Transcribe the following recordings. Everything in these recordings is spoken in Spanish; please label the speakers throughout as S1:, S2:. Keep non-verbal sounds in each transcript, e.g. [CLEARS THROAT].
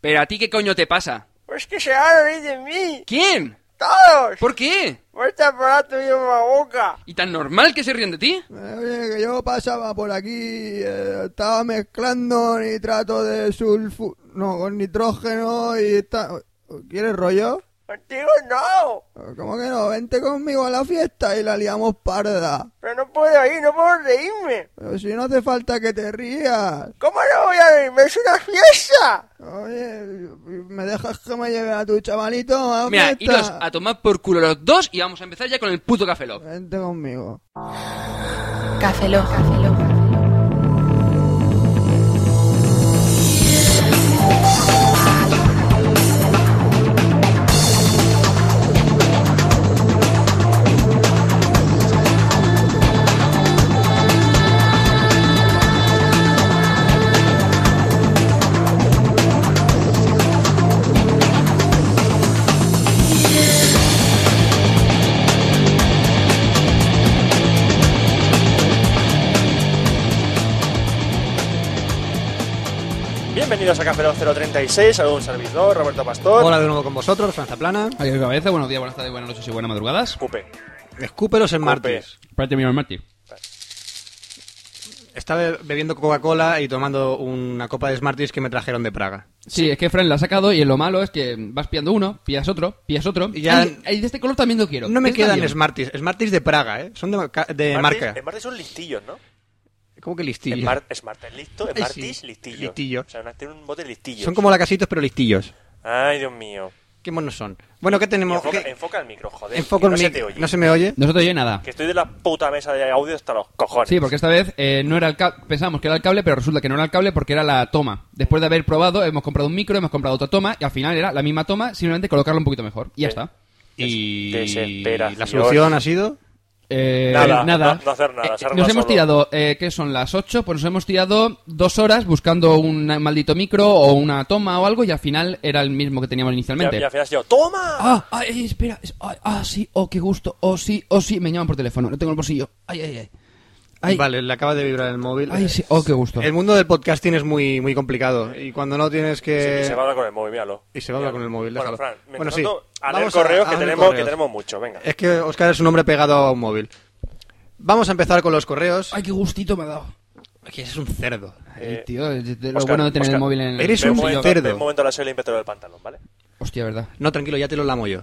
S1: Pero a ti qué coño te pasa?
S2: Pues que se van a reír de mí.
S1: ¿Quién?
S2: ¡Todos!
S1: ¿Por qué?
S2: Por este aparato y en la boca.
S1: ¿Y tan normal que se ríen de ti?
S3: Eh, Oye, que yo pasaba por aquí, eh, estaba mezclando nitrato de sulfu... No, con nitrógeno y está... ¿Quieres rollo?
S2: Contigo no.
S3: ¿Cómo que no? Vente conmigo a la fiesta y la liamos parda.
S2: Pero no puedo ir, no puedo reírme.
S3: Pero si no hace falta que te rías.
S2: ¿Cómo no voy a reírme? ¡Es una fiesta!
S3: Oye, ¿me dejas que me lleve a tu chavalito a la
S1: Mira,
S3: fiesta?
S1: iros a tomar por culo los dos y vamos a empezar ya con el puto Café Lock.
S3: Vente conmigo.
S4: Café Lock.
S5: Bienvenidos a Café Lock 036, saludo a un servidor, Roberto Pastor.
S6: Hola de nuevo con vosotros, Franza Plana.
S1: Adiós, cabeza. Buenos días, buenas tardes, buenas noches y buenas madrugadas.
S5: Escupe.
S6: Escúpelos en
S5: Escupe.
S6: martes.
S1: Espérate, mi Martí.
S6: Estaba bebiendo Coca-Cola y tomando una copa de Smarties que me trajeron de Praga.
S1: Sí, es que Fran la ha sacado y lo malo es que vas pillando uno, pillas otro, pillas otro.
S6: Y ya-
S1: Ay, ay, de este color también lo quiero.
S6: No me
S1: Está
S6: quedan
S1: bien.
S6: Smarties. Smarties de Praga, ¿eh? Son de, marca- de
S5: Martis-
S6: marca.
S5: En Martis son listillos, ¿no?
S6: ¿Cómo que listillos?
S5: En Mar- es Martis listo, en
S6: Ay,
S5: Martis
S6: sí.
S5: listillo.
S6: Listillo.
S5: O sea, una- tiene un bote listillo.
S6: Son como lacasitos, pero listillos.
S5: Ay, Dios mío.
S6: ¿Qué monos son? Bueno, ¿qué tenemos?
S5: Enfoca,
S6: ¿Qué-
S5: enfoca el micro, joder.
S6: Enfoco
S5: que no
S6: el
S5: se
S6: mic-
S5: te oye.
S6: ¿No se me oye?
S1: No se te oye nada.
S5: Que estoy de la puta mesa de audio hasta los cojones.
S1: Sí, porque esta vez eh, no era el cable. Pensábamos que era el cable, pero resulta que no era el cable porque era la toma. Después de haber probado, hemos comprado un micro, hemos comprado otra toma y al final era la misma toma, simplemente colocarlo un poquito mejor. Y ya
S5: Sí.
S1: está.
S6: Y
S5: Desesperación.
S6: la solución ha sido...
S1: Eh,
S5: Nada, no- no hacer nada,
S1: Eh, eh,
S5: se arma
S1: nos hemos
S5: solo.
S1: tirado, eh, ¿qué son las 8? Pues nos hemos tirado dos horas buscando un maldito micro o una toma o algo y al final era el mismo que teníamos
S5: Y
S1: inicialmente.
S5: al y al final yo, ¡toma!
S1: Ah, ah, eh, espera. es- ah, ah, sí, oh, qué gusto. Oh, sí, oh, sí. Me llaman por teléfono. Lo tengo en el bolsillo. Ay, ay, ay. Ay,
S6: Vale, le acaba de vibrar el móvil.
S1: ay, sí. Oh, qué gusto.
S6: El mundo del podcasting es muy, muy complicado. Y cuando no tienes que...
S5: Sí, se va a hablar con el móvil, míralo.
S6: eh, Y se va a hablar con el móvil,
S5: Bueno,
S6: déjalo.
S5: Fran, mientras
S6: Bueno, sí.
S5: tanto, a leer
S6: Vamos a-
S5: correos
S6: a
S5: que,
S6: leer
S5: tenemos,
S6: correos.
S5: que tenemos mucho, venga.
S6: Es que Oscar es un hombre pegado a un móvil. Vamos a empezar con los correos.
S1: Ay, qué gustito me ha dado.
S6: que eres un cerdo.
S5: Eh,
S1: Tío, es de lo
S5: Oscar,
S1: bueno de tener
S5: Oscar,
S1: el móvil en el
S6: eres
S5: ve
S6: un
S1: bolsillo.
S5: momento,
S6: cerdo.
S5: ve un momento a la sola y del pantalón, ¿vale?
S1: Hostia, verdad.
S6: No, tranquilo, ya te lo lamo yo.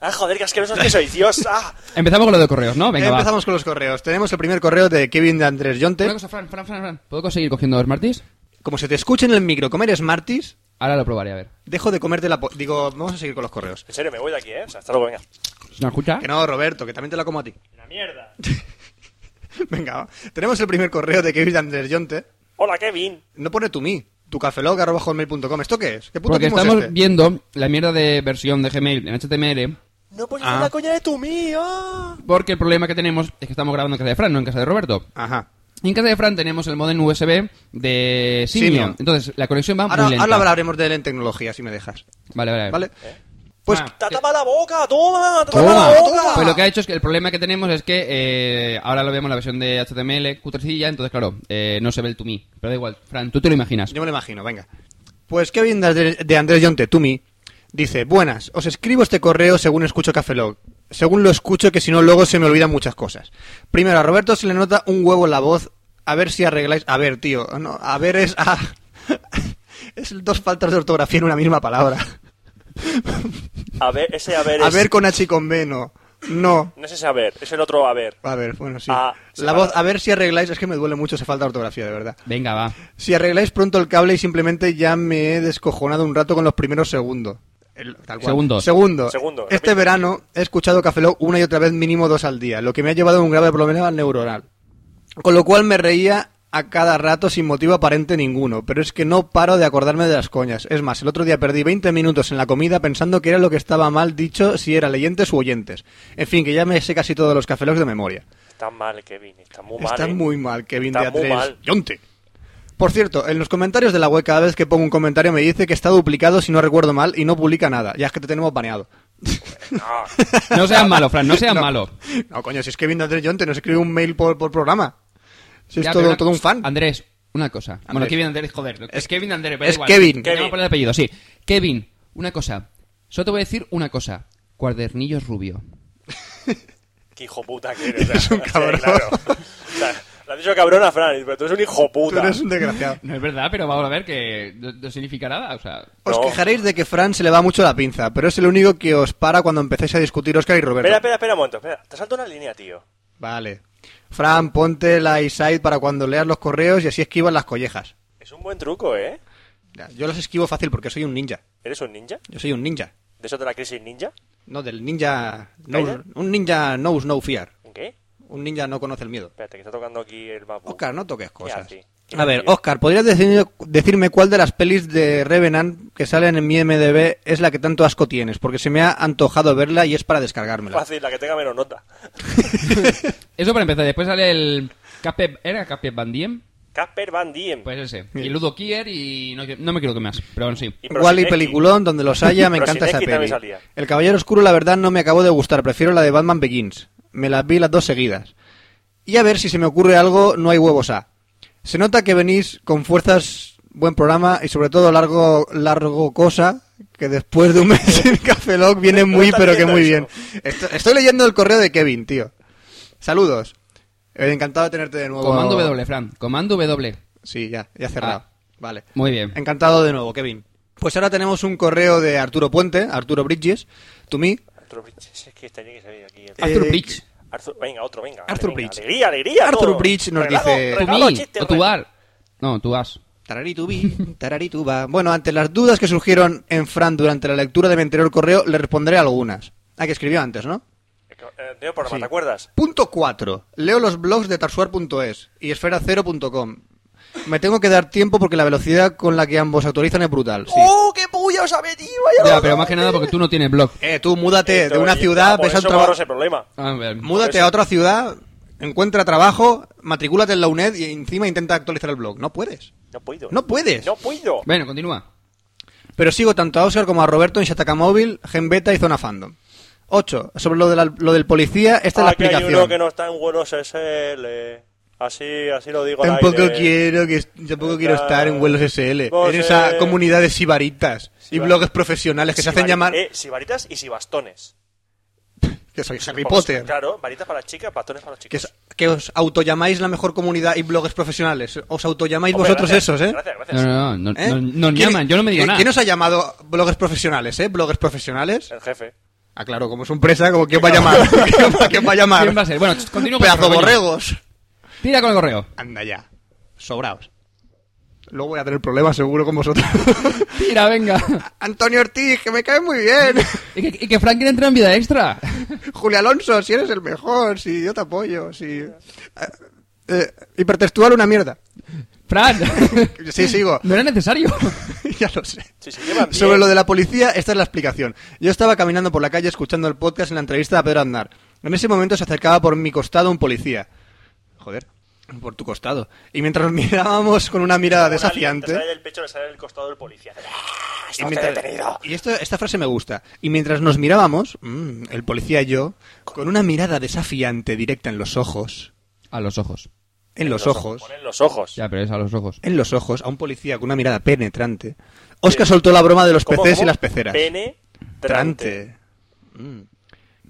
S5: Ah, joder, que asquerosos que soy, Dios. Ah,
S1: Empezamos con lo de correos, ¿no? Venga, va.
S6: Eh, Empezamos con los correos. Tenemos el primer correo de Kevin de Andrés Yonte.
S1: Una cosa, Fran, Fran, Fran, Fran. ¿Puedo conseguir cogiendo dos martis?
S6: Como se te escuche en el micro comer Smarties,
S1: Ahora lo probaré, a ver.
S6: dejo de comerte la... po- Digo, vamos a seguir con los correos.
S5: en serio, me voy de aquí, ¿eh? O sea, hasta luego, venga.
S1: ¿No escucha?
S6: Que no, Roberto, que también te la como a ti.
S5: Una mierda.
S6: [LAUGHS] Venga, va. tenemos el primer correo de Kevin de Andrés Yonte.
S5: Hola, Kevin.
S6: No pone tu mí, tu cafelog.com. ¿Esto qué es? ¿Qué puto
S1: Porque
S6: timo es
S1: estamos
S6: este?
S1: viendo la mierda de versión de Gmail en HTML.
S5: No pones
S6: Ah.
S5: una coña de tu mío.
S1: Porque el problema que tenemos es que estamos grabando en casa de Fran, no en casa de Roberto.
S6: Ajá.
S1: Y en casa de Fran tenemos el modem USB de Simio.
S6: Simio.
S1: Entonces, la conexión va
S6: Ahora,
S1: muy lenta.
S6: ahora hablaremos de él en tecnología, si me dejas.
S1: Vale, vale.
S6: ¿Vale? Pues
S1: Ah.
S5: ¡Te tapa la boca! ¡Toma! ¡Te tapa
S1: Toma,
S5: la boca!
S1: Pues lo que ha hecho es que el problema que tenemos es que eh, ahora lo vemos en la versión de HTML cutrecilla, entonces claro, eh, no se ve el to me. Pero da igual, Fran, tú te lo imaginas.
S6: Yo me lo imagino, venga. Pues Kevin de de Andrés Yonte, Tumi, dice, buenas, os escribo este correo según escucho Cafelog. Según lo escucho, que si no luego se me olvidan muchas cosas. Primero, a Roberto se le nota un huevo en la voz. A ver si arregláis... A ver, tío. No, a ver es... a- [LAUGHS] es dos faltas de ortografía en una misma palabra.
S5: A ver, ese a ver
S6: A
S5: es-
S6: ver con H y con B, no. No.
S5: No es ese a ver, es el otro a ver.
S6: A ver, bueno, sí.
S5: Ah,
S6: la
S5: separado.
S6: voz, a ver si arregláis... Es que me duele mucho esa falta de ortografía, de verdad.
S1: Venga, va.
S6: Si arregláis pronto el cable y simplemente ya me he descojonado un rato con los primeros segundos. El- tal cual.
S1: Segundos.
S6: Segundo.
S5: Segundos,
S6: Este
S5: repite.
S6: verano he escuchado Café Lock una y otra vez mínimo dos al día, lo que me ha llevado a un grave problema neuronal. Con lo cual me reía a cada rato sin motivo aparente ninguno, pero es que no paro de acordarme de las coñas. Es más, el otro día perdí 20 minutos en la comida pensando que era lo que estaba mal dicho si era leyentes u oyentes. En fin, que ya me sé casi todos los Café Locks de memoria.
S5: Está mal, Kevin, está muy mal.
S6: Está
S5: ¿eh?
S6: muy mal, Kevin
S5: Está
S6: de
S5: muy
S6: A3.
S5: mal.
S6: Yonte. Por cierto, en los comentarios de la web cada vez que pongo un comentario me dice que está duplicado si no recuerdo mal y no publica nada. Ya es que te tenemos baneado.
S5: No,
S1: No
S6: [LAUGHS]
S1: seas malo, Fran, no seas
S6: No.
S1: malo.
S6: [LAUGHS] No, coño, si es Kevin de A3 Yonte nos escribe un mail por, por programa. Si es
S1: Ya,
S6: todo,
S1: pero una-
S6: todo un fan.
S1: Andrés, una cosa. Bueno,
S6: Andrés.
S1: Kevin Andrés, joder. Es Kevin Andrés, pero da
S6: es
S1: igual.
S6: Kevin.
S1: Te llamo
S5: Kevin.
S1: por el apellido, sí. Kevin, una cosa. Solo te voy a decir una cosa. Cuadernillos rubio.
S5: Qué hijo puta que eres.
S6: [LAUGHS] Eres un
S5: o sea,
S6: cabrón.
S5: claro. O sea, le has dicho cabrón a Fran, pero tú eres un hijo
S6: Tú
S5: puta.
S6: eres
S1: [LAUGHS]
S6: un desgraciado.
S1: No es verdad, pero vamos a ver que no, no significa nada. O sea,
S6: Os
S5: No.
S6: quejaréis de que Fran se le va mucho la pinza, pero es el único que os para cuando empecéis a discutir Oscar y Roberto.
S5: Espera, espera, espera un momento. Espera. Te salto una línea, tío.
S6: Vale. Fran, ponte la e-side para cuando leas los correos y así esquivas las collejas.
S5: Es un buen truco, ¿eh?
S6: Ya, Yo las esquivo fácil porque soy un ninja.
S5: ¿Eres un ninja?
S6: Yo soy un ninja.
S5: ¿De eso de la crisis ninja?
S6: No, del ninja... No,
S5: ¿Calla?
S6: un ninja knows no fear.
S5: ¿En qué?
S6: Un ninja no conoce el miedo.
S5: Espérate, que está tocando aquí el babu.
S6: Oscar, no toques cosas.
S5: hace? ¿Qué
S6: A ver,
S5: hace?
S6: Oscar, ¿podrías decir- decirme cuál de las pelis de Revenant que salen en mi MDB es la que tanto asco tienes? Porque se me ha antojado verla y es para descargármela.
S5: Fácil, la que tenga menos nota.
S1: eso para empezar. Después sale el... Capep, ¿Era Capep Van Diem?
S5: Casper Van Diem.
S1: Pues ese. Y Ludo Kier y... No, no me quiero que más. Pero bueno, sí.
S5: Y
S6: Wally
S5: Prosinecki.
S6: peliculón, donde los haya, me
S5: Pero
S6: encanta esa
S5: Sinecki también
S6: peli.
S5: salía.
S6: El Caballero Oscuro, la verdad, no me acabó de gustar. Prefiero la de Batman Begins. Me las vi las dos seguidas. Y a ver si se me ocurre algo, no hay huevos a. Se nota que venís con fuerzas, buen programa y sobre todo largo, largo cosa, que después de un
S5: [LAUGHS]
S6: mes en Café Lock viene
S5: No
S6: muy,
S5: está
S6: pero que
S5: leyendo
S6: muy
S5: eso.
S6: bien. Esto- Estoy, leyendo el correo de Kevin, tío. Saludos. Eh, Encantado de tenerte de nuevo.
S1: Comando W, Fran. Comando W.
S6: Sí, ya, ya cerrado.
S1: Ah.
S6: Vale.
S1: Muy bien.
S6: Encantado de nuevo, Kevin. Pues ahora tenemos un correo de Arturo Puente, Arturo Bridges, to me.
S5: Arthur Bridge. Es que tenía que salir aquí. el-
S1: Arthur
S6: Eh,
S1: Bridge.
S5: Arthur- venga, otro, venga. venga,
S6: Arthur Bridge.
S5: Alegría, alegría.
S6: Arthur
S5: todo.
S6: Bridge nos
S5: Regalo,
S6: dice-
S1: Tu
S5: regalo,
S1: mi,
S5: chiste, pues.
S1: o tu
S5: regalo.
S1: bar. No, tu as.
S6: Tararitubí, tararitubá. Bueno, ante las dudas que surgieron en Fran durante la lectura de mi anterior correo, le responderé algunas. Ah, que escribió antes, ¿no?
S5: Eh, Leo programa,
S6: Sí.
S5: ¿te acuerdas?
S6: Punto 4. Leo los blogs de tarsuar.es y esfera0.com. Me tengo que dar tiempo porque la velocidad con la que ambos actualizan es brutal. Sí.
S2: ¡Oh, qué puya os ha metido! vaya
S1: Ya,
S2: loco!
S1: pero más que nada porque tú no tienes blog.
S6: Eh, tú múdate de
S5: Esto,
S6: una
S5: y-
S6: ciudad,
S5: ah, por
S6: ves a un
S5: eso me
S6: trabajo-
S5: ahorro ese problema.
S1: A ver.
S6: Múdate
S5: eso.
S6: a otra ciudad, encuentra trabajo, matricúlate en la UNED y encima intenta actualizar el blog. No puedes.
S5: No puedo.
S6: No puedes.
S5: No puedo.
S1: Bueno, continúa.
S6: Pero sigo tanto a Oscar como a Roberto en Shataka Móvil, Gen Beta y Zona Fandom. 8. Sobre lo, de la- lo del policía, esta es la
S5: Aquí hay uno
S6: explicación.
S5: Ah, que no está en Buenos SL. Así, así lo digo. al
S6: Tampoco
S5: aire.
S6: quiero, que, tampoco quiero
S5: Está-
S6: estar en vuelos SL,
S5: Vos,
S6: en esa
S5: eh,
S6: comunidad de sibaritas y
S5: Sibar-
S6: blogs profesionales que se hacen
S5: Sibari-
S6: llamar...
S5: Eh, sibaritas y sibastones.
S6: que soy Harry
S5: Porque-
S6: Potter.
S5: eh, Claro, varitas para chicas, bastones para los
S6: Que,
S5: chicos.
S6: os- que os autollamáis la mejor comunidad y blogs profesionales. Os autollamáis
S5: Hombre,
S6: vosotros
S5: gracias,
S6: esos, ¿eh?
S5: Gracias, gracias.
S1: No, no, no, no,
S6: ¿Eh?
S1: no, no
S6: ¿Quién-
S1: llaman, yo no me digo
S6: ¿quién-
S1: nada.
S6: ¿Quién os ha llamado bloggers profesionales, eh? ¿Bloggers profesionales?
S5: El jefe.
S6: Ah, claro, como es un presa, como ¿quién va a
S1: [LAUGHS]
S6: llamar? ¿Quién va- ¿Quién va a llamar?
S1: ¿Quién va a ser? Bueno, ch- continúo con el
S6: Pedazo
S1: correo, coño.
S6: borregos.
S1: Tira con el correo.
S6: Anda ya. Sobraos. Luego voy a tener problemas seguro con vosotros. [LAUGHS]
S1: Tira, venga.
S6: Antonio Ortiz, que me cae muy bien. [LAUGHS]
S1: Y que, y que Frank quiere entrar en vida extra.
S6: Julio Alonso, si eres el mejor, si yo te apoyo, si... Ah, eh, hipertextual una mierda.
S1: [LAUGHS] Fran,
S6: Sí, sigo.
S1: no era necesario.
S6: [LAUGHS] ya lo sé.
S5: Sí, sí, llevan bien.
S6: Sobre lo de la policía, esta es la explicación. Yo estaba caminando por la calle escuchando el podcast en la entrevista a Pedro Aznar. En ese momento se acercaba por mi costado un policía. Joder, por tu costado. Y mientras nos mirábamos con una mirada
S5: Como un alien, Te
S6: desafiante...
S5: sale del pecho, le sale del costado del policía. ¡Ah,
S6: Y,
S5: Estás
S6: mientras-
S5: detenido.
S6: y esto, esta frase me gusta. Y mientras nos mirábamos, mm, el policía y yo, con una mirada desafiante directa en los ojos,
S1: A los ojos.
S6: en los ojos,
S5: Ponen los ojos.
S1: Ya, pero es a los ojos.
S6: en los ojos, a un policía con una mirada penetrante, Oscar soltó la broma de los
S5: ¿Cómo,
S6: peces y
S5: cómo?
S6: las peceras.
S5: Pene. Trante.
S6: Trante. Mm.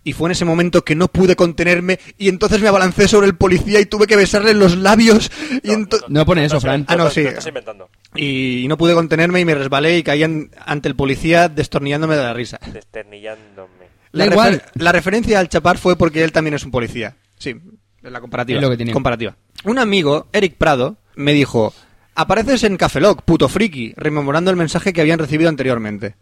S6: Y fue en ese momento que no pude contenerme y entonces me abalancé sobre el policía y tuve que besarle los labios y, ento-
S1: No pone eso, Fran.
S6: Ah, no, sí.
S5: Lo estás inventando.
S6: y no pude contenerme y me resbalé y caí an- ante el policía destornillándome de la risa.
S5: Desternillándome.
S6: La,
S1: Da
S6: refer-
S1: igual.
S6: la referencia al chapar fue porque él también es un policía. Sí, es la comparativa.
S1: Es lo que tenía.
S6: Comparativa. Un amigo, Eric Prado, me dijo, apareces en Cafeloc, puto friki, rememorando el mensaje que habían recibido anteriormente.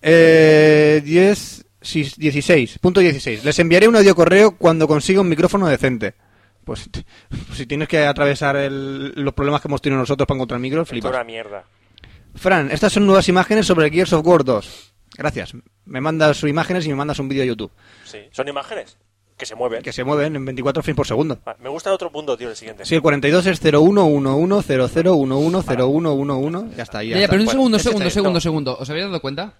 S6: Eh, 10, sí, 16, punto 16. Les enviaré un audio correo cuando consiga un micrófono decente. Pues [LAUGHS] t- si tienes que atravesar el- los problemas que hemos tenido nosotros para encontrar micro,
S5: Esto es
S6: flipas.
S5: una mierda.
S6: Fran, estas son nuevas imágenes sobre el Gears of War 2. Gracias. Me mandas sus imágenes y me mandas un vídeo de YouTube.
S5: Sí. Son imágenes que se mueven.
S6: Que se mueven en 24 frames por segundo.
S5: Ah, Me gusta el otro punto, tío, el siguiente.
S6: Sí, el 42 es 011100110111. Ya está, pues, ahí.
S1: Ya, ya, pero un
S5: Bueno,
S1: segundo,
S5: ese está
S1: segundo,
S5: bien,
S1: segundo,
S5: no.
S1: segundo. ¿Os habéis dado cuenta?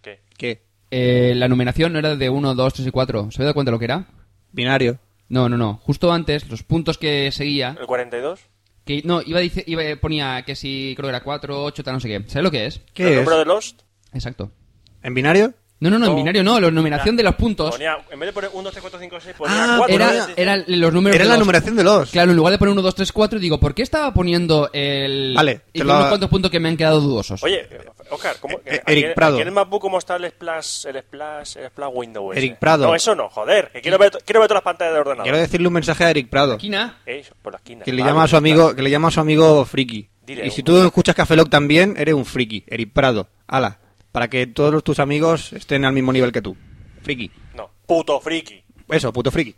S5: ¿Qué?
S6: ¿Qué?
S1: Eh, la numeración no era de 1, 2, 3 y 4. ¿Os habéis dado cuenta lo que era?
S6: Binario.
S1: No, no, no. Justo antes, los puntos que seguía
S5: ¿El 42?
S1: Que, no, iba, dice, iba ponía que si creo que era 4, 8, tal, no sé qué. ¿Sabes lo que es?
S5: ¿El
S6: ¿Qué es?
S5: número de Lost?
S1: Exacto.
S6: ¿En binario?
S1: No, no, no, en
S5: No.
S1: binario no, la numeración de los puntos.
S5: Ponía, en vez de poner 1, 2, 3, 4, 5, 6,
S6: Ah,
S5: ponía 4.
S1: Era, era los números
S6: Era
S1: de
S6: la
S1: los-
S6: numeración de los.
S1: Claro, en lugar de poner 1, 2, 3, 4, digo, ¿por qué estaba poniendo el.
S6: Vale,
S1: y
S6: te
S1: con
S6: lo-
S1: unos cuantos puntos que me han quedado dudosos.
S5: Oye, Oscar, ¿cómo,
S6: Eh,
S5: aquí-
S6: Eric Prado.
S5: Aquí en el MacBook, ¿cómo está el Splash, el Splash, el Splash Window? ese?
S6: Eric Prado.
S5: No, eso no, joder. Que quiero, ver, to- quiero ver todas las pantallas de ordenador.
S6: Quiero decirle un mensaje a Eric Prado.
S1: Esquina.
S5: Eh, por la esquina.
S6: Que le
S5: Vale,
S6: llama a su
S5: está.
S6: amigo, que le llama a su amigo friki.
S5: Dile
S6: y si
S5: un-
S6: tú escuchas Café Lock también, eres un friki, Eric Prado. Ala, para que todos tus amigos estén al mismo nivel que tú. Friki.
S5: No, puto friki.
S6: Eso, puto friki.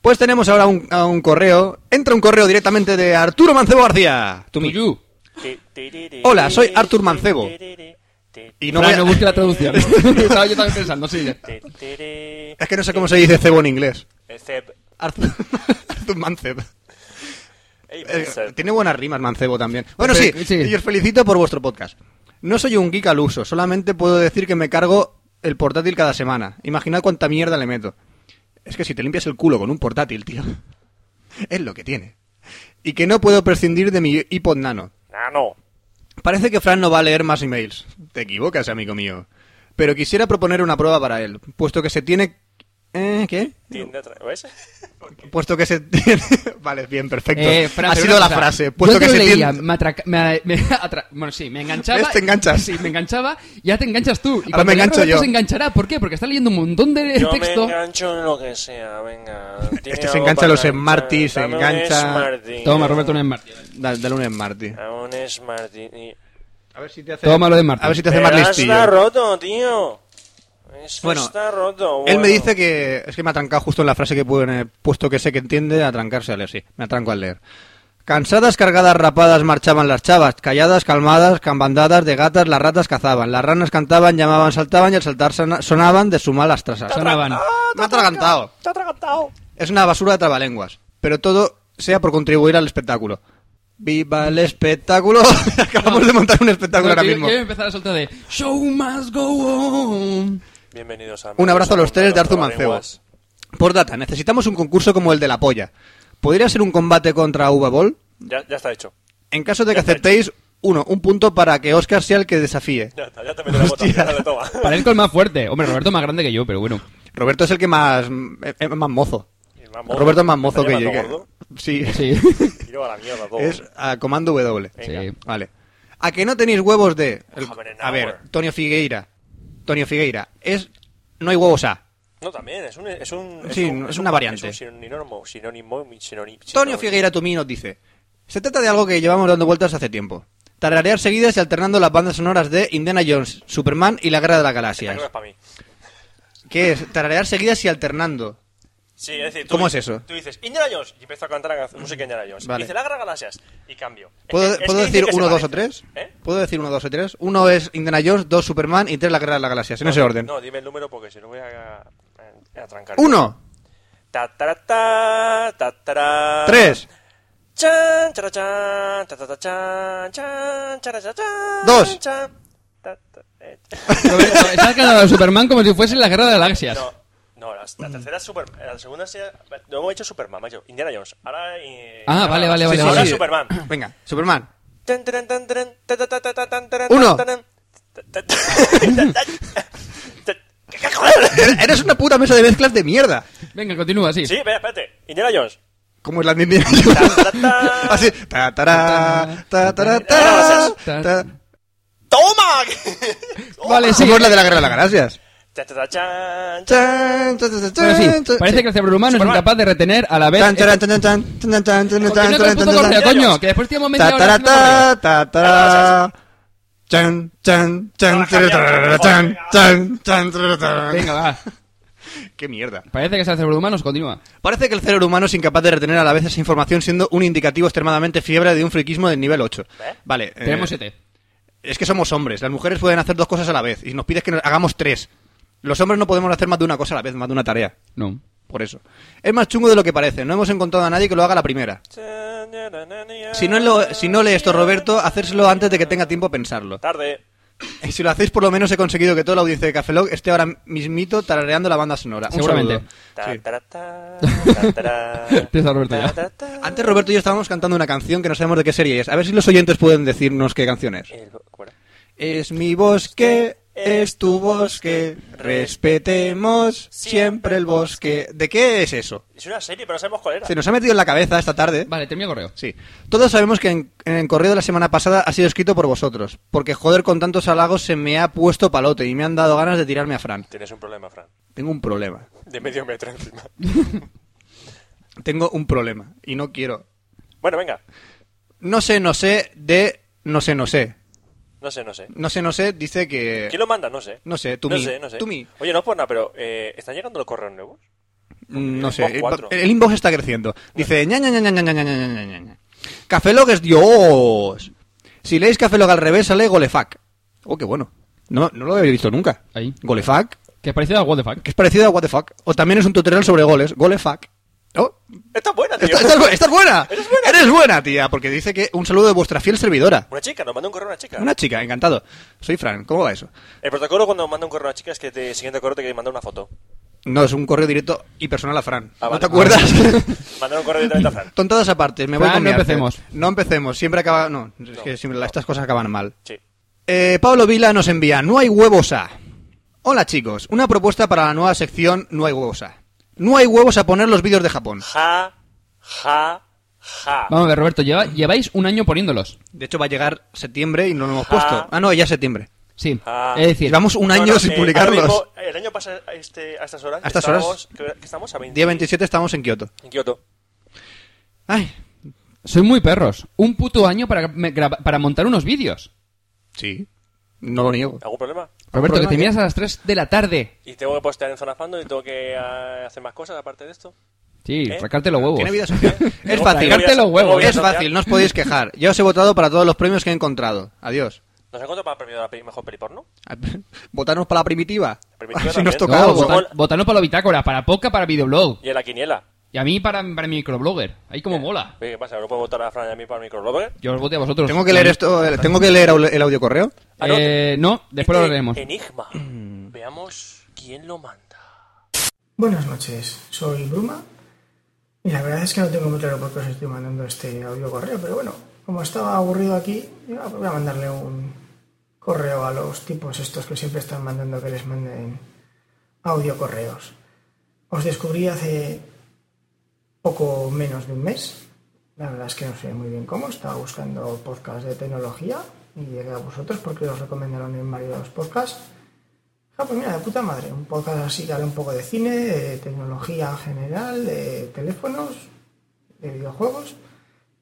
S6: Pues tenemos ahora un, a un correo. Entra un correo directamente de Arturo Mancebo García. Tú mi-
S1: Tuyu.
S5: Ti, ti, ti, ti,
S6: Hola,
S5: ti,
S6: soy
S5: ti,
S6: Artur
S5: ti,
S6: Mancebo.
S5: ti, ti, ti, ti,
S6: Y
S1: No,
S6: no
S1: no,
S6: voy a-
S1: no busque la
S6: [LAUGHS]
S1: traducción. Estaba yo también pensando, sí. ya.
S5: ti, ti, ti.
S6: Es que no sé cómo se dice cebo en inglés.
S5: El Zeb.
S6: [LAUGHS] Artur, Artur Mancebo.
S5: Ey,
S6: Eh,
S5: Zeb.
S6: tiene buenas rimas Mancebo también. Bueno, sí,
S1: Pero- Pues, sí.
S6: y os felicito por vuestro podcast. No soy un geek al uso, solamente puedo decir que me cargo el portátil cada semana. Imaginad cuánta mierda le meto. Es que si te limpias el culo con un portátil, tío, [LAUGHS] es lo que tiene. Y que no puedo prescindir de mi iPod Nano.
S5: Nano.
S6: Parece que Fran no va a leer más emails. Te equivocas, amigo mío. Pero quisiera proponer una prueba para él, puesto que se tiene... ¿Eh? ¿Qué?
S5: Tiende atrás.
S6: [LAUGHS]
S5: ¿Ves?
S6: Puesto que se tiene... [LAUGHS] vale, bien, perfecto.
S1: Eh, Fran,
S6: ha
S1: pero
S6: sido
S1: una
S6: la
S1: cosa,
S6: frase.
S1: yo
S6: Puesto
S1: te
S6: que
S1: lo
S6: se
S1: leía,
S6: tiene...
S1: me atraca- me a- me atra- Bueno, sí, me enganchaba.
S6: ¿Ves? Te enganchas.
S1: Sí, me enganchaba. Ya te enganchas tú. Y
S6: Ahora me
S1: cuando ya
S6: engancho
S1: Roberto
S6: yo.
S1: se enganchará. ¿Por qué? Porque está leyendo un montón de
S5: Yo me
S1: texto.
S5: engancho en lo que sea, venga. Tiene
S6: [LAUGHS] Este se
S5: algo
S6: engancha
S5: para
S6: a los
S5: enganchar.
S6: Smarties, se
S5: Dame un
S6: engancha-
S5: Smartie.
S1: Toma, Roberto, no es Martí.
S6: Da- Dale un Smarty.
S5: A un Smartie.
S6: A ver si te hace...
S1: Toma lo de Martí.
S6: A ver si te hace
S5: Pero
S6: más
S5: ahora está
S6: listillo.
S5: roto, tío. Eso
S6: Bueno,
S5: está roto.
S6: Él me
S5: bueno.
S6: dice que... Es que me ha trancado justo en la frase que pone... Puesto que sé que entiende, atrancarse a leer, sí. Me atranco al leer. Cansadas, cargadas, rapadas marchaban las chavas, calladas, calmadas, cambandadas de gatas, las ratas cazaban, las ranas cantaban, llamaban, saltaban y al saltar sona- sonaban de sus malas trasas.
S1: Sonaban.
S6: Me ha atragantado.
S5: Está atragantado.
S6: Es una basura de trabalenguas, pero todo sea por contribuir al espectáculo. ¡Viva el espectáculo! [LAUGHS] Acabamos de montar un espectáculo
S1: No,
S6: ahora
S1: que yo-
S6: mismo.
S1: Quiero empezar a soltar de Show must go on.
S5: Bienvenidos a.
S6: Un abrazo a los tres de Arzu
S5: Arthur
S6: Mancebo. Por data, necesitamos un concurso como el de la polla. ¿Podría ser un combate contra Uva Ball?
S5: Ya, ya está hecho.
S6: En caso de que
S5: Ya está
S6: aceptéis, uno, un punto para que Oscar sea el que desafíe.
S5: Ya está, ya te meto la bota.
S6: Hostia.
S5: Dale, toma.
S6: [LAUGHS]
S1: Parezco el más fuerte. Hombre, Roberto es más grande que yo, pero bueno.
S6: Roberto es el que más, eh, es- es más mozo.
S5: Y más mozo.
S6: Roberto es más mozo
S5: ¿Está
S6: que yo.
S5: llamando
S6: que-
S5: gordo?
S6: Sí,
S1: Sí.
S6: [LAUGHS]
S5: Tiro a la mierda todo.
S6: es a comando W.
S5: Venga.
S1: Sí.
S6: Vale. ¿A que no tenéis huevos de...? el-
S5: Joder, en
S6: a ver,
S5: ahora.
S6: Tonio Figueira. Tonio Figueira. Es... No hay huevos A.
S5: No, también, es un. Es, un,
S6: Sí,
S5: un-
S6: es una variante.
S5: Es un sinónimo, sinónimo, sinónimo.
S6: Tonio Figueira Tumí nos dice... Se trata de algo que llevamos dando vueltas hace tiempo. Tararear seguidas y alternando las bandas sonoras de Indiana Jones, Superman y la Guerra de las Galaxias.
S5: Figueira. para mí.
S6: ¿Qué es? Tararear seguidas y alternando.
S5: Sí, es decir, tú
S6: ¿Cómo
S5: dices-
S6: es eso?
S5: Tú dices Indiana Jones y empiezo a cantar la canción- música de Indiana Jones.
S6: Vale.
S5: Dice la Guerra de Galaxias y cambio. Es
S6: ¿Puedo,
S5: que- es que
S6: ¿puedo
S5: dicen
S6: decir
S5: que se
S6: uno, dos o tres?
S5: parecen. ¿Eh?
S6: ¿Puedo decir uno, dos o tres? Uno es Indiana Jones, dos Superman y tres la Guerra de las Galaxias. En ese
S5: No,
S6: orden.
S5: No, dime el número porque si no voy a, a, a trancar.
S6: Uno,
S5: Ta, ta, ta, ta, ta,
S6: tres,
S5: Chan, chara, chan, ta, ta, ta, chan, chan, chara, cha, chan,
S6: Dos.
S5: chan, ta, ta, eh,
S1: Roberto, estás ganando a Superman como si fuese la guerra de las galaxias.
S5: No, no, la, la tercera es Superman. La segunda sea. No hemos hecho Superman, macho. Indiana Jones. Ahora. eh,
S1: Ah, vale, vale, vale,
S5: sí, Ahora
S1: vale.
S5: Superman.
S6: Venga, Superman.
S5: Tan, taran, tan, taran, ta, ta, ta, ta, ta, tan, taran,
S6: Uno.
S5: tan, taran. Ta, ta, ta, ta, ta, ta. ¿Qué cojones?
S6: Eres una puta mesa de mezclas de mierda.
S1: Venga, continúa, sí.
S5: [LAUGHS] Sí, espera, espérate. Indiana Jones.
S6: Como es la de Indiana
S5: Ta, ta, ta.
S6: Así. Ta, tará, ta, tará, ta, ta.
S5: ¡Toma! [LAUGHS]
S1: Vale, sí.
S6: Como es la de la Guerra de las Galaxias.
S5: Cha, cha, cha, chan, chan.
S6: Chan, chan, chan,
S1: Bueno, sí,
S6: chan,
S1: parece que el cerebro humano es
S5: Superman.
S1: incapaz de retener a la vez. este
S6: Tan, taran, tan, tan, tan, tan, tan,
S1: Continúa
S6: tan, tan, tan,
S1: con el
S6: tan,
S1: puto
S6: tan,
S1: correo,
S6: tan.
S1: coño, que después tenemos media
S6: Ta,
S1: hora
S6: tará,
S1: haciendo correo.
S6: ta, ta, tará. Chan, chan, chan, tará, tará, chan, chan, chan, tará, tará.
S1: Venga, va.
S6: [LAUGHS] Qué mierda.
S1: Parece que es el cerebro humano, continúa.
S6: Parece que el cerebro humano es incapaz de retener a la vez esa información, siendo un indicativo extremadamente fiebre de un friquismo del nivel 8.
S5: ¿Eh?
S6: Vale. eh,
S1: Tenemos siete.
S6: Es que somos hombres. Las mujeres pueden hacer dos cosas a la vez. Y nos pides que nos- hagamos tres. Los hombres no podemos hacer más de una cosa a la vez, más de una tarea.
S1: No.
S6: Por eso. Es más chungo de lo que parece. No hemos encontrado a nadie que lo haga la primera. Si no, lo- si no lees esto, Roberto, hacérselo antes de que tenga tiempo a pensarlo.
S5: Tarde.
S6: Y si lo hacéis, por lo menos he conseguido que toda la audiencia de Café Lock esté ahora mismito tarareando la banda sonora. Un
S1: Seguramente.
S6: saludo.
S5: Ta,
S6: Sí.
S5: ta,
S1: [LAUGHS]
S5: ta, ta, ta.
S1: Empieza Roberto ya.
S5: Ta, ta, ta.
S6: Antes Roberto y yo estábamos cantando una canción que no sabemos de qué serie es. A ver si los oyentes pueden decirnos qué canción es.
S5: El- ¿cómo era?
S6: Es mi bosque, es tu bosque, respetemos siempre el bosque. ¿De qué es eso?
S5: Es una serie, pero no sabemos cuál era.
S6: Se nos ha metido en la cabeza esta tarde.
S1: Vale, termina el correo.
S6: Sí. Todos sabemos que en, en el correo de la semana pasada ha sido escrito por vosotros, porque joder, con tantos halagos se me ha puesto palote y me han dado ganas de tirarme a Fran.
S5: Tienes un problema, Fran.
S6: Tengo un problema.
S5: De medio metro encima.
S6: Tengo un problema y no quiero.
S5: Bueno, venga.
S6: No sé, no sé de no sé, no sé.
S5: No sé, no sé.
S6: No sé, no sé dice que
S5: ¿Quién lo manda? No sé.
S6: No sé, tú
S5: no
S6: mí.
S5: sé, no sé.
S6: Tú mí.
S5: Oye, no por nada, pero eh, ¿están llegando los correos nuevos?
S6: Mm,
S5: El
S6: No sé,
S5: inbox
S6: el,
S5: cuatro.
S6: el inbox está creciendo. Dice, ña, ña, ña, ña, ña, ña, ña, ña, ña, ña, ña. Café Log es Dios. Si leéis Café Log al revés, sale Golefac. Oh, qué bueno. No, no lo había visto nunca.
S1: Ahí.
S6: Golefac,
S1: Que parecido a What the Fuck.
S6: que es parecido a What the Fuck. O también es un tutorial sobre goles. Golefac. Oh,
S5: Está buena, tío.
S6: esta, esta es, bu- esta es buena. Eres buena. tía, porque dice que un saludo de vuestra fiel servidora.
S5: Una chica, nos manda un correo una chica.
S6: Una chica, encantado. Soy Fran, ¿cómo va eso?
S5: El protocolo cuando manda un correo a una chica es que te siguiente correo te quiere mandar una foto.
S6: No, es un correo directo y personal a Fran.
S5: Ah,
S6: ¿No
S5: vale.
S6: te acuerdas?
S5: Mandar un correo directamente a Fran.
S6: Tontadas aparte, me voy
S1: Fran,
S6: [LAUGHS] con
S1: no
S6: mi arte.
S1: empecemos.
S6: No empecemos, siempre acaba... No, es que siempre la- estas cosas acaban mal.
S5: Sí.
S6: Eh, Pablo Vila nos envía No hay huevos a... Hola chicos, una propuesta para la nueva sección No hay huevos a... No hay huevos a poner los vídeos de Japón.
S5: Ja, ja, ja.
S1: Vamos a ver, Roberto, lleva- lleváis un año poniéndolos.
S6: De hecho va a llegar septiembre y no lo hemos
S5: Ah.
S6: puesto. Ah, no, ya es septiembre.
S1: Sí.
S5: Ah.
S1: Es decir,
S6: Llevamos un
S5: No,
S6: año
S5: no,
S6: sin
S5: eh,
S6: publicarlos.
S5: ahora mismo, el año pasado a, este, a estas horas.
S6: A estas
S5: estábamos-
S6: horas.
S5: que- que estamos a 20,
S6: Día 27 estamos en Kioto.
S5: En Kioto.
S6: Ay,
S1: soy muy perros. Un puto año para, me- graba- para montar unos vídeos.
S6: Pues sí. No lo niego.
S5: ¿Algún problema?
S1: Roberto, que
S6: problema,
S1: te miras a las 3 de la tarde.
S5: Y tengo que postear en Zona Fandom y tengo que ah, hacer más cosas aparte de esto.
S1: Sí,
S5: ¿Eh?
S1: sacarte los huevos.
S6: Tiene vida social. [LAUGHS] es
S5: Tengo- tengo
S6: fácil.
S5: vida-
S1: Sacarte los huevos.
S5: tengo vida
S6: Es
S5: social.
S6: fácil, no os podéis quejar. Ya os he votado para todos los premios que he encontrado. Adiós. [LAUGHS]
S5: ¿Nos han contado para el premio de la peli- mejor peli porno?
S6: ¿Votarnos para la primitiva?
S5: La primitiva
S6: si nos
S5: también.
S6: toca
S5: No,
S6: algo.
S5: votar-
S1: vota- votando para la bitácora, para poca, para videoblog.
S5: Y en la quiniela.
S1: Y a mí para, para mi microblogger. Ahí
S6: Eh.
S1: como mola.
S5: Oye, ¿Qué pasa? ¿No puedo votar a Fran y a mí para el microblogger?
S1: Yo os voté a vosotros.
S6: Tengo que leer esto, tengo que leer el audio correo.
S5: Ah, no,
S1: Eh, no, después lo
S5: Este
S1: leeremos.
S6: [CLEARS THROAT]
S5: Enigma. Veamos quién lo manda.
S7: Buenas noches, soy Bruma y la verdad es que no tengo muy claro por qué os estoy mandando este audio correo, pero bueno, como estaba aburrido aquí, digo, "Ah, pues voy a mandarle un correo a los tipos estos que siempre están mandando que les manden audio correos. Os descubrí hace poco menos de un mes, la verdad es que no sé muy bien cómo, estaba buscando podcasts de tecnología y llegué a vosotros porque os recomendaron en varios podcasts Ah, pues mira, de puta madre. Un podcast así que habla un poco de cine, de tecnología en general, de teléfonos, de videojuegos.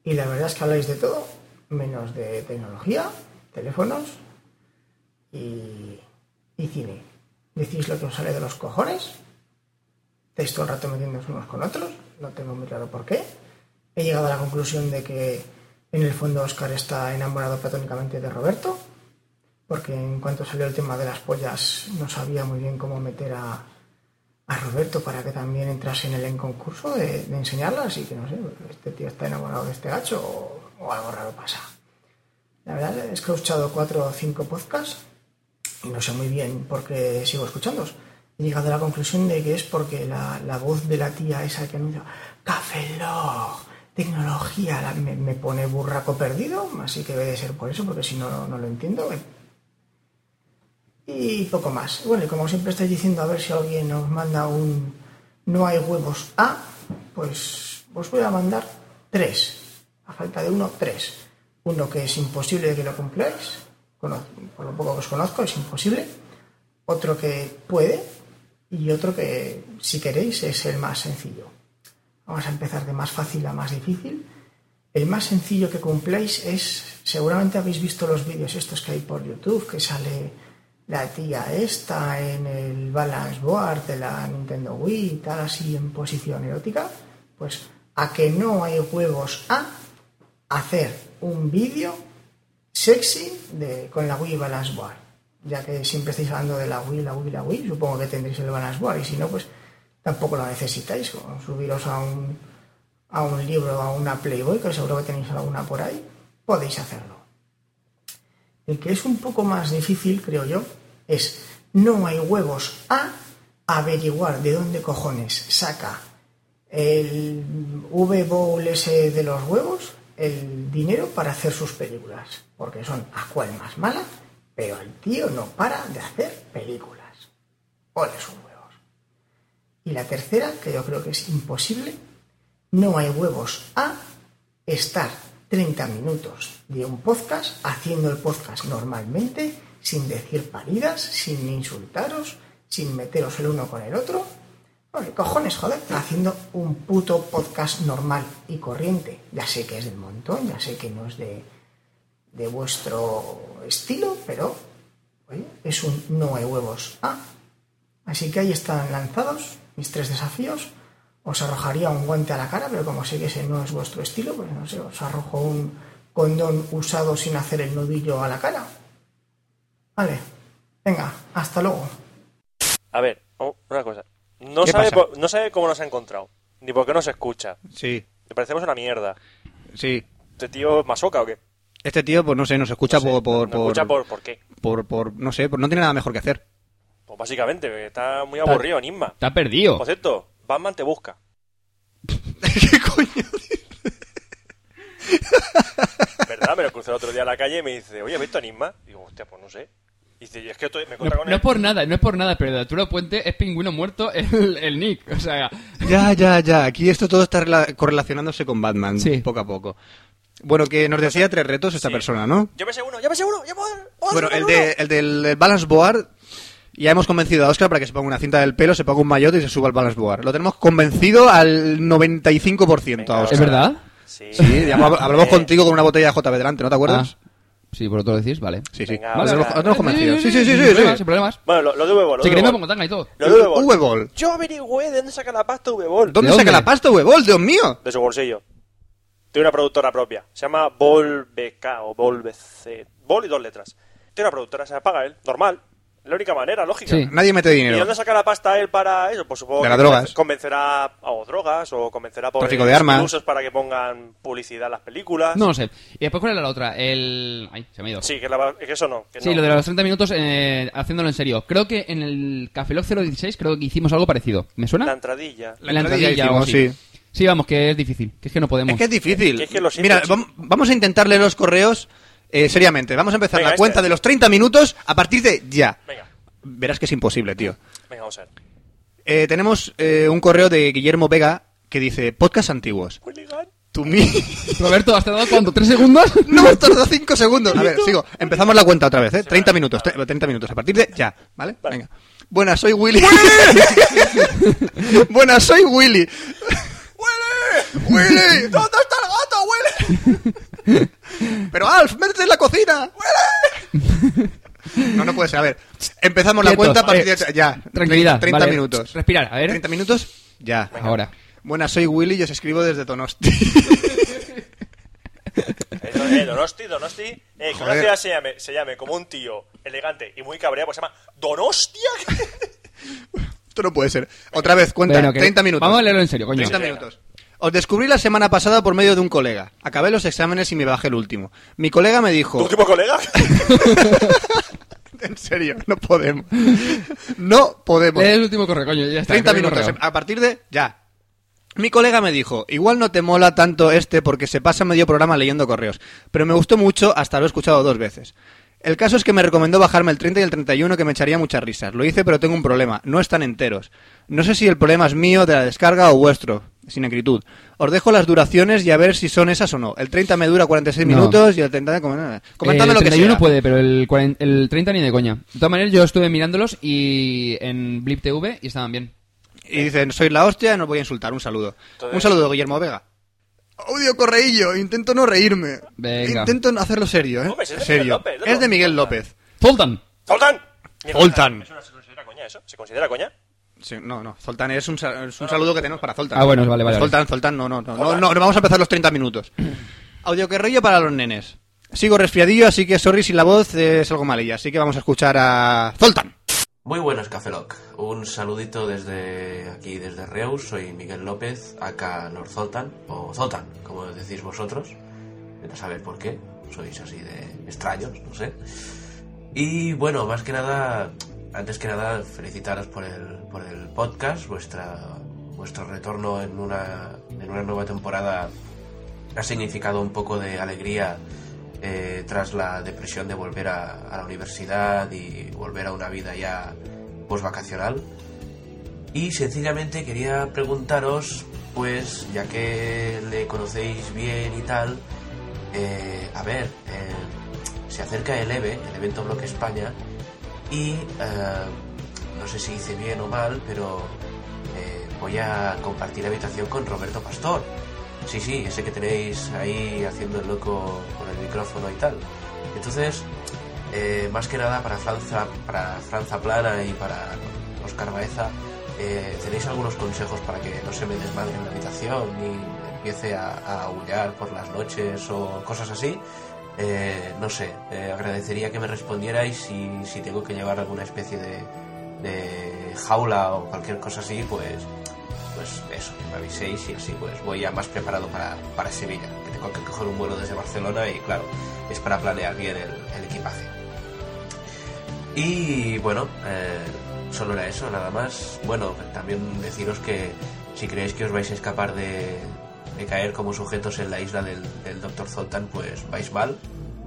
S7: Y la verdad es que habláis de todo, menos de tecnología, teléfonos y, y cine. Decís lo que os sale de los cojones. Estáis todo el rato metiéndose unos con otros. No tengo muy claro por qué. He llegado a la conclusión de que en el fondo Oscar está enamorado platónicamente de Roberto porque en cuanto salió el tema de las pollas no sabía muy bien cómo meter a, a Roberto para que también entrase en el en concurso de, de enseñarla, así que no sé, este tío está enamorado de este gacho o, o algo raro pasa. La verdad es que he escuchado cuatro o cinco podcasts y no sé muy bien por qué sigo escuchándolos. He llegado a la conclusión de que es porque la, la voz de la tía esa que anuncia Café Lock, tecnología, la- me, me pone burraco perdido, así que debe de ser por eso, porque si no, no lo entiendo. Y poco más. Bueno, y como siempre estáis diciendo, a ver si alguien nos manda un no hay huevos A, pues os voy a mandar tres. A falta de uno, tres. Uno que es imposible de que lo cumpláis, cono- por lo poco que os conozco, es imposible. Otro que puede y otro que, si queréis, es el más sencillo. Vamos a empezar de más fácil a más difícil. El más sencillo que cumpláis es, seguramente habéis visto los vídeos estos que hay por YouTube, que sale la tía esta en el balance board de la Nintendo Wii y tal, así en posición erótica. Pues a que no hay huevos a hacer un vídeo sexy de, con la Wii Balance Board. Ya que siempre estáis hablando de la Wii, la Wii, la Wii, supongo que tendréis el Balance Board y si no, pues tampoco lo necesitáis. o Subiros a un, a un libro, a una Playboy, que seguro que tenéis alguna por ahí, podéis hacerlo. El que es un poco más difícil, creo yo, es no hay huevos a averiguar de dónde cojones saca el V-Bowl ese de los huevos el dinero para hacer sus películas. Porque son a cual más mala, pero el tío no para de hacer películas. Ole sus huevos. Y la tercera, que yo creo que es imposible, no hay huevos a estar 30 minutos de un podcast haciendo el podcast normalmente, sin decir paridas, sin insultaros, sin meteros el uno con el otro. Bueno, ¿qué cojones, joder, haciendo un puto podcast normal y corriente. Ya sé que es del montón, ya sé que no es de, de vuestro estilo, pero oye, es un no hay huevos a Así que ahí están lanzados mis tres desafíos. Os arrojaría un guante a la cara, pero como sé que ese no es vuestro estilo, pues no sé, os arrojo un condón usado sin hacer el nudillo a la cara. Vale, venga, hasta luego.
S5: A ver, o- una cosa. No
S6: ¿Qué
S5: sabe,
S6: pasa?
S5: por- no sabe cómo nos ha encontrado, ni por qué nos escucha.
S6: Sí,
S5: Le parecemos una mierda.
S6: sí.
S5: ¿Este tío es masoca o qué?
S6: Este tío, pues no sé, nos escucha
S5: No sé,
S6: por, por,
S5: no escucha por, por qué.
S6: por- por- no sé, por- no tiene nada mejor que hacer.
S5: Pues básicamente, porque está muy aburrido, Nisma.
S1: Está perdido.
S5: Por cierto, Batman te busca.
S6: [LAUGHS] ¿Qué coño?
S5: ¿Verdad? Me lo crucé el otro día en la calle y me dice, oye, ¿has visto a Nisma? Digo, hostia, pues no sé. Y dice, es que estoy- me
S1: No,
S5: encuentro con
S1: no
S5: él.
S1: es por nada, no es por nada, pero de Arturo Puente es pingüino muerto [LAUGHS] el, el Nick. O sea,
S6: Ya, ya, ya. Aquí esto todo está rela- correlacionándose con Batman,
S1: Sí.
S6: poco a poco. Bueno, que nos decía tres retos esta
S5: Sí.
S6: persona, ¿no?
S5: Yo me sé uno, yo me sé uno, yo puedo. puedo
S6: Bueno,
S5: hacer
S6: el,
S5: uno.
S6: de, el del Balance Board, ya hemos convencido a Oscar para que se ponga una cinta del pelo, se ponga un maillot y se suba al Balance Board. Lo tenemos convencido al 95% a
S5: Venga,
S6: Oscar.
S1: ¿es verdad?
S5: Sí,
S6: Sí,
S5: [LAUGHS]
S6: ya hab- hablamos
S5: Eh,
S6: contigo con una botella de JB delante, ¿no te acuerdas?
S1: Ah, sí, por otro decís, vale.
S6: Sí, sí.
S5: Venga,
S6: Lo
S5: vale,
S6: tenemos-
S5: vale.
S6: lo tenemos convencido. Sí,
S1: Sin
S6: sí, sí, sí.
S1: problemas,
S6: sí.
S1: sin problemas.
S5: Bueno, lo, lo de Huevo, lo
S1: Si
S5: de
S1: queréis me
S5: Huevo.
S1: pongo tanga y todo.
S5: Lo de Huevo.
S6: V-Ball.
S5: Yo averigüé de dónde saca la pasta V-Ball.
S6: ¿Dónde
S1: ¿De
S6: saca
S1: dónde?
S6: la pasta V-Ball? Dios mío.
S5: De su bolsillo. Tiene una productora propia. Se llama BolBK o BolBC. Bol y dos letras. Tiene una productora, se la paga él. Normal. La única manera, lógica.
S1: Sí.
S6: Nadie mete
S5: ¿Y de
S6: dinero.
S5: dónde saca la pasta él para eso? Pues supongo
S6: De
S5: que
S6: las drogas.
S5: convencerá a o drogas o convencerá por
S6: Tráfico de armas.
S5: usos para que pongan publicidad en las
S6: Ah.
S5: películas.
S1: No lo sé. Y después, ¿cuál era la otra? El. Ay, se me ha ido.
S5: Sí, que, la- que eso no. que
S1: Sí,
S5: no.
S1: lo de los 30 minutos eh, haciéndolo en serio. Creo que en el Café Lock 016 creo que hicimos algo parecido. ¿Me suena?
S5: La entradilla.
S6: La entradilla
S1: o algo
S6: hicimos,
S1: así. Sí, vamos, que es difícil. Que es que no podemos.
S6: Es que es difícil.
S5: Que es que lo siento,
S6: Mira,
S5: chico.
S6: vam- vamos a intentar leer los correos eh, seriamente. Vamos a empezar
S5: Venga,
S6: la
S5: este.
S6: cuenta de los 30 minutos a partir de ya.
S5: Venga,
S6: Verás que es imposible, tío.
S5: venga, vamos a ver.
S6: Eh, tenemos eh, un correo de Guillermo Vega que dice, podcast antiguos. Tu mi... [LAUGHS]
S1: Roberto, ¿has tardado cuánto? ¿Tres segundos?
S6: no, hemos tardado 5 segundos. A ver, sigo. Empezamos la cuenta otra vez, ¿eh? 30 minutos, tre- 30 minutos. A partir de ya, ¿vale?
S5: Vale.
S6: Venga. Buenas, soy Willy. [LAUGHS] Buenas, soy Willy. ¡Willy! ¡Willy! ¿Dónde está el gato, Willy? [LAUGHS] Pero Alf, métete en la cocina. ¡Willy! [LAUGHS] No, no puede ser. A ver, empezamos la
S1: Quietos,
S6: cuenta a partir
S1: eh,
S6: de ya.
S1: Tranquilidad.
S6: 30
S1: vale.
S6: minutos.
S1: Respirar, a ver.
S6: 30 minutos, ya.
S1: Ahora.
S6: Buenas, soy Willy y os escribo desde Tonosti.
S5: Eh, don- eh, Donosti, Donosti. Eh, que una
S6: Joder.
S5: ciudad se llame, se llame como un tío elegante y muy cabreado, pues se llama Donostia.
S6: [LAUGHS] Esto no puede ser. Otra vez, cuenta.
S1: Bueno, que-
S6: 30 minutos.
S1: Vamos a leerlo en serio, coño.
S6: 30 minutos. Os descubrí la semana pasada por medio de un colega. Acabé los exámenes y me bajé el último. Mi colega me
S5: ¿Tu
S6: dijo...
S5: último
S6: [LAUGHS]
S5: colega?
S6: En serio, no podemos. [LAUGHS] No podemos.
S1: Lee el último correo, coño. Ya está.
S6: 30
S1: el último
S6: minutos. eh,
S1: correo.
S6: A partir de ya. Mi colega me dijo, igual no te mola tanto este porque se pasa medio programa leyendo correos, pero me gustó mucho hasta lo he escuchado dos veces. El caso es que me recomendó bajarme el 30 y el 31 que me echaría muchas risas. Lo hice pero tengo un problema, no están enteros. No sé si el problema es mío, de la descarga o vuestro, sin acritud. Os dejo las duraciones y a ver si son esas o no. El 30 me dura 46
S1: No.
S6: minutos y el 30... como nada. Comentadme
S1: Eh,
S6: lo que
S1: El 31
S6: sea.
S1: puede, pero el, 40 el 30 ni de coña. De todas maneras, yo estuve mirándolos y en Blip TV y estaban bien.
S6: Y dicen, soy la hostia, no os voy a insultar. Un saludo.
S5: Entonces-
S6: Un saludo, Guillermo Vega. Audio correillo, intento no reírme.
S1: Venga.
S6: Intento no hacerlo serio, ¿eh?
S5: Hombre, si es de
S6: serio.
S5: Miguel López,
S6: es de Miguel López.
S1: Zoltan.
S5: ¡Zoltán! Mierda,
S6: Zoltán.
S5: ¿eso no ¿Se considera coña eso? ¿Se considera coña?
S6: Sí, no, no. Zoltán es un, sa- es un saludo que tenemos para Zoltán.
S1: Ah, bueno, vale, vale,
S6: Zoltán, Zoltán, no, no, no, no, no, no, Vamos a empezar los 30 minutos. [CLEARS THROAT] Audio correillo para los nenes. Sigo resfriadillo, así que sorry si la voz eh, es algo malilla. Así que vamos a escuchar a Zoltán.
S8: Muy buenas, Cafeloc. Un saludito desde aquí, desde Reus. Soy Miguel López, acá Lord Zoltan, o Zoltan, como decís vosotros. Vete a saber por qué.
S9: sois así de extraños, no sé. Y bueno, más que nada, antes que nada, felicitaros por el, por el podcast, vuestra, vuestro retorno en una, en una nueva temporada ha significado un poco de alegría eh, tras la depresión de volver a, a la universidad y volver a una vida ya post vacacional. Y sencillamente quería preguntaros, pues ya que le conocéis bien y tal, eh, a ver, eh, se acerca el EVE, el evento Bloque España, y eh, no sé si hice bien o mal, pero eh, voy a compartir habitación con Roberto Pastor. Sí, sí, ese que tenéis ahí haciendo el loco con el micrófono y tal. Entonces, eh, más que nada para Franza, para Franza Plana y para Oscar Baeza, eh, ¿tenéis algunos consejos para que no se me desmadre en la habitación y empiece a, a aullar por las noches o cosas así? Eh, no sé, eh, agradecería que me respondierais si, si tengo que llevar alguna especie de, de jaula o cualquier cosa así, pues, pues eso, que me aviséis y así pues voy ya más preparado para, para Sevilla, que tengo que coger un vuelo desde Barcelona y claro, es para planear bien el, el equipaje. Y bueno, eh, solo era eso, nada más. Bueno, también deciros que si creéis que os vais a escapar de, de caer como sujetos en la isla del, del Dr. Zoltan, pues vais mal.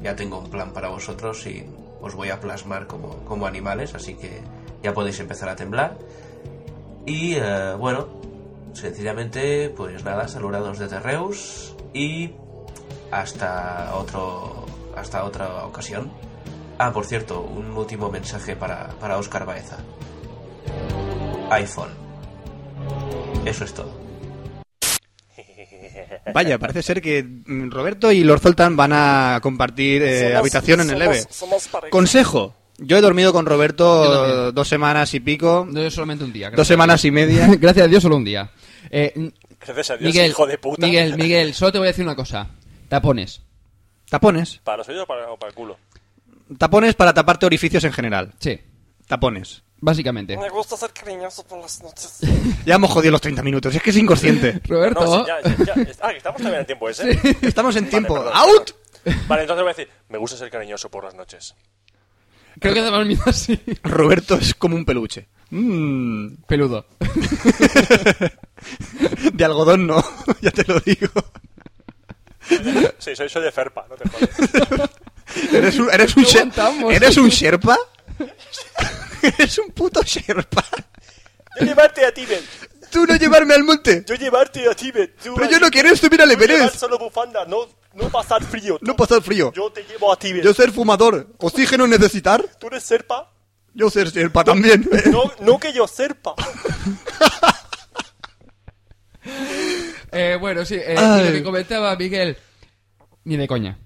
S9: Ya tengo un plan para vosotros y os voy a plasmar como, como animales, así que ya podéis empezar a temblar. Y eh, bueno, sencillamente, pues nada, saludados desde Reus y hasta otro hasta otra ocasión. Ah, por cierto, un último mensaje para, para Oscar Baeza. iPhone. Eso es todo.
S6: Vaya, parece ser que mm, Roberto y Lord Zoltan van a compartir eh,
S5: Somos-
S6: habitación en el
S5: somos-
S6: EVE.
S5: somos pareja.
S6: Consejo. Yo he dormido con
S1: Yo
S6: Roberto
S1: también.
S6: dos semanas y pico,
S1: No, yo solamente un día.
S6: dos semanas y media.
S1: [LAUGHS] Gracias a Dios, solo un día. Eh, n-
S5: Gracias a Dios,
S1: Miguel,
S5: hijo de puta.
S1: Miguel, Miguel, solo te voy a decir una cosa. Tapones.
S6: Tapones.
S5: [LAUGHS] ¿Para los oídos o para, o para el culo?
S6: Tapones para taparte orificios en general.
S1: Sí,
S6: Tapones.
S1: básicamente.
S5: Me gusta ser cariñoso por las noches.
S6: Ya hemos jodido los 30 minutos, es que es inconsciente.
S1: [LAUGHS] Roberto.
S5: No, sí, ya, ya, ya. Ah, que estamos también en tiempo ese.
S6: Estamos en tiempo.
S5: perdón.
S6: ¡Out!
S5: [LAUGHS] Vale, entonces voy a decir, me gusta ser cariñoso por las noches.
S1: [LAUGHS] Creo que te va miedo así.
S6: Roberto es como un peluche. Mm,
S1: Peludo.
S6: [LAUGHS] de algodón no, [LAUGHS] ya te lo digo.
S5: Sí, soy, soy de Ferpa, no te
S6: [LAUGHS]
S5: jodas.
S6: ¿Eres un, eres un,
S1: No
S6: sher-
S1: aguantamos.
S6: ¿Eres un Sherpa? [LAUGHS] ¿Eres un puto Sherpa?
S5: Yo llevarte a Tíbet,
S6: Tú no llevarme al monte.
S5: yo llevarte a Tíbet. tú
S6: Pero
S5: a
S6: yo no
S5: Tíbet.
S6: quiero subir al
S5: Tú llevar
S6: Everest.
S5: solo bufanda, no, no pasar frío.
S6: No
S5: Tú-
S6: pasar frío.
S5: Yo te llevo a Tíbet.
S6: Yo ser fumador. ¿Oxígeno necesitar?
S5: Tú eres serpa.
S6: Yo ser Sherpa también.
S5: No, no que yo serpa.
S1: Eh, bueno, sí, eh,
S6: Ay.
S1: y lo que comentaba Miguel. Ni de coña.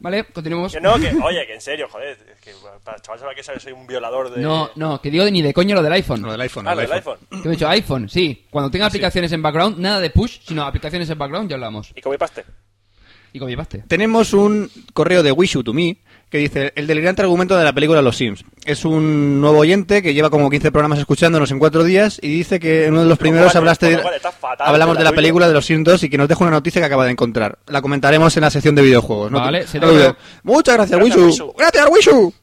S1: Vale, continuemos.
S5: [LAUGHS] Que no, que, oye, que en serio, joder. es que, para chaval sabe que soy soy un violador de.
S1: No, no, que digo de ni de coña lo del iPhone.
S6: [LAUGHS] Lo del iPhone.
S5: Ah,
S6: lo del iPhone.
S5: iPhone.
S1: Que me he dicho iPhone, sí. Cuando tenga aplicaciones en background, nada de push, sino aplicaciones en background, ya hablamos.
S5: Y comí paste.
S6: Ah,
S1: Y con mi paste.
S6: Tenemos un correo de Wish You To Me que dice el delirante argumento de la película Los Sims. Es un nuevo oyente que lleva como 15 programas escuchándonos en cuatro días y dice que en uno de los
S5: Con lo
S6: primeros
S5: cual-
S6: hablaste
S5: con
S6: de-
S5: lo cual está fatal,
S6: hablamos
S5: te
S6: de
S5: la doy
S6: la
S5: yo.
S6: película de Los Sims 2 y que nos deja una noticia que acaba de encontrar. La comentaremos en la sección de videojuegos. No
S1: Vale,
S6: te-
S1: se
S6: no
S1: te
S6: te-
S1: veo.
S6: Muchas gracias,
S5: Gracias,
S6: Wish
S5: Wish
S6: You.
S5: You.
S6: Gracias, Wish You.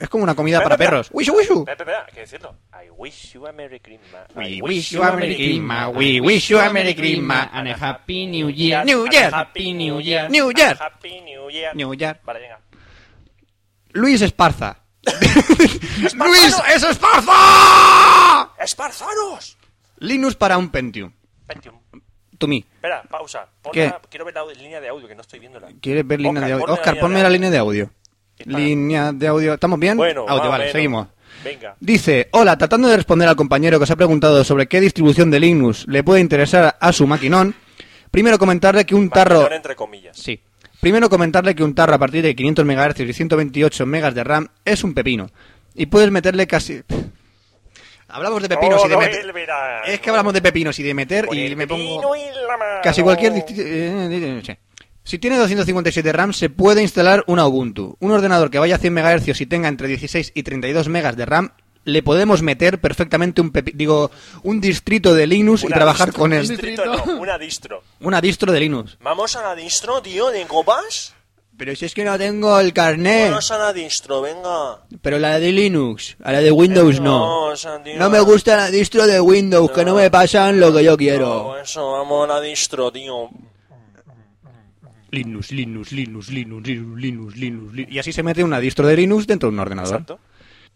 S6: Es como una comida para
S5: Espera, espera.
S6: perros. Wish You, Wish You.
S5: Espera, espera, hay que decirlo. I wish you a Merry Christmas. I
S6: Christmas. We wish you a Merry Christmas
S1: and a Happy New Year.
S6: New Year. Eh.
S5: Happy New Year.
S6: New Year.
S5: Happy New Year.
S6: New Year.
S5: Vale, venga. [LAUGHS]
S6: Luis Esparza. Luis es Esparza.
S5: ¡Esparzanos!
S6: Linux para un Pentium.
S5: Pentium.
S6: To me.
S5: Espera, pausa. Pon
S6: ¿Qué?
S5: la- quiero ver la au- línea de audio, que no estoy viéndola.
S6: ¿Quieres ver línea
S5: Oscar,
S6: de audio?
S5: ponme la
S6: Oscar,
S5: línea
S6: ponme
S5: de
S6: la
S5: audio.
S6: línea de audio.
S5: Dispara.
S6: Línea de audio. ¿Estamos bien?
S5: Bueno,
S6: Em, audio,
S5: más o
S6: vale,
S5: menos.
S6: seguimos.
S5: Venga.
S6: Dice, hola, tratando de responder al compañero que os ha preguntado sobre qué distribución de Linux le puede interesar a su maquinón, primero comentarle que un tarro...
S5: Marquetón entre comillas.
S6: Sí. Primero comentarle que un tarro a partir de 500 MHz y 128 MB de RAM es un pepino. Y puedes meterle casi... Hablamos de pepinos
S5: No,
S6: y de
S5: no,
S6: meter-
S5: él verá.
S6: Es que hablamos de pepinos y de meter
S5: Con
S6: y
S5: el
S6: me pongo...
S5: pepino en la mano.
S6: Casi cualquier distri- eh, eh, eh, sí. Si tiene 257 de RAM, se puede instalar una Ubuntu. Un ordenador que vaya a 100 MHz y tenga entre 16 y 32 megas de RAM, le podemos meter perfectamente un pepi- digo un distrito de Linux y
S5: Una
S6: trabajar
S5: distro.
S6: con este.
S5: Un
S6: él.
S5: distrito, no, una distro.
S6: Una distro de Linux.
S5: Vamos a la distro, tío, de copas.
S6: Pero si es que no tengo el carnet.
S5: Bueno, sana distro, venga.
S6: Pero la de Linux, a la de Windows
S5: Eh,
S6: no.
S5: no, Santi,
S6: No
S5: no.
S6: me gusta la distro de Windows, que no me pasan lo que yo quiero.
S5: No, eh. eso, vamos a la distro, tío.
S6: Linux, Linux, Linux, Linux, Linux, Linux, Linux. Linux. Y así se mete una distro de Linux dentro de un ordenador.
S5: Exacto.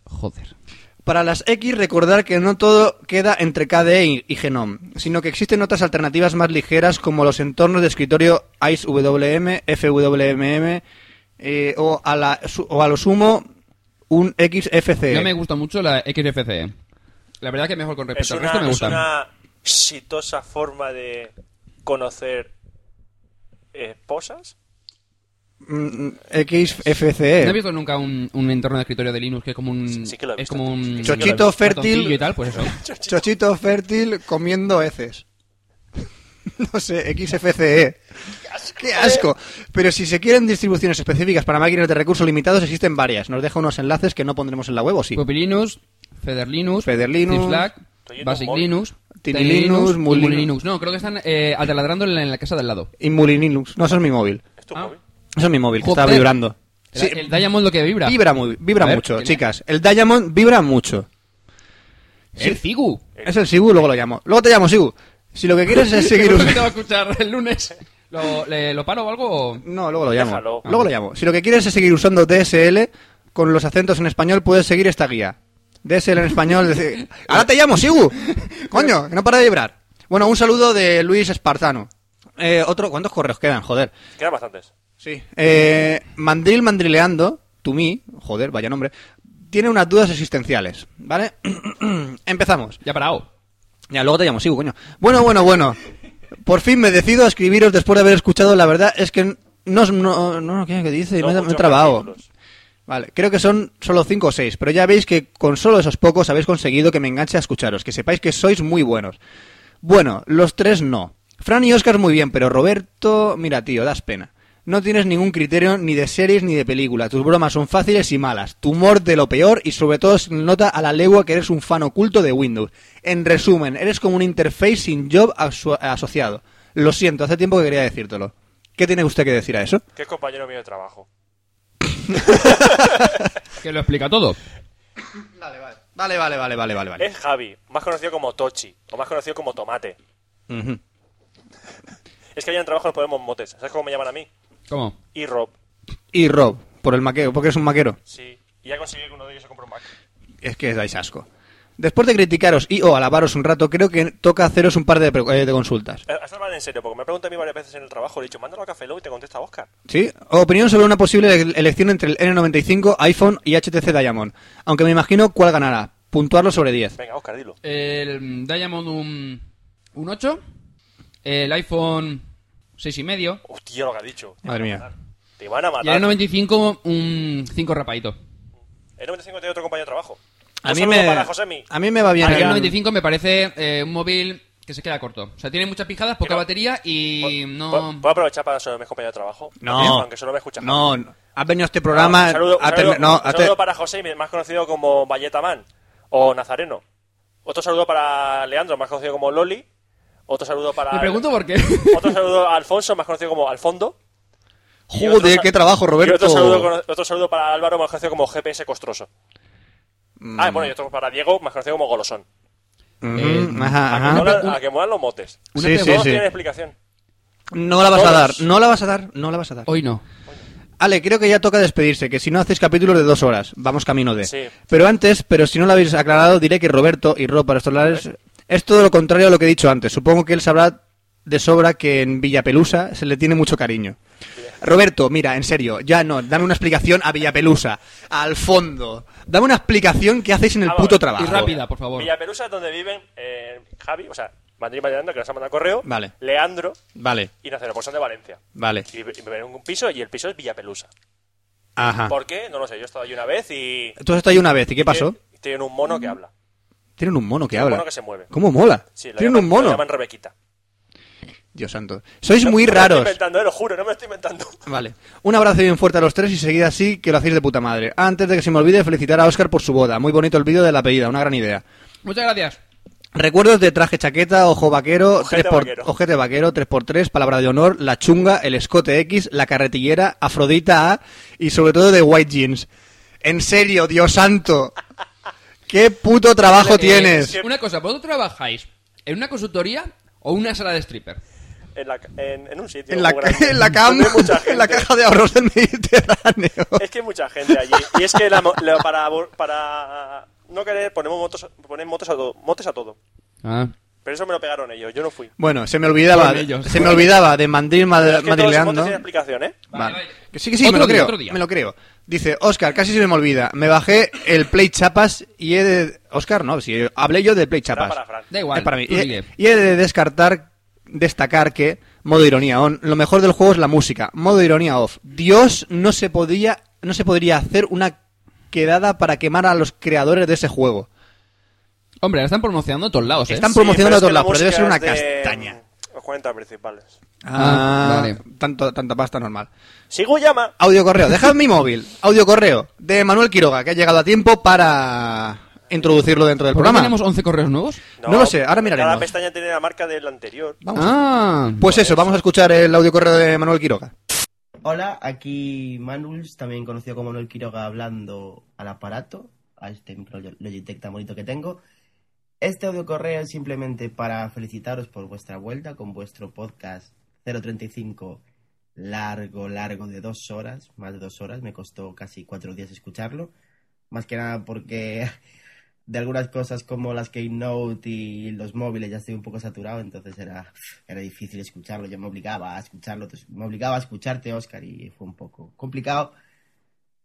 S1: Joder.
S6: Para las X, recordar que no todo queda entre KDE y- y Genome, sino que existen otras alternativas más ligeras como los entornos de escritorio ICE WM, FWMM eh, o, a la, su- o a lo sumo un XFCE.
S1: No me gusta mucho la XFCE. eh. La verdad que mejor con
S5: Es
S1: respecto al resto
S5: una,
S1: me
S5: es
S1: gusta.
S5: una exitosa forma de conocer eh, esposas.
S6: Mm, XFCE.
S1: ¿No has visto nunca un, un entorno de escritorio de Linux que es como un...
S5: Sí, sí que lo he
S1: es
S5: visto,
S1: como un...
S6: sí que lo he Chochito visto. fértil.
S1: ratoncillo y tal, pues eso. [LAUGHS]
S6: Chochito fértil comiendo heces. [LAUGHS] No sé, XFCE. E. ¡Qué asco! Pero si se quieren distribuciones específicas para máquinas de recursos limitados, existen varias. Nos deja unos enlaces que no pondremos en la web, ¿o sí?
S1: Puppy Linux, Feder Linux,
S6: Feder Linux,
S1: Zipflac,
S5: Estoy yendo
S1: Basic
S5: un bol.
S1: Linux,
S6: Tiny Linux,
S1: y
S6: Mul Linux.
S1: No, creo que están eh, ataladrando en la, en la casa del lado.
S6: Y Mulinilux. No, eso es mi móvil.
S5: ¿Es tu
S1: Ah.
S5: móvil?
S6: Eso es mi móvil, que
S1: Joder.
S6: estaba vibrando.
S1: El,
S6: Sí,
S1: el Diamond lo que vibra.
S6: vibra muy, vibra
S1: A ver,
S6: mucho,
S1: ¿quién es?
S6: chicas. El Diamond vibra mucho.
S1: El Figu.
S6: Eh, Es el Sigu, luego lo llamo. Luego te llamo Sigu. Si lo que quieres es seguir
S1: Seguro que
S6: usando...
S1: te va a escuchar el lunes. ¿Lo, le- lo paro o algo? o-
S6: No, luego lo llamo.
S5: Déjalo.
S6: Luego lo llamo. Si lo que quieres es seguir usando DSL con los acentos en español, puedes seguir esta guía. DSL en español. dice, Ahora te llamo, Sigu. Coño, que no para de vibrar. Bueno, un saludo de Luis Espartano. Eh, otro, ¿cuántos correos quedan? Joder.
S5: Quedan bastantes.
S6: Sí. Eh, Mandril Mandrileando, to me, joder, vaya nombre, tiene unas dudas existenciales, ¿vale? [CLEARS THROAT] Empezamos.
S1: Ya parado.
S6: Ya, luego te llamo, sigo, coño. Bueno, bueno, bueno. Por fin me decido a escribiros después de haber escuchado, la verdad es que no... es- No, no ¿qué, qué dice?
S5: No
S6: me, he- me he
S5: muchos
S6: trabado.
S5: artículos.
S6: Vale, creo que son solo 5 o 6, pero ya veis que con solo esos pocos habéis conseguido que me enganche a escucharos, que sepáis que sois muy buenos. Bueno, los tres no. Fran y Oscar muy bien, pero Roberto, mira tío, das pena. No tienes ningún criterio ni de series ni de película. Tus bromas son fáciles y malas. Tu humor de lo peor y sobre todo se nota a la legua que eres un fan oculto de Windows. En resumen, eres como un interface sin job aso- asociado. Lo siento, hace tiempo que quería decírtelo. ¿Qué tiene usted que decir a eso?
S5: Que es compañero mío de trabajo.
S1: Que lo explica todo.
S6: Vale, vale. Vale, vale, vale, vale, vale.
S5: Es Javi, más conocido como Tochi, o más conocido como Tomate.
S6: Ujú.
S5: Es que allá en el trabajo nos ponemos motes. ¿Sabes cómo me llaman a mí?
S1: ¿Cómo?
S5: Y Rob.
S6: Y Rob, por el maquero, porque es un maquero.
S5: Sí. Y ya conseguí que uno de ellos se compre un Mac.
S6: Es que dais asco. Después de criticaros y o alabaros un rato, creo que toca haceros un par de, pre- eh, de consultas.
S5: Eh, Hasta en serio, porque me preguntan a mí varias veces en el trabajo. Le he dicho, mándalo a Café Lock y te contesta Oscar.
S6: ¿Sí? Opinión sobre una posible ele- elección entre el N95, iPhone y HTC Diamond. Aunque me imagino cuál ganará. Puntuarlo sobre 10.
S5: Venga, Oscar, dilo.
S1: El Diamond un, un 8. El iPhone 6,5.
S5: Hostia, lo que ha dicho. Te
S6: Madre
S5: van a
S6: mía.
S5: matar. Te van a
S1: Y el
S5: matar.
S1: 95 un 5 rapadito.
S5: El 95 tiene otro compañero de trabajo.
S6: A
S5: Un
S6: mí,
S5: saludo
S6: me,
S5: para Josemi.
S6: a mí me va bien.
S1: Ahora,
S6: el-
S1: el 95 me parece eh, un móvil que se queda corto. O sea, tiene muchas pijadas, poca
S5: Mira,
S1: batería y
S5: ¿Puedo-
S1: no...
S5: ¿Puedo puedo aprovechar para saludar a mis compañeros de trabajo? También,
S6: No,
S5: Aunque solo me escuchan.
S6: no, no. Has venido a este programa.
S5: Un saludo, un
S6: a
S5: saludo-
S6: termi- no,
S5: un
S6: a
S5: saludo
S6: te-
S5: para José, más conocido como Valletaman o Nazareno. Otro saludo para Leandro, más conocido como Loli. Otro saludo para.
S1: Me pregunto por qué.
S5: Otro saludo a Alfonso, más conocido como Alfondo. Y otro
S6: Joder,
S5: sa-
S6: qué trabajo, Roberto.
S5: Y otro saludo, con- otro saludo para Álvaro, más conocido como GPS Costroso.
S6: Mm.
S5: Ah, bueno, y otro para Diego, más conocido como Golosón.
S6: Ujú,
S1: Eh,
S6: Mm, ajá,
S5: A,
S6: ajá.
S5: que molan, a que molan los motes.
S1: Una
S6: Ah, Sí,
S1: pregunta-
S6: sí,
S5: Todos
S6: sí.
S5: tienen explicación.
S6: No la vas a
S5: Todos.
S6: dar, no la vas a dar, no la vas a dar.
S1: Hoy no.
S6: Ale, creo que ya toca despedirse, que si no hacéis capítulos de dos horas, vamos camino de.
S5: Sí.
S6: Pero antes, pero si no lo habéis aclarado, diré que Roberto y Rob para estos lares es todo lo contrario a lo que he dicho antes. Supongo que él sabrá de sobra que en Villapelusa se le tiene mucho cariño. Roberto, mira, en serio, ya no, dame una explicación a Villapelusa, al fondo. Dame una explicación que hacéis en el
S5: Vamos a
S6: puto
S5: ver.
S6: trabajo.
S1: Y rápida, por favor.
S5: Villaperusa es donde viven eh, Javi, o sea, Madrid Valladolid, que nos ha mandado correo.
S6: Vale.
S5: Leandro
S6: Vale,
S5: y Nazareno, pues son de Valencia.
S6: vale.
S5: Y y viven en un piso y el piso es Villapelusa.
S6: Ajá.
S5: ¿Por qué? No lo sé. Yo he estado allí una vez y.
S6: Tú has estado ahí una vez, ¿y Ah. qué pasó?
S5: Tienen- Tienen un mono que habla.
S6: Tienen un mono que
S5: Un
S6: habla.
S5: mono que se mueve.
S6: ¿Cómo mola?
S5: Sí, lo
S6: Tienen
S5: llaman-
S6: un mono.
S5: Lo llaman Rebequita.
S6: Dios santo. Sois
S5: No-
S6: muy
S5: no Me lo
S6: raros.
S5: estoy inventando, eh, lo juro, no me lo estoy inventando.
S6: Vale. Un abrazo bien fuerte a los tres y seguida así que lo hacéis de puta madre. Antes de que se me olvide, felicitar a Oscar por su boda. Muy bonito el vídeo de la pedida, una gran idea.
S1: Muchas gracias.
S6: Recuerdos de traje chaqueta, ojo vaquero,
S5: Ojete
S6: 3x,
S5: vaquero.
S6: ojete vaquero, 3x3, palabra de honor, la chunga, el escote X, la carretillera, Afrodita A y sobre todo de white jeans. En serio, Dios santo. ¿Qué puto trabajo
S1: Eh,
S6: tienes?
S1: Una cosa, ¿vosotros trabajáis en una consultoría o una sala de stripper?
S5: En, la, ca- en, en un sitio.
S6: En la,
S5: muy grande,
S6: en la
S5: donde
S6: cama,
S5: hay mucha
S6: [LAUGHS] en la
S5: gente.
S6: caja de ahorros del Mediterráneo.
S5: Es que hay mucha gente allí. Y es que la mo- la- para, para no querer ponemos motos, ponen motos a todo, motes a todo.
S1: Ah.
S5: Pero eso me lo pegaron ellos, yo no fui.
S6: Bueno, se me olvidaba,
S1: Con ellos.
S6: se me olvidaba de Mandril
S5: Es que todos los
S6: Madrileando.
S5: motes tienen explicación, ¿eh?
S1: Vale,
S6: Vale.
S1: vale.
S6: Que Sí, que sí,
S1: Otro
S6: me lo
S1: día,
S6: creo.
S1: otro día.
S6: Me lo creo. Dice, Oscar, casi se me olvida. Me bajé el Play Chapas y he de. Oscar, no, si hablé yo del Play
S5: Era
S6: Chapas.
S5: para Fran.
S1: Da igual.
S6: Es para mí. Eh,
S1: tú
S6: Y he,
S1: sigue.
S6: y he de descartar, destacar que, modo ironía on, lo mejor del juego es la música. Modo ironía off. Dios no se podía, no se podría hacer una quedada para quemar a los creadores de ese juego.
S1: Hombre, la están promocionando a todos lados, ¿eh?
S6: Están
S5: Sí,
S6: promocionando a
S5: pero es
S6: todos
S5: que la
S6: lados, pero debe ser una
S5: música es de,
S6: castaña.
S5: mm, Los 40 principales.
S1: Ah, vale.
S6: tanto, tanta pasta normal.
S5: Sigo llama.
S6: Audio correo, dejad mi móvil. Audio correo de Manuel Quiroga, que ha llegado a tiempo para introducirlo dentro del
S1: ¿Por qué
S6: programa.
S1: tenemos 11 correos nuevos?
S6: No lo sé, ahora miraremos.
S5: Cada pestaña tiene la marca del anterior.
S6: Vamos.
S1: Ah.
S6: Pues eso, vamos a escuchar el audio correo de Manuel Quiroga.
S9: Hola, aquí Manuls, también conocido como Manuel Quiroga, hablando al aparato, a este micro Logitech tan bonito que tengo. Este audio correo es simplemente para felicitaros por vuestra vuelta con vuestro podcast 035, largo, largo de dos horas, más de dos horas, me costó casi cuatro días escucharlo. Más que nada porque [LAUGHS] de algunas cosas como las Keynote y los móviles ya estoy un poco saturado, entonces era, era difícil escucharlo, yo me obligaba a escucharlo, te- me obligaba a escucharte, Oscar, y fue un poco complicado.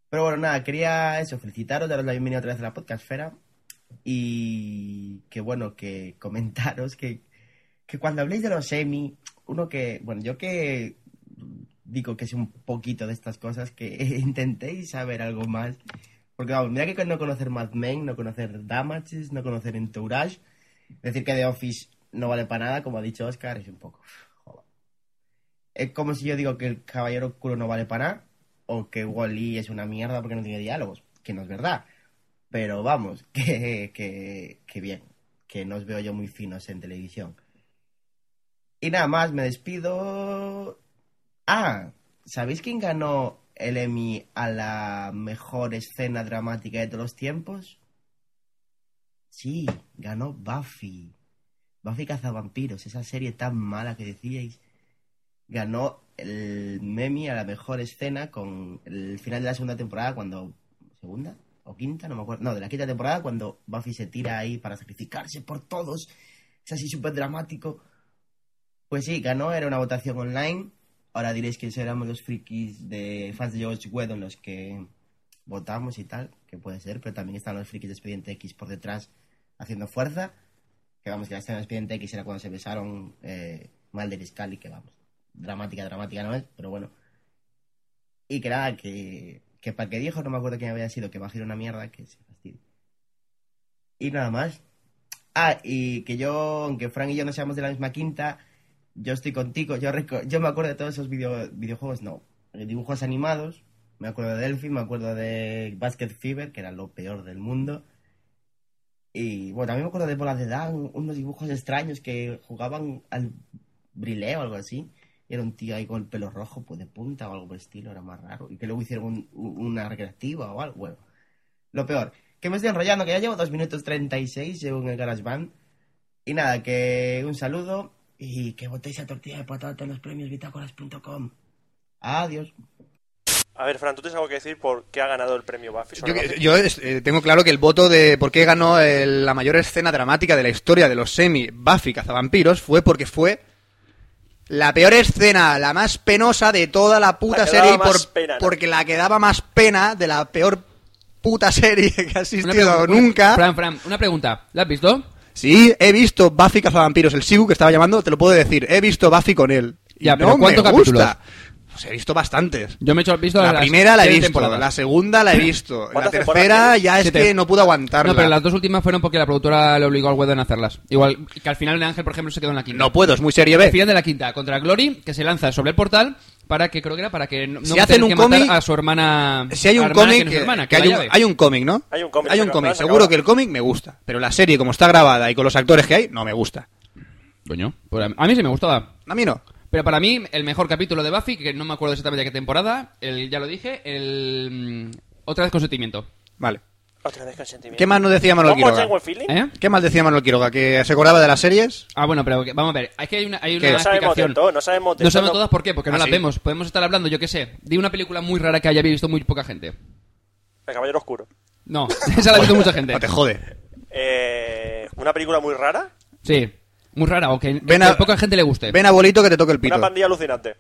S9: Pero bueno, nada, quería eso, felicitaros, daros la bienvenida otra vez a la podcastfera y que bueno, que [LAUGHS] comentaros que, que cuando habléis de los Emmy, uno que, bueno, yo que digo que es un poquito de estas cosas, que [LAUGHS] intentéis saber algo más porque vamos, mira que con no conocer Mad Men, no conocer Damages, no conocer Entourage, decir que The Office no vale para nada, como ha dicho Oscar, es un poco. joder. Es como si yo digo que el Caballero Oscuro no vale para nada, o que Wally es una mierda porque no tiene diálogos, que no es verdad. Pero vamos, [LAUGHS] que, que, que bien, que no os veo yo muy finos en televisión. Y nada más, me despido. Ah, ¿Sabéis quién ganó el Emmy a la mejor escena dramática de todos los tiempos? Sí, ganó Buffy. Buffy Cazavampiros, esa serie tan mala que decíais. Ganó el Emmy a la mejor escena con el final de la segunda temporada cuando... ¿Segunda? ¿O quinta? No me acuerdo. No, de la quinta temporada cuando Buffy se tira ahí para sacrificarse por todos. Es así súper dramático. Pues sí, ganó, era una votación online. Ahora diréis que éramos los frikis de fans de George Whedon los que votamos y tal, que puede ser, pero también están los frikis de Expediente X por detrás haciendo fuerza. Que vamos, que la escena de Expediente X era cuando se besaron eh, Mulder y Scully, que vamos, dramática, dramática no es, pero bueno. Y que nada, que, que para que dijo, no me acuerdo quién había sido, que va a ser una mierda, que se fastidia. Y nada más. Ah, y que yo, aunque Frank y yo no seamos de la misma quinta, yo estoy contigo, yo, reco- yo me acuerdo de todos esos video- videojuegos, no, eh, dibujos animados, me acuerdo de Delphi, me acuerdo de Basket Fever, que era lo peor del mundo. Y bueno, también me acuerdo de Bola de Dan, unos dibujos extraños que jugaban al brileo o algo así. Y era un tío ahí con el pelo rojo, pues de punta o algo por el estilo, era más raro. Y que luego hicieron un- un- una recreativa o algo, bueno. Lo peor, que me estoy enrollando, que ya llevo 2 minutos 36 según el GarageBand. Y nada, que un saludo y que votéis a tortilla de patata en los premios bitácoras.com. Adiós.
S5: A ver, Fran, tú tienes algo que decir por qué ha ganado el premio Buffy. sobre
S6: Yo,
S5: Buffy?
S6: yo, eh, tengo claro que el voto de por qué ganó el- la mayor escena dramática de la historia de los semi Buffy cazavampiros fue porque fue la peor escena, la más penosa de toda la puta
S5: La que
S6: serie
S5: daba
S6: y por-
S5: más pena, ¿no?
S6: porque la que daba más pena de la peor puta serie [LAUGHS] que ha
S1: Una
S6: existido
S1: pregunta-
S6: nunca.
S1: Fran, Fran, una pregunta. ¿La has visto?
S6: Sí, he visto Buffy cazavampiros. El Sigu que estaba llamando, te lo puedo decir. He visto Buffy con él. Y
S1: Ya, pero
S6: no
S1: ¿cuántos
S6: me gusta.
S1: capítulos?
S6: pues he visto bastantes.
S1: Yo me he hecho el visto
S6: La
S1: a las
S6: primera la he
S1: seis
S6: visto,
S1: temporadas.
S6: la segunda la he visto, la
S5: ¿Cuántas
S6: tercera
S5: temporadas
S6: ya es
S1: Siete.
S6: que no pude aguantarla.
S1: No, pero las dos últimas fueron porque la productora le obligó al Whedon a hacerlas. Igual que al final de Ángel, por ejemplo, se quedó en la quinta.
S6: No puedo, es muy serie
S1: Al [LAUGHS]
S6: B.
S1: final de la quinta, contra Glory, que se lanza sobre el portal para que, creo que era para que no, no
S6: Si hacen
S1: tener
S6: un
S1: que matar
S6: cómic-
S1: a su hermana.
S6: Si hay
S1: a
S6: un
S1: la hermana que
S6: cómic,
S1: no es
S6: que-
S1: su hermana,
S6: que
S1: que
S6: hay
S1: la
S6: un,
S1: llave.
S6: hay un cómic, ¿no?
S5: Hay un cómic,
S6: Hay un
S5: pero
S6: cómic.
S5: no se
S6: Seguro
S5: acaba.
S6: que el cómic me gusta, pero la serie como está grabada y con los actores que hay, no me gusta.
S1: Coño, pues a- a mí sí me gustaba.
S6: A mí no.
S1: Pero para mí, el mejor capítulo de Buffy, que no me acuerdo exactamente de qué temporada, el, ya lo dije, el. mm, Otra vez consentimiento.
S6: Vale.
S5: Otra vez consentimiento.
S6: ¿Qué más nos decía Manolo
S5: ¿Cómo
S6: Quiroga?
S5: tengo el feeling?
S1: ¿Eh?
S6: ¿Qué mal decía Manuel Quiroga? ¿Que se acordaba de las series?
S1: Ah, bueno, pero que- vamos a ver. Es que hay una, hay
S6: ¿Qué?
S1: una
S6: No
S5: sabemos de
S1: explicación.
S5: todo, no sabemos de
S1: No sabemos
S5: todo.
S1: todas por qué, porque no
S6: Ah,
S1: las
S6: sí.
S1: vemos. Podemos estar hablando, yo qué sé, de una película muy rara que haya visto muy poca gente.
S5: El Caballero Oscuro.
S1: No, [LAUGHS] esa la ha visto mucha gente.
S6: [LAUGHS] No te jode.
S5: Eh, una película muy rara.
S1: Sí, muy rara, o que,
S6: Ven
S1: que
S6: a-
S1: poca gente le guste.
S6: Ven abuelito que te toque el pito.
S5: Una pandilla alucinante.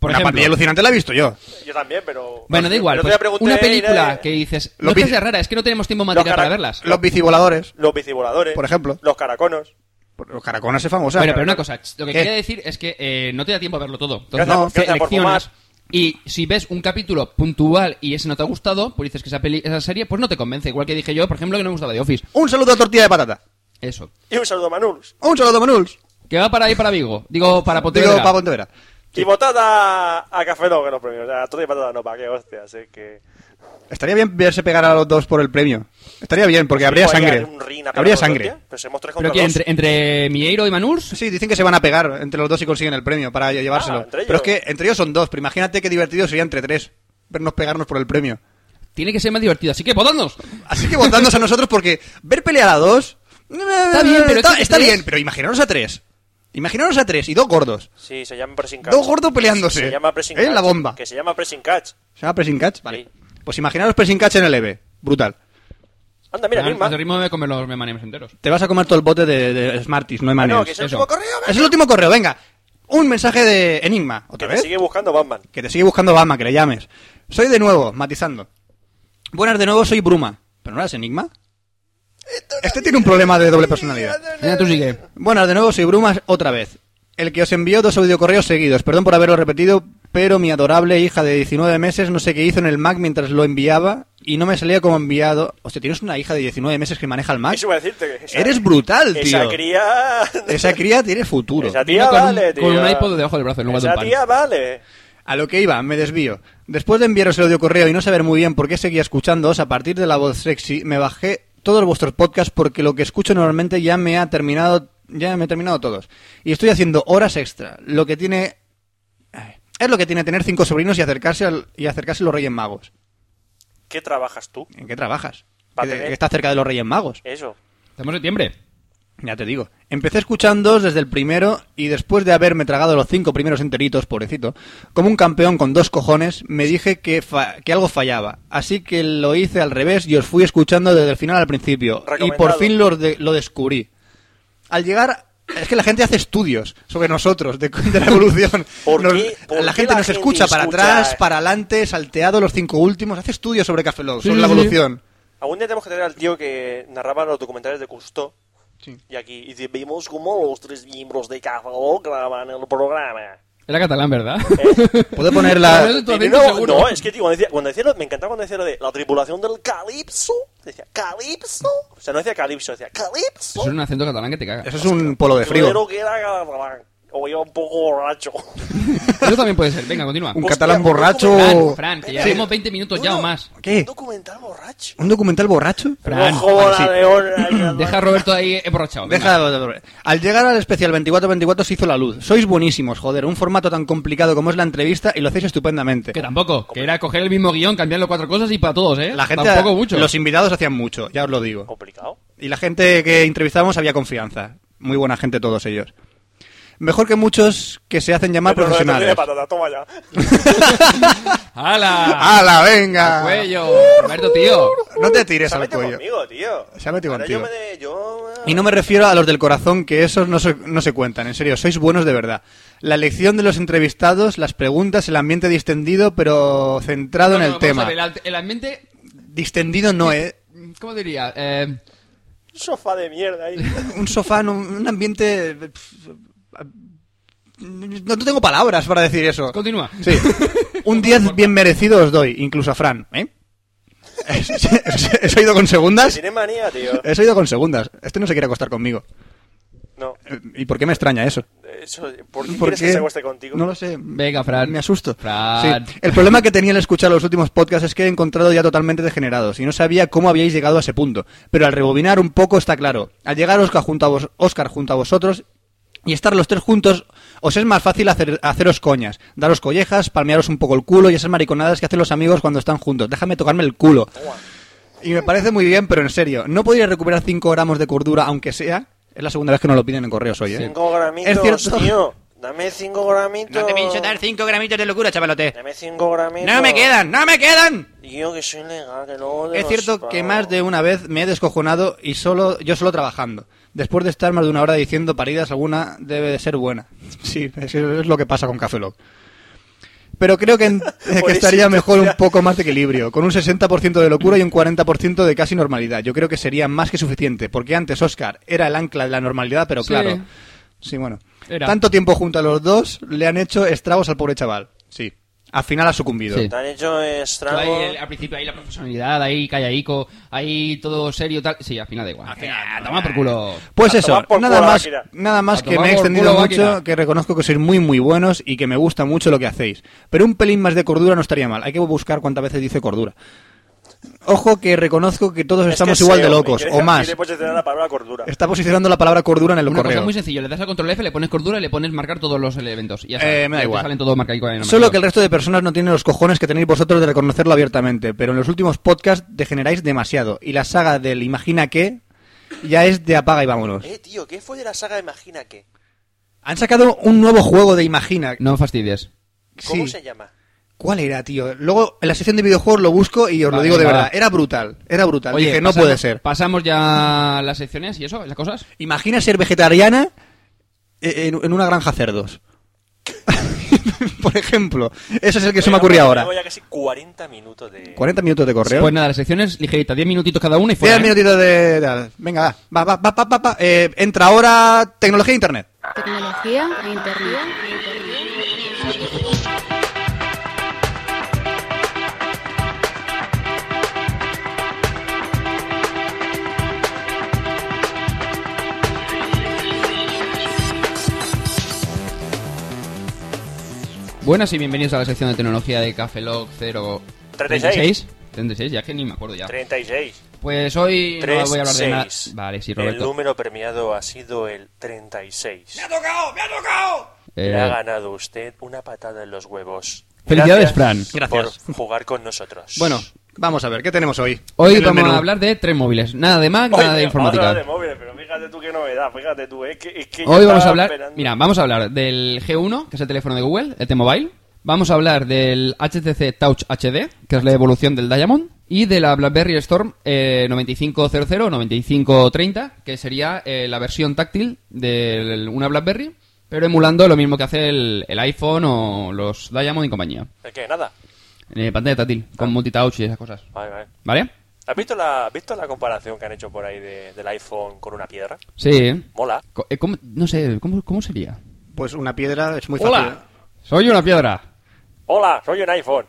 S1: por
S6: Una
S1: ejemplo.
S6: pandilla alucinante la he visto yo.
S5: Yo también, pero.
S1: Bueno, da igual.
S5: El otro
S1: pues,
S5: día pregunté
S1: una
S5: a Irene-
S1: película que dices,
S6: Los
S1: no es que
S6: vi-
S1: sea rara, es que no tenemos tiempo material para
S5: carac-
S1: verlas.
S6: Los bicivoladores,
S5: Los bicivoladores.
S6: Por ejemplo.
S5: Los caraconos.
S6: los caraconas es famosa.
S1: Bueno, pero una cosa, lo que
S6: ¿Qué?
S1: quería decir es que eh, no te da tiempo a verlo todo. Entonces,
S5: Gracias por- gracias por
S1: seleccionas.
S5: fumar.
S1: Y si ves un capítulo puntual y ese no te ha gustado, pues dices que esa, peli, esa serie pues no te convence. Igual que dije yo, por ejemplo, que no me gustaba The Office.
S6: Un saludo a tortilla de patata.
S1: Eso.
S5: Y un saludo a Manuls.
S6: Un saludo a Manuls.
S1: Que va para ahí, para Vigo. Digo, para Pontevedra.
S6: Digo, para Pontevedra.
S5: Y votada a Café Lock en los premios. O sea, todo y patada no, para qué hostia. Así que.
S6: Estaría bien verse pegar a los dos por el premio. Estaría bien, porque habría
S5: Igual que
S6: sangre.
S5: un ring a pegar
S6: Habría
S5: otro,
S6: sangre.
S5: hostia. Pero somos tres contra
S1: ¿Pero que
S5: dos.
S1: ¿Entre, entre Mieiro y Manurs?
S6: Sí, dicen que se van a pegar entre los dos y consiguen el premio para lle- llevárselo.
S5: Ah, entre
S6: pero es
S5: ellos.
S6: que entre ellos son dos, pero imagínate qué divertido sería entre tres vernos pegarnos por el premio.
S1: Tiene que ser más divertido, así que votadnos.
S6: Así que votándonos a nosotros porque ver pelear a dos está
S1: bien, pero es
S6: está,
S1: que
S6: está
S1: tres-
S6: bien, pero imaginaros a tres. Imaginaros a tres y dos gordos.
S5: Sí, se llama Pressing Catch.
S6: Dos gordos peleándose.
S5: Se llama Pressing
S6: ¿Eh?
S5: Catch.
S6: La bomba.
S5: Que se llama Pressing Catch.
S6: ¿Se llama pressing catch? Vale.
S5: Sí.
S6: Pues imaginaros pressing catch en el EVE. Brutal.
S5: Anda, mira,
S1: Ah,
S5: Vilma.
S1: al ritmo de comer los memanems enteros.
S6: Te vas a comer todo el bote de, de Smarties, no hay manera.
S5: Ah, No, que es el
S1: eso.
S5: último correo.
S6: Es el último correo, venga. Un mensaje de Enigma,
S5: Que
S6: otra
S5: me
S6: vez.
S5: sigue buscando Batman.
S6: Que te sigue buscando Bama, que le llames. Soy de nuevo, matizando. Buenas de nuevo, soy Bruma. ¿Pero no eras Enigma? Este tiene un problema de doble personalidad.
S1: Venga, tú sigue.
S6: Buenas de nuevo, soy Brumas otra vez. El que os envió dos audiocorreos seguidos. Perdón por haberlo repetido, pero mi adorable hija de 19 meses no sé qué hizo en el Mac mientras lo enviaba y no me salía como enviado. Hostia, ¿tienes una hija de 19 meses que maneja el Mac?
S5: Eso iba a decirte que. esa-
S6: Ah, Eres brutal,
S5: Esa
S6: tío.
S5: cría.
S6: [LAUGHS] Esa cría tiene futuro.
S5: Esa
S1: Vino
S5: tía
S1: con, un-
S5: vale, tío.
S1: con un iPod debajo del brazo en lugar de
S5: Esa
S1: un pan.
S5: tía vale.
S6: A lo que iba, me desvío. Después de enviaros el audio correo y no saber muy bien por qué seguía escuchándoos a partir de la voz sexy, me bajé todos vuestros podcasts porque lo que escucho normalmente ya me ha terminado, ya me he terminado todos. Y estoy haciendo horas extra, lo que tiene ay, es lo que tiene tener cinco sobrinos y acercarse al- y acercarse a los Reyes Magos.
S5: ¿Qué trabajas tú?
S6: ¿En qué trabajas?
S5: Va a
S6: Que-
S5: tener-
S6: que estás cerca de los Reyes Magos.
S5: Eso.
S1: Estamos en septiembre.
S6: Ya te digo. Empecé escuchándoos desde el primero y después de haberme tragado los cinco primeros enteritos, pobrecito, como un campeón con dos cojones, me dije que, fa- que algo fallaba. Así que lo hice al revés y os fui escuchando desde el final al principio. Y por
S5: Recomendado.
S6: fin lo, de- lo descubrí. Al llegar... Es que la gente hace estudios sobre nosotros, de, de la evolución.
S5: [LAUGHS] ¿Por
S6: Nos-
S5: qué- por
S6: la
S5: qué
S6: gente
S5: la
S6: nos
S5: gente
S6: escucha, para
S5: escucha? eh?
S6: atrás, para adelante, salteado los cinco últimos. Hace estudios sobre Café Lock, sobre
S1: sí,
S6: la
S1: sí.
S6: evolución.
S5: Algún día tenemos que tener al tío que narraba los documentales de Cousteau. Y aquí y dice, vimos cómo los tres miembros de Café Lock graban el programa.
S1: Era catalán, ¿verdad?
S6: Puedo poner
S1: Pero
S6: la...
S1: es- Tu
S5: Y
S1: acento
S5: no,
S1: seguro.
S5: no, es que tío, cuando decía, cuando decía lo- me encantaba cuando decía lo de la tripulación del Calipso. Decía, ¿Calipso? O sea, no decía Calipso, decía Calipso.
S1: [LAUGHS] Eso es un acento catalán que te caga.
S6: Eso es un polo de frío.
S5: Creo que era catalán. O iba un poco borracho. [LAUGHS]
S1: Eso también puede ser. Venga, continúa.
S6: Un
S5: Hostia,
S6: catalán
S5: un
S6: borracho.
S5: documental,
S1: Fran, Fran, que
S5: Sí.
S1: ya llevamos 20 minutos ya o
S5: No,
S1: más.
S6: ¿Qué?
S5: Un documental borracho.
S6: ¿Un documental borracho?
S1: Fran,
S5: Ojo, bola
S1: sí.
S5: de oro.
S1: Deja a Roberto ahí emborrachado. venga.
S6: Deja de- Al llegar al especial 24-24 se hizo la luz. Sois buenísimos, joder. Un formato tan complicado como es la entrevista y lo hacéis estupendamente.
S1: Que tampoco. Que era coger el mismo guión, cambiarlo cuatro cosas y para todos, ¿eh?
S6: La gente,
S1: Tampoco mucho. Oh.
S6: los invitados hacían mucho, ya os lo digo.
S5: Complicado.
S6: Y la gente que entrevistábamos había confianza. Muy buena gente todos ellos. Mejor que muchos que se hacen llamar
S5: Pero Roberto tiene
S6: profesionales.
S5: patata, toma ya.
S1: ¡Hala!
S6: ¡Hala,
S1: Al
S6: venga!
S1: cuello! Roberto, tío.
S6: No te tires
S5: Se ha
S6: al
S5: metido
S6: cuello.
S5: conmigo, tío.
S6: Se ha metido
S5: Ahora
S6: contigo.
S5: Yo me de, yo...
S6: Y no me refiero a los del corazón, que esos no se, no se cuentan, en serio, sois buenos de verdad. La elección de los entrevistados, las preguntas, el ambiente distendido, pero
S1: No,
S6: centrado en
S1: no,
S6: el
S1: vamos
S6: tema.
S1: a ver, el- el ambiente.
S6: Distendido no es.
S1: ¿Cómo diría? Eh,
S5: Un sofá de mierda ahí. [LAUGHS]
S6: Un sofá, no, un ambiente. pf, No, no tengo palabras para decir eso.
S1: Continúa.
S6: Sí. Un 10 bien merecido os doy, incluso a Fran, ¿eh? [LAUGHS] He oído con segundas.
S5: Tiene manía, tío.
S6: He oído con segundas. Este no se quiere acostar conmigo.
S5: No,
S6: Eh, ¿Y por qué me extraña eso?
S5: eso, ¿por qué
S6: ¿Por
S5: quieres que se acueste contigo?
S6: No lo sé.
S1: Venga, Fran.
S6: Me asusto.
S1: Fran.
S6: Sí. El problema que tenía al escuchar los últimos podcasts es que he encontrado ya totalmente degenerados y no sabía cómo habíais llegado a ese punto. Pero al rebobinar un poco está claro. Al llegar Oscar junto a, vos- Óscar junto a vosotros y estar los tres juntos, os es más fácil hacer, haceros coñas, daros collejas, palmearos un poco el culo y esas mariconadas que hacen los amigos cuando están juntos. Déjame tocarme el culo. Y me parece muy bien, pero en serio, ¿no podría recuperar 5 gramos de cordura aunque sea? Es la segunda vez que nos lo piden en correos hoy, ¿eh?
S5: Cinco
S6: Es
S5: gramitos,
S6: cierto.
S5: tío. Dame cinco gramitos.
S6: No te pienso dar 5 gramitos de locura, chavalote.
S5: Dame cinco gramitos.
S6: No me quedan, no me quedan.
S5: Yo que soy legal, que luego te
S6: Es
S5: los
S6: cierto
S5: pago.
S6: que más de una vez me he descojonado y solo yo solo trabajando. Después de estar más de una hora diciendo paridas alguna debe de ser buena. [LAUGHS] Sí, es, es lo que pasa con Café Lock. Pero creo que,
S5: [LAUGHS]
S6: en- que
S5: Por
S6: estaría
S5: eso,
S6: mejor un
S5: ya.
S6: poco más de equilibrio, con un 60% de locura y un 40% de casi normalidad. Yo creo que sería más que suficiente, porque antes Oscar era el ancla de la normalidad, pero
S1: Sí.
S6: claro. Sí, bueno.
S1: Era.
S6: Tanto tiempo junto a los dos le han hecho estragos al pobre chaval. Sí. Al final ha sucumbido.
S1: Sí.
S5: Te han hecho
S1: Tú ahí,
S5: estrago.
S1: el- al principio ahí la profesionalidad, ahí callaico, ahí todo serio tal. Sí, al final da igual. Ah, toma por culo.
S6: Pues
S5: A
S6: eso,
S5: tomar por
S6: nada
S5: culo la
S6: más,
S5: máquina.
S6: nada más
S1: A
S6: que me
S1: tomar
S6: he
S1: por
S6: extendido
S1: culo
S6: mucho,
S1: máquina.
S6: que reconozco que sois muy muy buenos y que me gusta mucho lo que hacéis. Pero un pelín más de cordura no estaría mal. Hay que buscar cuántas veces dice cordura. Ojo que reconozco que todos
S5: Es que
S6: estamos
S5: es
S6: igual de
S5: SEO,
S6: locos,
S5: me
S6: o
S5: quiere-
S6: más.
S5: quiere posicionar la palabra cordura.
S6: Está posicionando la palabra cordura en el
S1: Una cosa
S6: correo.
S1: muy sencilla, le das al control F, le pones cordura y le pones marcar todos los elementos. Y ya está.
S6: Eh, me da
S1: Y te
S6: igual.
S1: salen todos marcaicos ahí, no me
S6: Solo
S1: acuerdo.
S6: que el resto de personas no tienen los cojones que tenéis vosotros de reconocerlo abiertamente, pero en los últimos podcasts degeneráis demasiado y la saga del imagina que ya es de apaga y vámonos.
S5: Eh, tío, ¿qué fue de la saga de Imagina qué?
S6: Han sacado un nuevo juego de imagina.
S1: No fastidies.
S5: ¿Cómo
S6: Sí.
S5: se llama?
S6: ¿Cuál era, tío? Luego en la sección de videojuegos lo busco y os lo
S1: Vale,
S6: digo de
S1: va.
S6: verdad. Era brutal, era brutal.
S1: Oye,
S6: Dije, no
S1: pasamos-
S6: puede ser.
S1: Pasamos ya a las secciones y eso, las cosas.
S6: Imagina ser vegetariana e- en, en una granja cerdos. [LAUGHS] Por ejemplo, ese es el que se me
S5: Oye,
S6: ocurrió
S5: vamos,
S6: ahora.
S5: Llevo pues, ya casi 40 minutos de...
S6: 40 minutos de correo.
S1: Pues nada, las secciones ligeritas, 10 minutitos cada una y fuera.
S6: 10
S1: ¿eh?
S6: minutitos de, de- Venga, va, va, va, va, va, va. Eh, entra ahora tecnología e internet.
S4: Tecnología e internet.
S1: Buenas y bienvenidos a la sección de tecnología de Café Log 0...
S5: 36.
S1: 36, ya que ni me acuerdo ya.
S5: 36.
S1: Pues hoy no voy a hablar de nada.
S5: 36.
S1: Vale, sí,
S5: El
S1: Roberto.
S5: número premiado ha sido el 36.
S1: Eh,
S5: Le ha ganado usted una patada en los huevos.
S1: Felicidades,
S5: Fran.
S6: Gracias.
S5: Por jugar con nosotros.
S6: Bueno, vamos a ver, ¿qué tenemos hoy? En
S1: hoy
S6: el
S1: vamos
S6: menú.
S1: a hablar de tres móviles. Nada de Mac,
S5: Oye,
S1: nada de informática.
S5: Vamos a hablar de móviles, pero fíjate tú qué novedad, fíjate tú, eh, que- es que yo
S1: Hoy vamos a
S5: estaba
S1: hablar,
S5: esperando-
S1: mira, vamos a hablar del G1, que es el teléfono de Google, el T-Mobile. Vamos a hablar del HTC Touch HD, que es la evolución del Diamond. Y de la BlackBerry Storm eh, 9500 o 9530, que sería eh, la versión táctil de una BlackBerry, pero emulando lo mismo que hace el, el iPhone o los Diamond y compañía.
S5: ¿El qué? Nada.
S1: Eh, pantalla táctil,
S5: Ah.
S1: con multitouch y esas cosas.
S5: Vale, vale.
S1: ¿Vale?
S5: ¿Has visto la, has visto la comparación que han hecho por ahí de- del iPhone con una piedra?
S1: Sí.
S5: Mola.
S1: Co- eh, ¿cómo- no sé, ¿cómo, cómo sería?
S6: Pues una piedra es muy fácil.
S1: Hola, soy una piedra.
S5: Hola, soy un iPhone.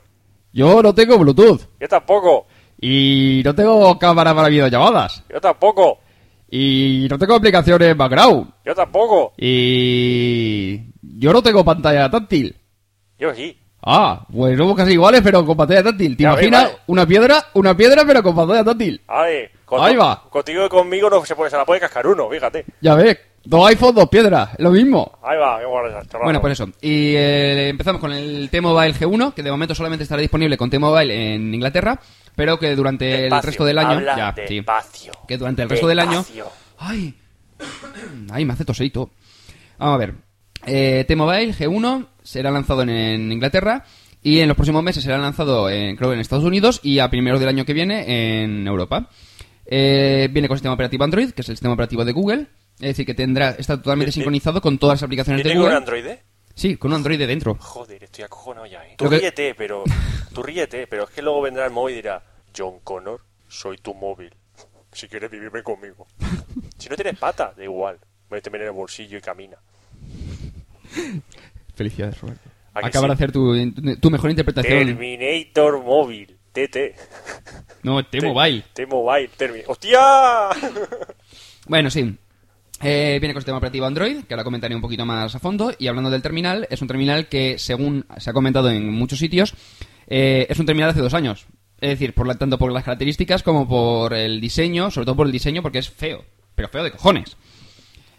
S1: Yo no tengo Bluetooth.
S5: Yo tampoco.
S1: Y no tengo cámara para videollamadas.
S5: Yo tampoco.
S1: Y no tengo aplicaciones background.
S5: Yo tampoco.
S1: Y yo no tengo pantalla táctil.
S5: Yo sí.
S1: Ah, pues somos casi iguales, pero con pantalla táctil. ¿Te
S5: Ya,
S1: imaginas
S5: ahí va.
S1: una piedra, una piedra, pero con pantalla táctil?
S5: Ahí, con-
S1: Ahí va.
S5: Contigo y conmigo no se, puede, se la puede cascar uno, fíjate.
S1: Ya ves, dos iPhones, dos piedras, es lo mismo.
S5: Ahí va, qué guarda esa chorrada.
S1: Bueno, pues eso. Y eh, empezamos con el T-Mobile G1, que de momento solamente estará disponible con T-Mobile en Inglaterra, pero que durante el
S5: Despacio,
S1: resto del año...
S5: habla
S1: ya, sí.
S5: despacio.
S1: que durante el resto del año...
S5: Despacio.
S1: ¡Ay! [CLEARS THROAT] ¡Ay, me hace toseito! Vamos a ver. Eh, T-Mobile G1 será lanzado en, en Inglaterra y en los próximos meses será lanzado, en, creo, en Estados Unidos y a primeros del año que viene en Europa. Eh, viene con sistema operativo Android, que es el sistema operativo de Google. Es decir, que tendrá está totalmente
S5: Eh, eh.
S1: sincronizado con todas las aplicaciones
S5: ¿Y
S1: de
S5: tengo un
S1: Google.
S5: Android? eh?
S1: Sí, con un Android dentro.
S5: Joder, estoy acojonado ya, eh. Tú
S1: Lo que-
S5: ríete, pero. Tú ríete, pero es que luego vendrá el móvil y dirá: John Connor, soy tu móvil. Si quieres
S1: [LAUGHS]
S5: vivirme conmigo. Si no tienes pata, da igual. Méteme en el bolsillo y camina.
S1: Felicidades, Roberto.
S5: ¿A que
S1: Acabas de
S5: sí?
S1: hacer tu, tu mejor interpretación.
S5: Terminator móvil. TT.
S1: No, T-Mobile.
S5: T-Mobile. Termi- ¡Hostia!
S1: Bueno, sí. Eh, viene con sistema operativo Android, que ahora comentaré un poquito más a fondo. Y hablando del terminal, es un terminal que, según se ha comentado en muchos sitios, eh, es un terminal de hace dos años. Es decir, por la- tanto por las características como por el diseño, sobre todo por el diseño porque es feo, pero feo de cojones. [LAUGHS]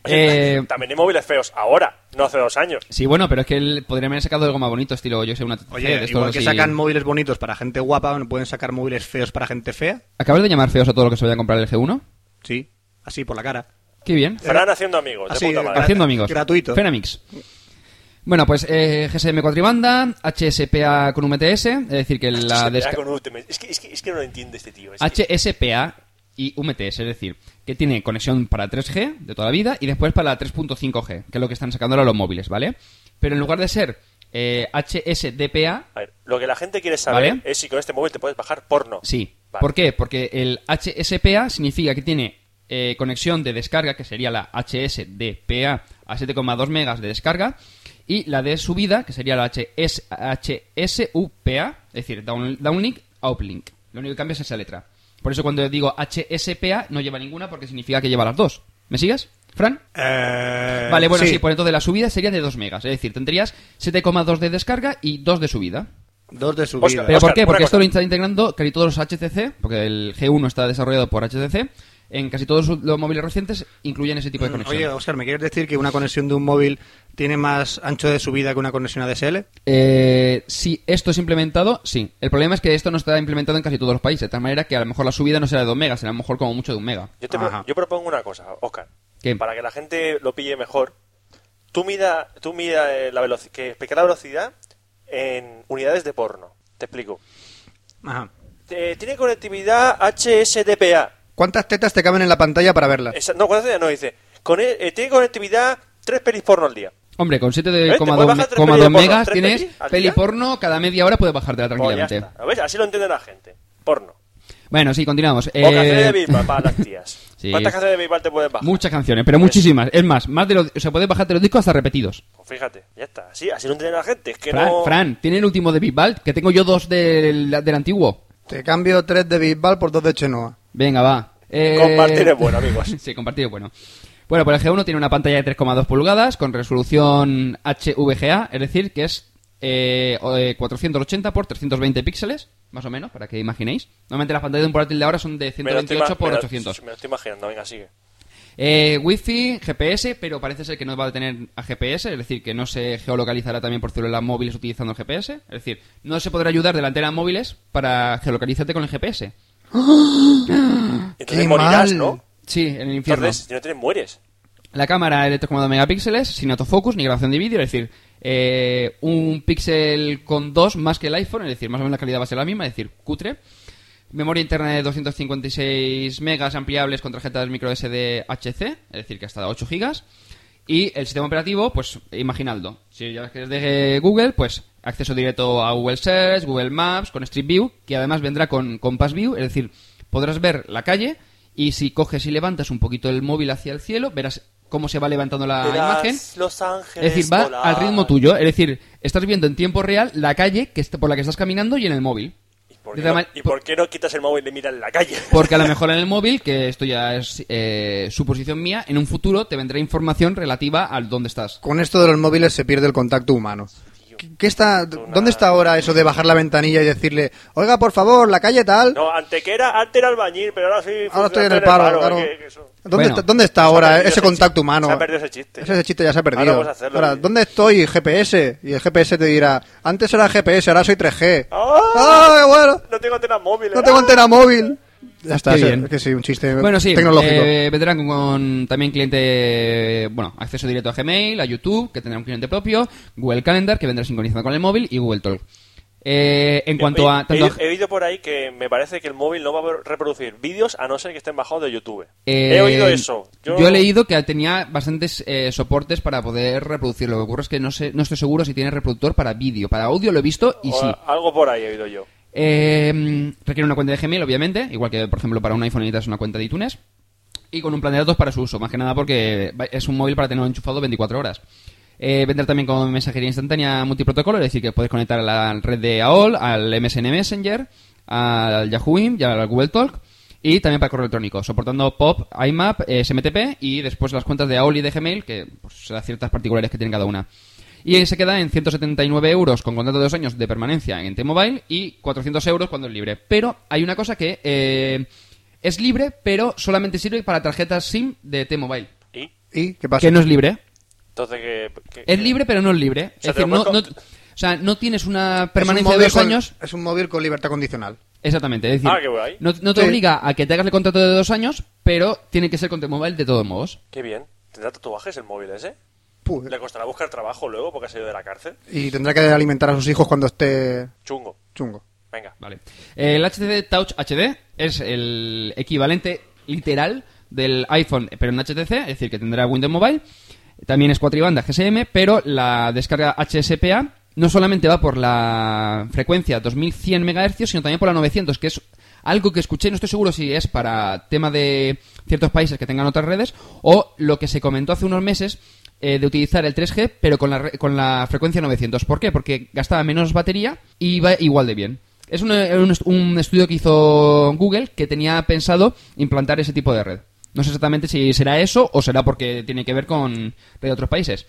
S1: Eh,
S5: [LAUGHS] También hay móviles feos. Ahora, no hace dos años.
S1: sí, bueno, pero es que él podría haber sacado algo más bonito, estilo, yo sé, una TTC, de
S6: Oye,
S1: estos
S6: igual que
S1: así-
S6: sacan móviles bonitos para gente guapa, ¿no pueden sacar móviles feos para gente fea?
S1: ¿Acabas de llamar feos a todo lo que se vaya a comprar el G1?
S6: Sí, así por la cara.
S1: Qué bien.
S5: Fran haciendo amigos. De
S1: ah,
S6: Así,
S5: puta madre.
S1: Haciendo amigos.
S6: Gratuito.
S1: Fenamix. Bueno, pues eh, GSM cuatribanda, HSPA con UMTS, es decir, que
S5: [LAUGHS]
S1: la
S5: Se pega
S1: desca-
S5: con un ultimate. es, que, es, que, es que no lo entiende este tío. Es que-
S1: HSPA y UMTS, es decir, que tiene conexión para 3G de toda la vida y después para la 3.5G, que es lo que están sacando ahora los móviles, ¿vale? Pero en lugar de ser eh, HSDPA,
S5: A ver, lo que la gente quiere saber
S1: Vale.
S5: es si con este móvil te puedes bajar porno.
S1: Sí.
S5: Vale.
S1: ¿Por qué? Porque el HSPA significa que tiene eh, conexión de descarga, que sería la HSDPA, a 7,2 megas de descarga, y la de subida, que sería la HS, HSUPA, es decir, down- downlink a uplink. Lo único que cambia es esa letra. Por eso cuando digo HSPA no lleva ninguna porque significa que lleva las dos. ¿Me sigues, Fran?
S6: Eh,
S1: Vale, bueno, sí. pues entonces la subida sería de 2 megas, es decir, tendrías 7,2 de descarga y 2 de subida.
S6: Dos de subida.
S5: Oscar,
S1: ¿Pero
S5: Oscar,
S1: por qué?
S5: una
S1: Porque
S5: cosa.
S1: esto lo está integrando casi todos los HTC, porque el G1 está desarrollado por HTC. En casi todos los móviles recientes incluyen ese
S5: Mm,
S1: tipo de conexión.
S6: Mm, Oye, Oscar, ¿me quieres decir que una conexión de un móvil tiene más ancho de subida que una conexión ADSL?
S1: Eh, si esto es implementado, sí. El problema es que esto no está implementado en casi todos los países, de tal manera que a lo mejor la subida no será de 2 megas, será a lo mejor como mucho de 1 mega.
S5: Yo, te pro-
S6: Ajá.
S5: yo propongo una cosa, Oscar.
S1: ¿Qué?
S5: Para que la gente lo pille mejor, tú mida, tú mida eh, la velocidad, que explica la velocidad en unidades de porno. Te explico.
S6: Ajá.
S5: Eh, tiene conectividad HSDPA.
S6: ¿Cuántas tetas te caben en la pantalla para verlas?
S5: Esa- no, cuando no dice. Con, eh, tiene conectividad tres pelis porno al día.
S1: Hombre, con
S5: ¿Eh? ¿Te puedes
S1: 7,2
S5: bajar
S1: me-
S5: tres
S1: coma
S5: pelis de
S1: dos
S5: porno?
S1: megas
S5: ¿Tres
S1: tienes
S5: pelis al
S1: peli
S5: día?
S1: porno, cada media hora puedes bajártela
S5: Pues ya
S1: tranquilamente.
S5: está. ¿Lo ves? Así lo entiende la gente. Porno.
S1: Bueno, sí, continuamos.
S5: O canciones de
S1: Eh,
S5: Bisbal para las tías.
S1: Sí.
S5: ¿Cuántas canciones de Bisbal te puedes
S1: [LAUGHS]
S5: bajar?
S1: muchas canciones, pero muchísimas. Es más, más de los, o sea, puedes bajarte los discos hasta repetidos.
S5: Pues fíjate, ya está. Así, así lo entiende la gente. Es que
S1: Fran,
S5: no...
S1: Fran, tiene el último de Bisbal, que tengo yo dos del, del antiguo.
S6: Te cambio tres de Bisbal por dos de Chenoa.
S1: Venga, va. Eh,
S5: Compartir es bueno, amigos.
S1: [LAUGHS] sí, compartir es bueno. Bueno, pues el G1 tiene una pantalla de 3,2 pulgadas con resolución HVGA, es decir, que es eh, o- eh, 480 por 320 píxeles, más o menos, para que imaginéis. Normalmente las pantallas de un portátil de ahora son de
S5: Me lo estoy
S1: 128 por
S5: ima- me lo-
S1: 800.
S5: Me lo estoy imaginando, venga, sigue.
S1: Eh, Wi-Fi, GPS, pero parece ser que no va a tener a GPS, es decir, que no se geolocalizará también por celulares móviles utilizando el GPS. Es decir, no se podrá ayudar de la antena móviles para geolocalizarte con el GPS. Ah,
S5: Entonces morirás,
S6: mal!
S5: ¿no?
S1: Sí, en el infierno.
S5: Entonces, si no tienes, mueres.
S1: La cámara es de 3,2 megapíxeles, sin autofocus ni grabación de vídeo, es decir, eh, un píxel con 2 más que el iPhone, es decir, más o menos la calidad va a ser la misma, es decir, cutre. Memoria interna de 256 megas ampliables con tarjetas micro SD HC, es decir, que hasta 8 gigas. Y el sistema operativo, pues imaginadlo. Si ya ves que es de Google, pues acceso directo a Google Search, Google Maps, con Street View, que además vendrá con Compass View, es decir, podrás ver la calle y si coges y levantas un poquito el móvil hacia el cielo, verás cómo se va levantando la
S5: Verás
S1: imagen.
S5: Los
S1: Es
S5: Ángeles
S1: decir, va
S5: volar.
S1: al ritmo tuyo, es decir, estás viendo en tiempo real la calle que está- por la que estás caminando y en el móvil.
S5: ¿Y por,
S1: De
S5: qué no,
S1: tal ma-
S5: y por qué no quitas el móvil y miras la calle?
S1: Porque a lo mejor en el móvil, que esto ya es eh, suposición mía, en un futuro te vendrá información relativa al dónde estás.
S6: Con esto de los móviles se pierde el contacto humano. ¿Qué- ¿Qué está, ¿Dónde está ahora eso de bajar la ventanilla y decirle, oiga, por favor, la calle tal?
S5: [LAUGHS] No, antes que era, antes era albañil, pero ahora sí.
S6: ahora estoy
S5: funciona
S6: en el paro. claro.
S5: eh, que- que eso-
S6: ¿Dónde,
S1: Bueno.
S6: está, dónde está
S5: Se ha
S6: ahora
S5: perdido
S6: ese
S5: ese
S6: contacto
S5: chiste.
S6: humano?
S5: Se ha perdido ese chiste.
S6: Ese chiste ya se ha perdido.
S5: Ahora vamos a hacerlo
S6: Ahora,
S5: bien.
S6: ¿dónde estoy? GPS. Y el GPS te dirá, antes era GPS, ahora soy 3G.
S5: ¡Ah!
S6: ¡Ay, bueno!
S5: No tengo antena móvil.
S6: No tengo
S5: ¡Ah!
S6: antena móvil. Ya está,
S1: Qué
S6: es-
S1: bien.
S6: es que sí, un chiste
S1: Bueno, sí,
S6: tecnológico.
S1: eh, vendrán con, con también cliente, bueno, acceso directo a Gmail, a YouTube, que tendrá un cliente propio, Google Calendar, que vendrá sincronizado con el móvil, y Google Talk. Eh, en cuanto
S5: He-
S1: a...
S5: he-
S1: tanto a-
S5: he, oído por ahí que me parece que el móvil no va a reproducir vídeos a no ser que estén bajados de YouTube.
S1: Eh,
S5: he oído eso.
S1: Yo... he leído que tenía bastantes eh, soportes para poder reproducirlo. Lo que ocurre es que no sé, no estoy seguro si tiene reproductor para vídeo. Para audio lo he visto y
S5: o-
S1: sí.
S5: Algo por ahí he oído yo.
S1: Eh, requiere una cuenta de Gmail, obviamente, igual que, por ejemplo, para un iPhone necesitas una cuenta de iTunes. Y con un plan de datos para su uso, más que nada porque va- es un móvil para tenerlo enchufado 24 horas. Eh, vendrá también con mensajería instantánea multiprotocolo, es decir, que podéis conectar a la red de AOL, al MSN Messenger, al Yahoo IM y al Google Talk. Y también para correo electrónico, soportando POP, IMAP, eh, SMTP y después las cuentas de AOL y de Gmail, que pues, las ciertas particulares que tienen cada una. Y se queda en 179 euros con contrato de dos años de permanencia en T-Mobile y 400 euros cuando es libre. Pero hay una cosa que eh, es libre, pero solamente sirve para tarjetas SIM de T-Mobile.
S5: ¿Y?
S6: ¿Y qué pasa?
S1: Que no es libre.
S5: Entonces, ¿qué, qué-
S1: Es
S5: qué-
S1: libre, pero no es libre.
S5: sea,
S1: es decir,
S5: te lo
S1: no,
S5: puedes
S1: no-
S5: co-
S1: o sea, no tienes una
S6: Es un
S1: permanencia
S6: móvil
S1: de dos
S6: con-
S1: años.
S6: Es un móvil con libertad condicional.
S1: Exactamente. Es decir,
S5: Ah, qué guay.
S1: No, no te
S6: Sí.
S1: obliga a que te hagas el contrato de dos años, pero tiene que ser con T-Mobile de todos modos.
S5: Qué bien. ¿Tendrá tatuajes el móvil ese?
S6: Puh,
S5: ¿Le costará buscar trabajo luego porque ha salido de la cárcel?
S6: Y tendrá que alimentar a sus hijos cuando esté
S5: Chungo.
S6: chungo.
S5: Venga.
S1: Vale. El HTC Touch HD es el equivalente literal del iPhone, pero en HTC, es decir, que tendrá Windows Mobile. También es cuatribandas GSM, pero la descarga HSPA no solamente va por la frecuencia 2100 MHz, sino también por la 900, que es algo que escuché, no estoy seguro si es para tema de ciertos países que tengan otras redes, o lo que se comentó hace unos meses eh, de utilizar el 3G, pero con la, re- con la frecuencia 900. ¿Por qué? Porque gastaba menos batería y iba igual de bien. Es un, eh, un est- un estudio que hizo Google que tenía pensado implantar ese tipo de red. No sé exactamente si será eso o será porque tiene que ver con red de otros países.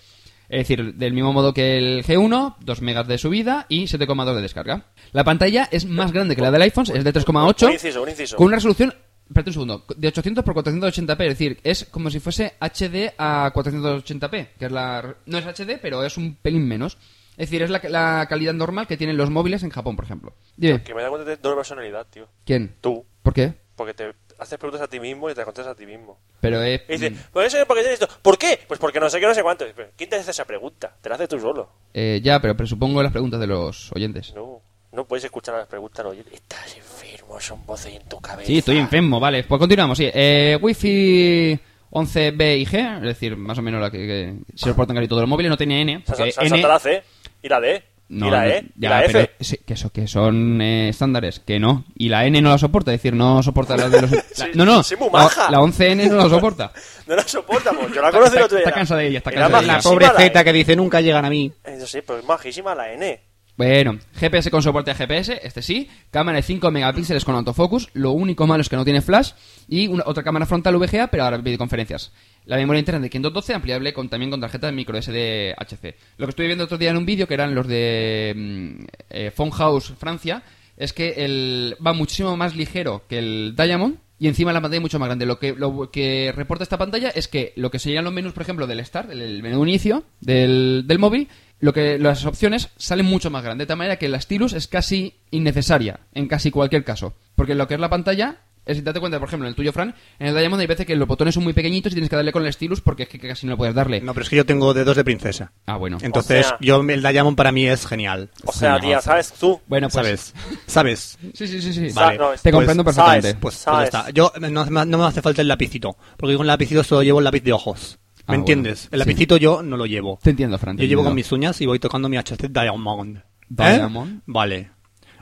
S1: Es decir, del mismo modo que el G1, 2 megas de subida y 7,2 de descarga. La pantalla es más grande que la del iPhone, es de 3,8.
S5: Un inciso, un inciso.
S1: Con una resolución, espérate un segundo, de 800 por 480p, es decir, es como si fuese HD a 480p, que es la no es HD, pero es un pelín menos. Es decir, es la, la calidad normal que tienen los móviles en Japón, por ejemplo. Dime,
S5: Que me da cuenta de doble personalidad, tío.
S1: ¿quién?
S5: Tú.
S1: ¿Por qué?
S5: Porque te haces preguntas a ti mismo y te contestas a ti mismo.
S1: Pero es
S5: Y dices, pues eso es porque tienes esto. ¿Por qué? Pues porque no sé qué, no sé cuánto. Pero, ¿Quién te hace esa pregunta? Te la haces tú solo.
S1: eh, ya, pero presupongo las preguntas de los oyentes.
S5: No, no puedes escuchar las preguntas. Oye, estás enfermo, son voces en tu cabeza.
S1: Sí, estoy enfermo, vale. Pues continuamos, sí. Eh, Wi-Fi 11B y G, es decir, más o menos la que, que se soportan casi todos los móviles, no tenía N.
S5: Se,
S1: porque
S5: se- se
S1: N
S5: salta la C y la D
S1: No,
S5: y la
S1: no,
S5: E y
S1: ya,
S5: la F.
S1: pero sí, que, eso, que son eh, estándares, que no. Y la N no la soporta, es decir, no soporta la
S5: [LAUGHS]
S1: de los... la-
S5: Sí,
S1: no, no,
S5: sí, muy
S1: la,
S5: maja.
S1: la 11N no la
S5: [LAUGHS]
S1: soporta.
S5: No la soporta, pues. Yo la conocí el otro día.
S1: Está cansada de ella, está
S5: Era
S1: cansada de ella.
S5: majísima la E.
S6: que dice nunca llegan a mí.
S5: Eso sí, pero es majísima la N.
S1: Bueno, GPS con soporte a GPS, este sí. Cámara de 5 megapíxeles con autofocus. Lo único malo es que no tiene flash. Y una- otra cámara frontal VGA, pero ahora videoconferencias. La memoria interna de 512, ampliable con, también con tarjeta de micro SD HC. Lo que estuve viendo otro día en un vídeo, que eran los de mm, eh, House Francia, es que el, va muchísimo más ligero que el Diamond. Y encima la pantalla es mucho más grande. Lo que, lo que reporta esta pantalla es que lo que serían los menús, por ejemplo, del Start, del- el menú inicio del, del móvil, lo que las opciones salen mucho más grandes, de tal manera que la stylus es casi innecesaria en casi cualquier caso, porque lo que es la pantalla es si te das cuenta, por ejemplo, en el tuyo Fran, en el Diamond hay veces que los botones son muy pequeñitos y tienes que darle con el stylus porque es que casi no puedes darle.
S6: No, pero es que yo tengo dedos de princesa.
S1: Ah, bueno.
S6: Entonces,
S5: O sea-
S6: yo el Diamond para mí es genial.
S5: O sea,
S1: Sí,
S5: tía,
S1: no,
S5: ¿sabes tú?
S1: Bueno, pues
S6: ¿Sabes? ¿Sabes?
S1: Sí, sí, sí, sí.
S5: Vale. no, es-
S1: Te comprendo
S5: pues,
S1: perfectamente.
S5: sabes,
S6: Pues, pues ya
S5: ¿Sabes?
S6: está. Yo no, hace- no me hace falta el lapicito, porque con el lapicito solo llevo el lápiz de ojos.
S1: Ah,
S6: ¿Me entiendes?
S1: bueno.
S6: El lapicito yo no lo llevo.
S1: Te entiendo, Fran. te
S6: Yo llevo
S1: entiendo.
S6: con mis uñas y voy tocando mi HT Diamond. ¿Eh?
S1: Diamond.
S6: Vale.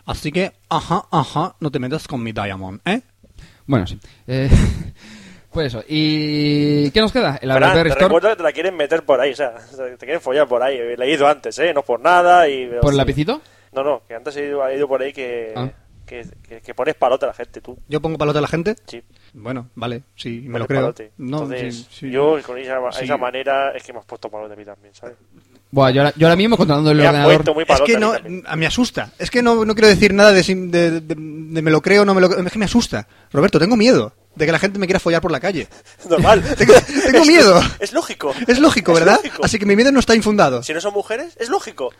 S6: Así que, ajá, ajá, no te metas con mi Diamond, ¿eh?
S1: Bueno, sí. Eh, [LAUGHS] pues eso. ¿Y qué nos queda? El
S5: Fran,
S1: Blackberry
S5: te
S1: Store
S5: recuerdo que te la quieren meter por ahí, o sea, te quieren follar por ahí. Le he ido antes, ¿eh? No por nada y...
S1: por el
S5: hostia.
S1: lapicito.
S5: No, no, que antes he ido, he ido por ahí que,
S1: Ah.
S5: que, que- que pones palote a la gente, tú.
S6: Yo pongo palote a la gente.
S5: Sí,
S6: Bueno, vale, sí, me
S5: pones
S6: lo creo.
S5: palote.
S6: No,
S5: Entonces,
S6: sí, sí.
S5: yo con esa,
S6: Sí.
S5: esa manera es que me has puesto palote a mí también, ¿sabes?
S1: Bueno, yo ahora, yo ahora mismo controlando el
S5: Me has
S1: ordenador.
S5: puesto muy
S6: Es
S5: palote
S6: que
S5: a mí
S6: no,
S5: también.
S6: a- me asusta. Es que no, no quiero decir nada de, si- de- de- de me lo creo, no me lo creo. Es que me asusta. Roberto, tengo miedo de que la gente me quiera follar por la calle.
S5: [LAUGHS] Normal.
S6: [LAUGHS] Tengo- tengo
S5: Es-
S6: miedo.
S5: [LAUGHS] Es lógico.
S6: Es lógico, ¿verdad?
S5: lógico.
S6: Así que mi miedo no está infundado.
S5: Si no son mujeres, es lógico.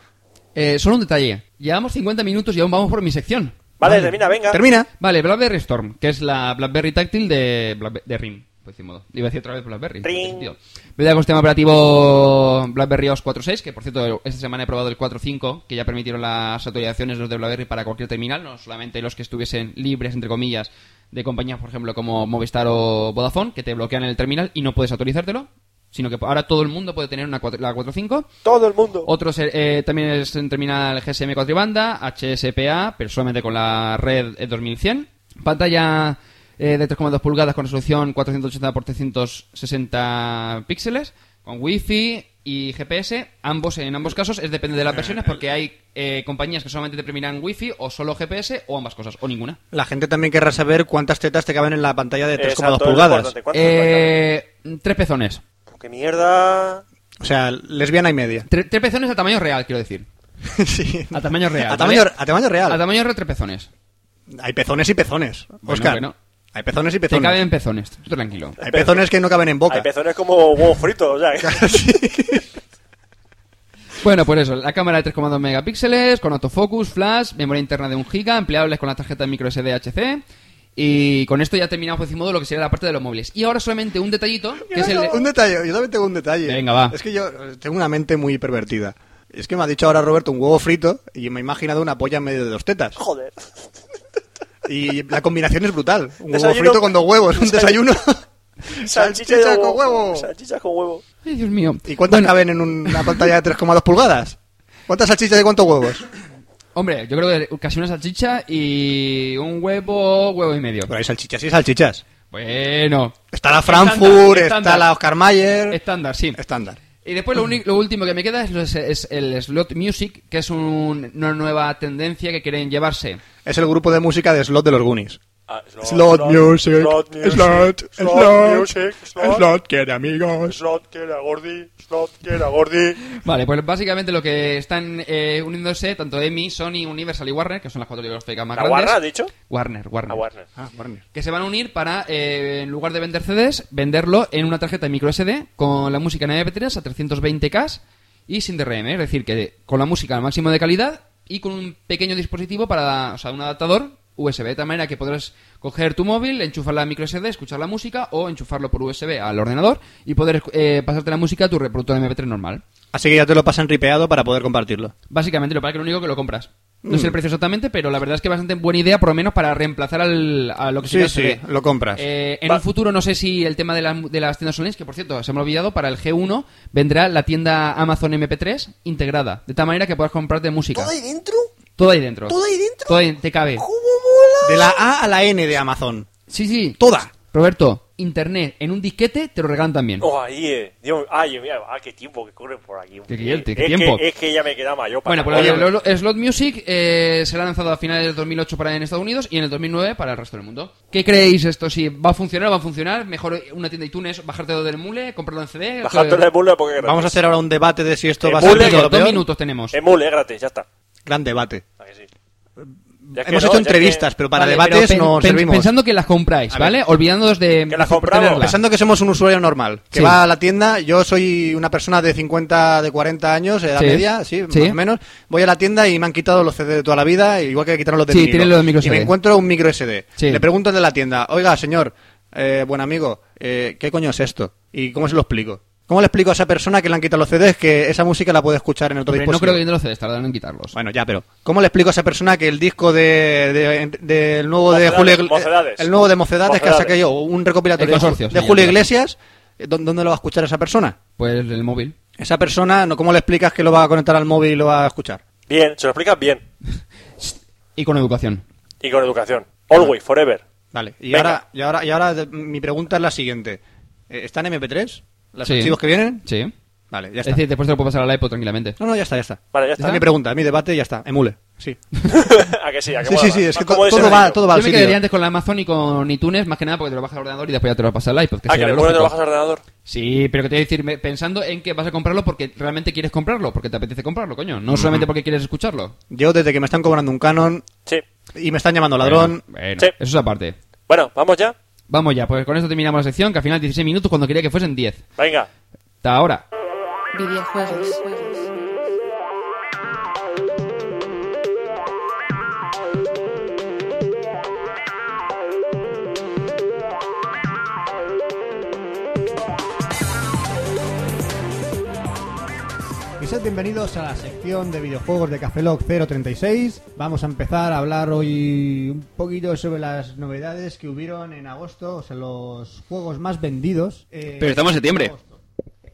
S1: Eh, solo un detalle. Llevamos 50 minutos y aún vamos por mi sección.
S5: Vale, termina, venga.
S6: Termina.
S1: Vale, BlackBerry Storm, que es la BlackBerry táctil de, Blackbe- de RIM. Pues sin modo. Iba a decir otra vez BlackBerry.
S5: Ring.
S1: Ring. Vendrá con sistema operativo BlackBerry OS 4.6, que por cierto, esta semana he probado el 4.5, que ya permitieron las actualizaciones los de BlackBerry para cualquier terminal, no solamente los que estuviesen libres, entre comillas, de compañías, por ejemplo, como Movistar o Vodafone, que te bloquean el terminal y no puedes actualizártelo, sino que ahora todo el mundo puede tener una cuatro- la 4.5.
S5: Todo el mundo.
S1: Otros eh, también es en terminal GSM cuatribanda, HSPA, pero solamente con la red eh, 2100. Pantalla eh, de 3,2 pulgadas con resolución 480 x 360 píxeles, con Wi-Fi, y GPS, ambos en ambos casos, es depende de las versiones porque hay eh, compañías que solamente te permitirán Wi-Fi o solo GPS o ambas cosas o ninguna.
S6: La gente también querrá saber cuántas tetas te caben en la pantalla de 3,2
S5: Exacto, es
S6: pulgadas.
S5: importante. ¿Cuánto
S1: Eh, tres pezones.
S5: cuesta? ¡Qué mierda!
S6: O sea, lesbiana
S5: [LAUGHS]
S6: y media.
S1: Tre- tres pezones a tamaño real, quiero decir.
S6: sí.
S1: A tamaño real.
S6: [LAUGHS] A tamaño,
S1: ¿vale?
S6: a tamaño real.
S1: A tamaño real, tres pezones.
S6: Hay pezones y pezones.
S1: Bueno,
S6: Oscar,
S1: bueno.
S6: hay pezones y
S1: Te
S6: pezones.
S1: caben pezones. Tú tranquilo.
S6: Hay pezones que no caben en boca.
S5: Hay pezones como huevo frito, o sea,
S6: [LAUGHS]
S5: que-
S1: Bueno, pues eso, la cámara de 3,2 megapíxeles, con autofocus, flash, memoria interna de 1 GB, empleables con la tarjeta micro SDHC. Y con esto ya terminamos, por decir modo, lo que sería la parte de los móviles. Y ahora solamente un detallito, que es el... de-
S6: Un detalle, yo también tengo un detalle.
S1: Venga, va.
S6: Es que yo eh, tengo una mente muy pervertida. Es que me ha dicho ahora Roberto un huevo frito y me he imaginado una polla en medio de dos tetas.
S5: joder.
S6: Y la combinación es brutal.
S5: [LAUGHS]
S6: Un huevo
S5: Desayuno-
S6: frito con dos
S5: [LAUGHS]
S6: huevos, un desayuno.
S5: Salchicha
S6: Salchicha
S5: con
S6: con
S5: huevo.
S6: huevo.
S5: Salchicha con huevo.
S1: Ay, Dios mío.
S6: ¿Y cuántas
S1: Bueno,
S6: caben en una pantalla de 3,2 pulgadas? ¿Cuántas salchichas y cuántos huevos?
S1: Hombre, yo creo que casi una salchicha y un huevo, huevo y medio.
S6: Pero hay salchichas y salchichas.
S1: Bueno,
S6: Está la
S1: Estándar,
S6: Frankfurt, está
S1: estándar.
S6: la Oscar Mayer.
S1: estándar, sí.
S6: Estándar.
S1: Y después lo, uni- lo último que me queda es, los- es el slot music, que es un- una nueva tendencia que quieren llevarse.
S6: Es el grupo de música de Slot de los Goonies.
S5: Ah, slot,
S6: Slot Music,
S5: Slot Music.
S6: Slot,
S5: Slot
S6: Slot,
S5: Music. Slot.
S6: Slot quiere amigos.
S5: Slot que era gordi. Slot que era gordi.
S1: Vale, pues básicamente lo que están eh, uniéndose tanto EMI, Sony, Universal y Warner, que son las cuatro bibliotecas más
S5: ¿La
S1: grandes.
S5: Warner has dicho?
S1: Warner, Warner.
S5: A Warner.
S6: Ah, Warner.
S1: Que se van a unir para, eh, en lugar de vender CDs, venderlo en una tarjeta micro SD con la música en MP3 a 320K y sin DRM. Es decir, que con la música al máximo de calidad y con un pequeño dispositivo para, o sea, un adaptador USB. De tal manera que podrás coger tu móvil, enchufar la micro SD, escuchar la música o enchufarlo por USB al ordenador y poder eh, pasarte la música a tu reproductor MP3 normal.
S6: Así que ya te lo pasan ripeado para poder compartirlo.
S1: Básicamente, lo que pasa es que lo único que lo compras. No
S6: Mm.
S1: sé el precio exactamente, pero la verdad es que bastante buena idea, por lo menos para reemplazar al, a lo que
S6: Sí,
S1: sería
S6: sí,
S1: el CD.
S6: lo compras.
S1: Eh, en
S5: Va-
S1: un futuro, no sé si el tema de, las- de las tiendas online, que por cierto, se me ha olvidado, para el G1 vendrá la tienda Amazon MP3 integrada, de tal manera que puedas comprarte música.
S2: ¿Todo ahí dentro?
S1: Todo ahí dentro.
S2: ¿Todo ahí dentro?
S1: Todo ahí- te cabe.
S2: ¿Cómo mola?
S6: De la A a la N de Amazon.
S1: Sí, sí.
S6: Toda.
S1: Roberto, internet en un disquete te lo regalan también.
S5: Oh, ahí, eh. Dios, ay, mira, ah, qué tiempo que corre por aquí. hombre.
S1: Qué- qué
S5: es
S1: tiempo.
S5: Que, es que ya me queda mayor para
S1: Bueno, pues
S5: Oye,
S1: el, el Slot Music eh, será lanzado a finales del 2008 para en Estados Unidos y en el 2009 para el resto del mundo. ¿Qué creéis esto? ¿Si va a funcionar o va a funcionar? Mejor una tienda de iTunes, bajártelo del mule, comprarlo en CD.
S5: Bajándole el mule porque es gratis.
S6: Vamos a hacer ahora un debate de si esto
S5: Eh,
S6: va a ser
S5: Bulle,
S6: mejor o
S1: Dos
S6: peor.
S1: minutos tenemos.
S5: El mule es gratis, ya está.
S6: Gran debate.
S5: ¿A que sí? Ya que
S6: Hemos
S5: no,
S6: hecho
S5: ya
S6: entrevistas,
S5: que-
S6: pero para
S1: Vale,
S6: debates
S1: pero pen-
S6: no
S1: pen-
S6: servimos.
S1: Pensando que las compráis,
S6: A ver.
S1: ¿vale? Olvidándoos de...
S5: Que las
S1: por
S5: compramos.
S1: tenerlas.
S6: Pensando que somos un usuario normal, que
S1: Sí.
S6: va a la tienda, yo soy una persona de 50, de 40 años, edad
S1: Sí.
S6: media, sí,
S1: Sí.
S6: más o menos, voy a la tienda y me han quitado los CD de toda la vida, igual que me quitaron los de
S1: Sí,
S6: vinilo.
S1: tienen los de micro
S6: Y me
S1: SD.
S6: encuentro un micro SD.
S1: Sí.
S6: Le pregunto al de la tienda, oiga, señor, eh, buen amigo, eh, ¿qué coño es esto? ¿Y cómo se lo explico? ¿Cómo le explico a esa persona que le han quitado los CDs que esa música la puede escuchar en otro
S1: Hombre, no
S6: dispositivo?
S1: creo que viendo los CDs tardarán en quitarlos.
S6: Bueno, ya, pero ¿cómo le explico a esa persona que el disco de, de- de- del nuevo de
S5: Mocedades,
S6: Julio Igle-
S5: Mocedades.
S6: el nuevo de Mocedades, que ha
S5: Mocedades.
S6: sacado yo, un
S1: El
S6: recopilatorio
S1: consorcio,
S6: de
S1: sí,
S6: Julio
S1: el de-
S6: Iglesias, eh, ¿dó- ¿dónde lo va a escuchar esa persona?
S1: Pues el móvil.
S6: Esa persona, Ah, no ¿cómo le explicas que lo va a conectar al móvil y lo va a escuchar?
S5: Bien, se lo explicas bien.
S1: Y con educación.
S5: Y con educación. Always, forever.
S6: Vale, y
S5: Venga.
S6: ahora, y ahora, y ahora de- mi pregunta es la siguiente. Eh, ¿Están MP3? ¿Los
S1: Sí.
S6: archivos que vienen?
S1: Sí.
S6: Vale, ya
S1: Es
S6: está.
S1: decir, después te lo puedo pasar al iPod tranquilamente.
S6: No, no, ya está, ya está.
S5: Vale, ya
S6: Esta
S5: está.
S6: es mi pregunta, mi debate, ya está. Emule, sí.
S5: [LAUGHS] a que sí, a que
S6: Sí,
S5: mola
S6: sí,
S5: más.
S6: sí, es que
S5: Más cómodo
S6: to-
S5: y
S6: todo va,
S5: sencillo.
S6: todo va al
S1: Yo me
S6: sitio.
S1: quedaría antes con la Amazon y con iTunes, más que nada porque te lo bajas al ordenador y después ya te lo pasas al iPod. Que
S5: Ah,
S1: sería
S5: que le
S1: lo
S5: pones
S1: lógico.
S5: debajo del ordenador.
S1: Sí, pero que te voy a decir, me- pensando en que vas a comprarlo porque realmente quieres comprarlo, porque te apetece comprarlo, coño. No solamente porque quieres escucharlo.
S6: Yo desde que me están cobrando un canon
S5: Sí.
S6: y me están llamando ladrón,
S1: Eh, Bueno,
S5: Sí.
S1: eso es aparte.
S5: Bueno, vamos ya.
S1: Vamos ya, pues con esto terminamos la sección, que al final 16 minutos cuando quería que fuesen 10.
S5: Venga.
S1: Hasta ahora.
S4: Videojuegos.
S10: Y sed bienvenidos a la sección de videojuegos de Cafelog 036. Vamos a empezar a hablar hoy un poquito sobre las novedades que hubieron en agosto, o sea, los juegos más vendidos. eh,
S1: Pero estamos en septiembre.
S10: agosto.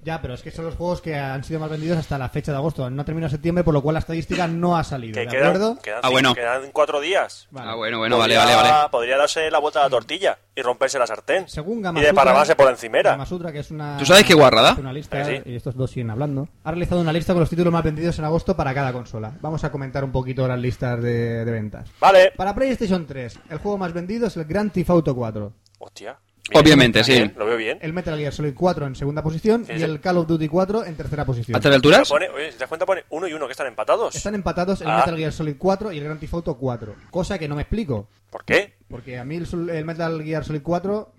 S6: Ya, pero es que son los juegos que han sido más vendidos hasta la fecha de agosto. No ha terminado septiembre, por lo cual la estadística no ha salido.
S5: Que
S6: ¿De
S5: quedan,
S6: acuerdo?
S5: quedan
S1: Ah,
S5: cinco-
S1: bueno.
S5: quedan cuatro días.
S6: Vale. Pues
S1: Ah, bueno, bueno, vale,
S5: podría,
S1: vale, vale.
S5: Podría darse la vuelta a la tortilla y romperse la sartén.
S6: Según
S5: y de
S6: Gamasutra,
S5: parabarse por encimera.
S6: Gamasutra, que es una,
S1: ¿Tú sabes qué guarrada?
S6: Una lista,
S5: Eh, sí.
S6: Y estos dos siguen hablando. Ha realizado una lista con los títulos más vendidos en agosto para cada consola. Vamos a comentar un poquito las listas de, de ventas.
S5: Vale.
S6: Para PlayStation 3, el juego más vendido es el Grand Theft Auto 4.
S5: Hostia.
S1: Obviamente, sí.
S5: Bien, Lo veo bien.
S6: El Metal Gear Solid 4 en segunda posición
S5: Sí,
S6: y
S5: sí.
S6: el Call of Duty 4 en tercera posición.
S1: ¿A estas
S5: Pero
S1: alturas?
S5: pone- oye, si te das cuenta, pone uno y uno que están empatados.
S6: Están empatados el
S5: Ah.
S6: Metal Gear Solid 4 y el Grand Theft Auto 4. Cosa que no me explico.
S5: ¿Por qué?
S6: Porque a mí el, Sol- el Metal Gear Solid 4...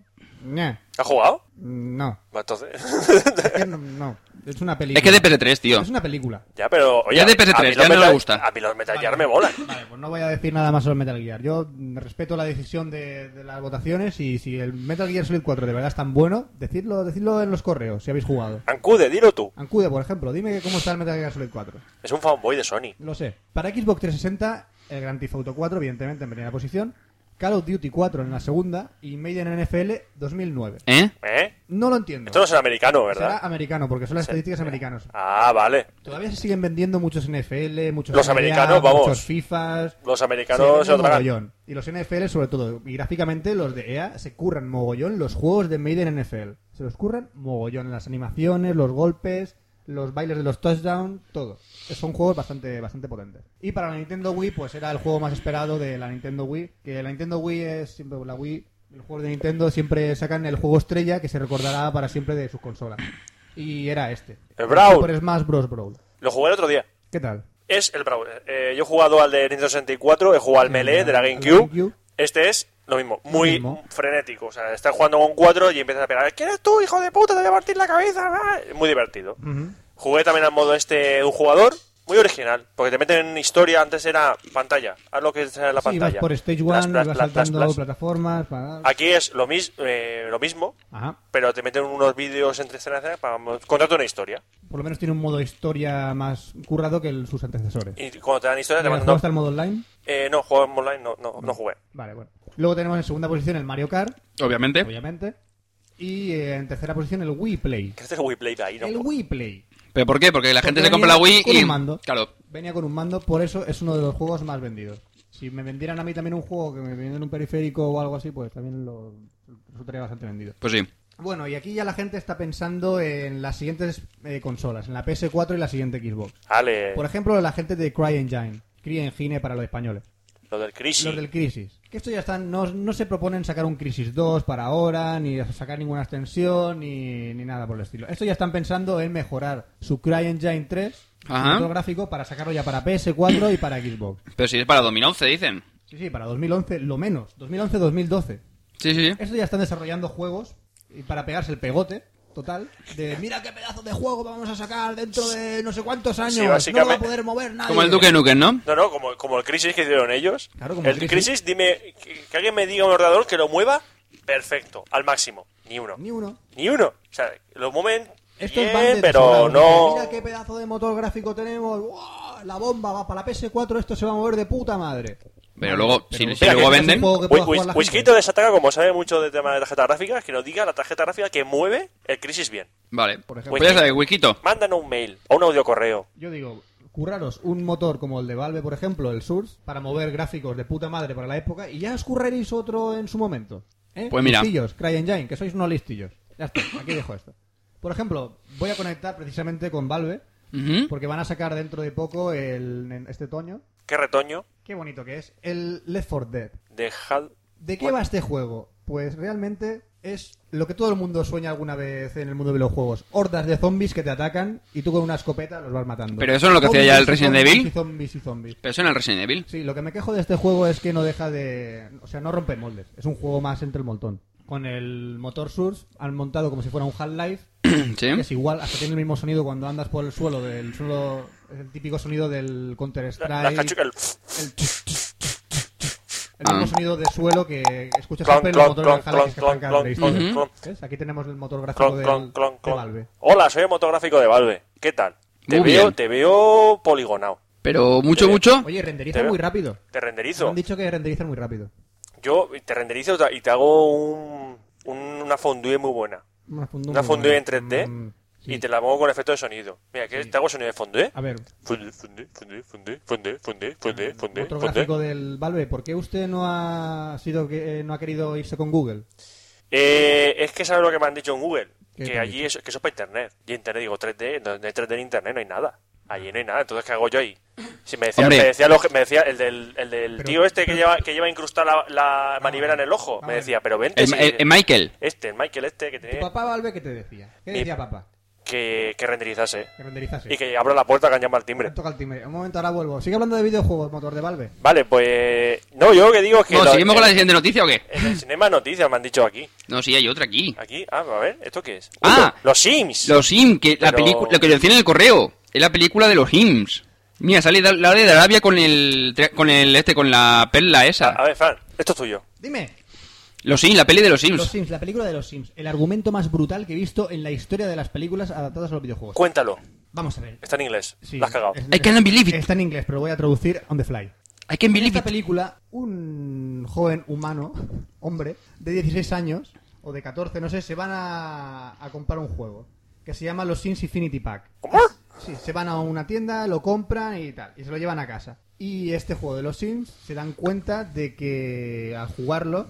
S6: ñeh,
S5: ¿Ha jugado?
S6: Mm, no.
S5: Bueno, Entonces. [LAUGHS]
S6: Es que no, no. Es una película.
S1: Es que es de PS3, tío.
S6: Es una película.
S5: ya, pero. Oye,
S1: Ya de
S5: a mí
S1: PS3,
S5: los
S1: ya no le
S5: Metal-
S1: gusta.
S5: A mí los Metal Gear me molan.
S6: Vale, pues no voy a decir nada más sobre Metal Gear. Yo mm, respeto la decisión de, de las votaciones y si el Metal Gear Solid 4 de verdad es tan bueno, decidlo, decidlo en los correos si habéis jugado.
S5: Ancude, dilo tú.
S6: Ancude, por ejemplo, dime que cómo está el Metal Gear Solid 4.
S5: Es un fanboy de Sony.
S6: Lo sé. Para Xbox 360, el Grand Theft Auto 4, evidentemente, en primera posición. Call of Duty 4 en la segunda y Made in NFL 2009.
S1: ¿Eh?
S5: ¿Eh?
S6: No lo entiendo.
S5: Esto no es en americano,
S6: Será
S5: ¿verdad?
S6: americano, porque son las estadísticas americanas.
S5: Ah, vale.
S6: Todavía se siguen vendiendo muchos NFL, muchos
S5: Los
S6: NBA,
S5: americanos, vamos.
S6: muchos FIFAs.
S5: Los
S6: Se
S5: americanos
S6: venden
S5: se lo
S6: un
S5: tragan.
S6: mogollón. Y los NFL, sobre todo, y gráficamente, los de EA se curran mogollón los juegos de Made in NFL. Se los curran mogollón. Las animaciones, los golpes, los bailes de los touchdowns, todo. Son juegos bastante, bastante potentes. Y para la Nintendo Wii, pues era el juego más esperado de la Nintendo Wii. Que la Nintendo Wii es siempre la Wii. Los juegos de Nintendo siempre sacan el juego estrella que se recordará para siempre de sus consolas. Y era este.
S5: El Brawl.
S6: Super Smash Bros. Brawl.
S5: Lo jugué el otro día.
S6: ¿Qué tal?
S5: Es el Brawl. Eh, yo he jugado al de Nintendo 64, he jugado al
S6: El
S5: Melee de la
S6: al
S5: GameCube.
S6: GameCube.
S5: Este es lo mismo, muy
S6: mismo.
S5: frenético. O sea, estás jugando con cuatro y empiezas a pegar. ¿Quién eres tú, hijo de puta? Te voy a partir la cabeza. ah". Muy divertido. Jugué también al modo este de un jugador. Muy original, porque te meten en historia. Antes era pantalla. Haz lo que sea la
S6: Sí, ibas
S5: pantalla.
S6: por Stage
S5: Plas,
S6: 1,
S5: plas, plas, plas,
S6: ibas saltando
S5: plas.
S6: plataformas. para-
S5: Aquí es lo, mis- eh, lo mismo,
S6: Ajá.
S5: pero te meten unos vídeos entre escenas para contarte una historia.
S6: Por lo menos tiene un modo historia más currado que el- sus antecesores.
S5: Y cuando te dan historia, te
S6: ¿Has
S5: mandan.
S6: jugado hasta el modo online?
S5: Eh, no, juego online, no, no, no jugué.
S6: Vale, bueno. Luego tenemos en segunda posición el Mario Kart,
S1: Obviamente.
S6: obviamente. Y eh, en tercera posición el Wii Play.
S5: ¿Qué hace el Wii Play de ahí? No,
S6: El Wii Play.
S1: ¿Pero por qué? Porque la gente
S6: Porque
S1: se compra la
S6: venía
S1: Wii
S6: con
S1: y...
S6: un mando.
S1: Claro.
S6: Venía con un mando, por eso es uno de los juegos más vendidos. Si me vendieran a mí también un juego que me vendieran un periférico o algo así, pues también lo resultaría bastante vendido.
S1: Pues sí.
S6: Bueno, y aquí ya la gente está pensando en las siguientes eh, consolas, en la PS4 y la siguiente Xbox.
S5: Ale,
S6: Por ejemplo, la gente de CryEngine, CryEngine para los españoles,
S5: lo del Crisis.
S6: los del Crisis. Que esto ya están, no, no se proponen sacar un Crisis 2 para ahora, ni sacar ninguna extensión, ni, ni nada por el estilo. Esto ya están pensando en mejorar su CryEngine 3, su
S1: Ajá.
S6: motor gráfico, para sacarlo ya para PS4 y para Xbox.
S1: Pero si es para 2011, dicen.
S6: Sí, sí, para 2011, lo menos, 2011-2012.
S1: Sí, sí.
S6: Esto ya están desarrollando juegos y para pegarse el pegote. Total, de mira qué pedazo de juego vamos a sacar dentro de no sé cuántos años, no lo va a
S5: básicamente-
S6: poder mover nadie.
S1: Como el Duque Nukem, ¿no?
S5: No, no, como, como el Crisis que hicieron ellos.
S6: Claro, como el
S5: el
S6: Crisis.
S5: Crisis, dime, que, que alguien me diga un ordenador que lo mueva, perfecto, al máximo. Ni uno.
S6: Ni uno.
S5: Ni uno. O sea, lo mueven
S6: Estos van
S5: bien,
S6: de
S5: pero
S6: sobrados,
S5: no...
S6: Mira qué pedazo de motor gráfico tenemos. ¡Buah! La bomba va para la PS4. Esto se va a mover de puta madre.
S1: Pero luego, si, si
S5: Mira,
S1: luego
S5: que-
S1: venden...
S6: Supongo que pueda jugar la gente.
S5: Whiskito desataca, como sabe mucho de tema de tarjeta gráfica, que nos diga la tarjeta gráfica que mueve el Crisis bien.
S1: Vale.
S6: Por ejemplo.
S1: Pues ya sabes, Wikito.
S5: Mándanos un mail o un audio correo.
S6: Yo digo, curraros un motor como el de Valve, por ejemplo, el Source, para mover gráficos de puta madre para la época y ya os curraréis otro en su momento. ¿eh?
S1: Pues mira.
S6: Listillos, CryEngine, que sois unos listillos. Ya está, aquí dejo esto. Por ejemplo, voy a conectar precisamente con Valve,
S1: Ujú.
S6: porque van a sacar dentro de poco, el, en este otoño,
S5: Qué retoño.
S6: qué bonito que es, el Left 4 Dead.
S5: Dejad...
S6: ¿De qué
S5: Bueno.
S6: va este juego? Pues realmente es lo que todo el mundo sueña alguna vez en el mundo de los juegos. Hordas de zombies que te atacan y tú con una escopeta los vas matando.
S1: Pero eso es lo que hacía ya el
S6: Zombies y
S1: Resident
S6: zombies
S1: Evil.
S6: Y zombies y zombies.
S1: Pero eso en el Resident Evil.
S6: Sí, lo que me quejo de este juego es que no deja de... O sea, no rompe moldes. Es un juego más entre el montón. Con el motor Source han montado como si fuera un Half-Life. que Es
S1: Sí.
S6: igual, hasta tiene el mismo sonido cuando andas por el suelo. Del suelo es el típico sonido del Counter-Strike.
S5: La, la cachuca, el-
S6: El, el mismo
S1: Ah.
S6: sonido de suelo que escuchas
S5: Clon,
S6: siempre en
S5: clon,
S6: los
S5: clon,
S6: motores de Half-Life que
S5: clon,
S6: sacan cada
S5: clon,
S6: tres
S5: clon,
S6: historias.
S5: clon.
S6: ¿Ves? Aquí tenemos el motor gráfico
S5: Clon,
S6: del,
S5: clon, clon,
S6: de
S5: clon.
S6: Valve.
S5: Hola, soy el motográfico de Valve. ¿Qué tal? Te
S1: Muy
S5: veo,
S1: bien.
S5: te veo poligonado.
S1: Pero mucho,
S5: Sí.
S1: mucho...
S6: Oye, renderiza
S5: Te veo.
S6: muy rápido.
S5: Te
S6: Me
S5: renderizo.
S6: Han dicho que renderiza muy rápido.
S5: Yo te renderizo y te hago un, un- una fondue muy buena.
S6: Una fondue,
S5: Una
S6: muy
S5: fondue
S6: buena.
S5: en 3D.
S6: Mm,
S5: y te la pongo con efecto de sonido. Mira, que te hago sonido de fondo, ¿eh?
S10: A ver,
S5: Funde, funde, funde, funde, funde, funde, funde, funde,
S10: otro
S5: funde.
S10: gráfico del Valve. ¿Por qué usted no ha sido que- eh, no ha querido irse con Google?
S5: Eh, es que sabes lo que me han dicho en Google.
S10: ¿Qué te
S5: Que
S10: han
S5: allí es, que eso es para internet. Y internet digo 3D, no, no hay 3D en internet, no hay nada. Allí no hay nada, entonces ¿qué hago yo ahí? Si me decía,
S1: Hombre.
S5: me decía, lo que- me decía el del, el del
S10: Pero-
S5: tío este que
S10: pero- Ah,
S5: lleva, que lleva incrustada la, la manivela en el ojo, me decía, pero vente.
S1: El,
S5: si-
S1: el- el eh, Michael.
S5: este, el Michael este que
S10: ¿Tu
S5: tiene
S10: papá Valve qué te decía? ¿Qué
S5: Mi-
S10: decía papá?
S5: que, que renderizase.
S10: Que renderizase.
S5: Y que abra la puerta que han llamado al timbre.
S10: Toca el timbre. Un momento, ahora vuelvo. Sigue hablando de videojuegos, motor de Valve.
S5: Vale, pues. No, yo lo que digo es que.
S1: No,
S5: lo-
S1: ¿Seguimos con la
S5: en-
S1: siguiente noticia o qué?
S5: en el Cinema Noticias me han dicho aquí.
S1: No, sí, hay otra aquí.
S5: Aquí, ah, a ver, ¿esto qué es?
S1: Ah.
S5: Uy, los Sims.
S1: Los Sims, que la
S5: Pero-
S1: película, lo que decía en el correo, es la película de los Sims. Mira, sale da- la de Arabia con el, tri- con el, este, con la perla
S5: A,
S1: esa.
S5: a ver, Fran, esto es tuyo.
S10: Dime.
S1: Los Sims, la peli de los Sims.
S10: Los Sims, la película de los Sims. El argumento más brutal que he visto en la historia de las películas adaptadas a los videojuegos.
S5: Cuéntalo.
S10: Vamos a ver.
S5: Está en inglés.
S10: Sí, Eh,
S5: La has cagado.
S10: es-
S1: I cannot believe it.
S10: Está en inglés, pero lo voy a traducir on the fly.
S1: I can't
S10: En
S1: believe
S10: esta
S1: it.
S10: película, un joven humano, hombre, de 16 años o de 14, no sé, se van a, a comprar un juego que se llama Los Sims Infinity Pack.
S5: ¿Cómo?
S10: Sí, se van a una tienda, lo compran y tal, y se lo llevan a casa. Y este juego de los Sims se dan cuenta de que al jugarlo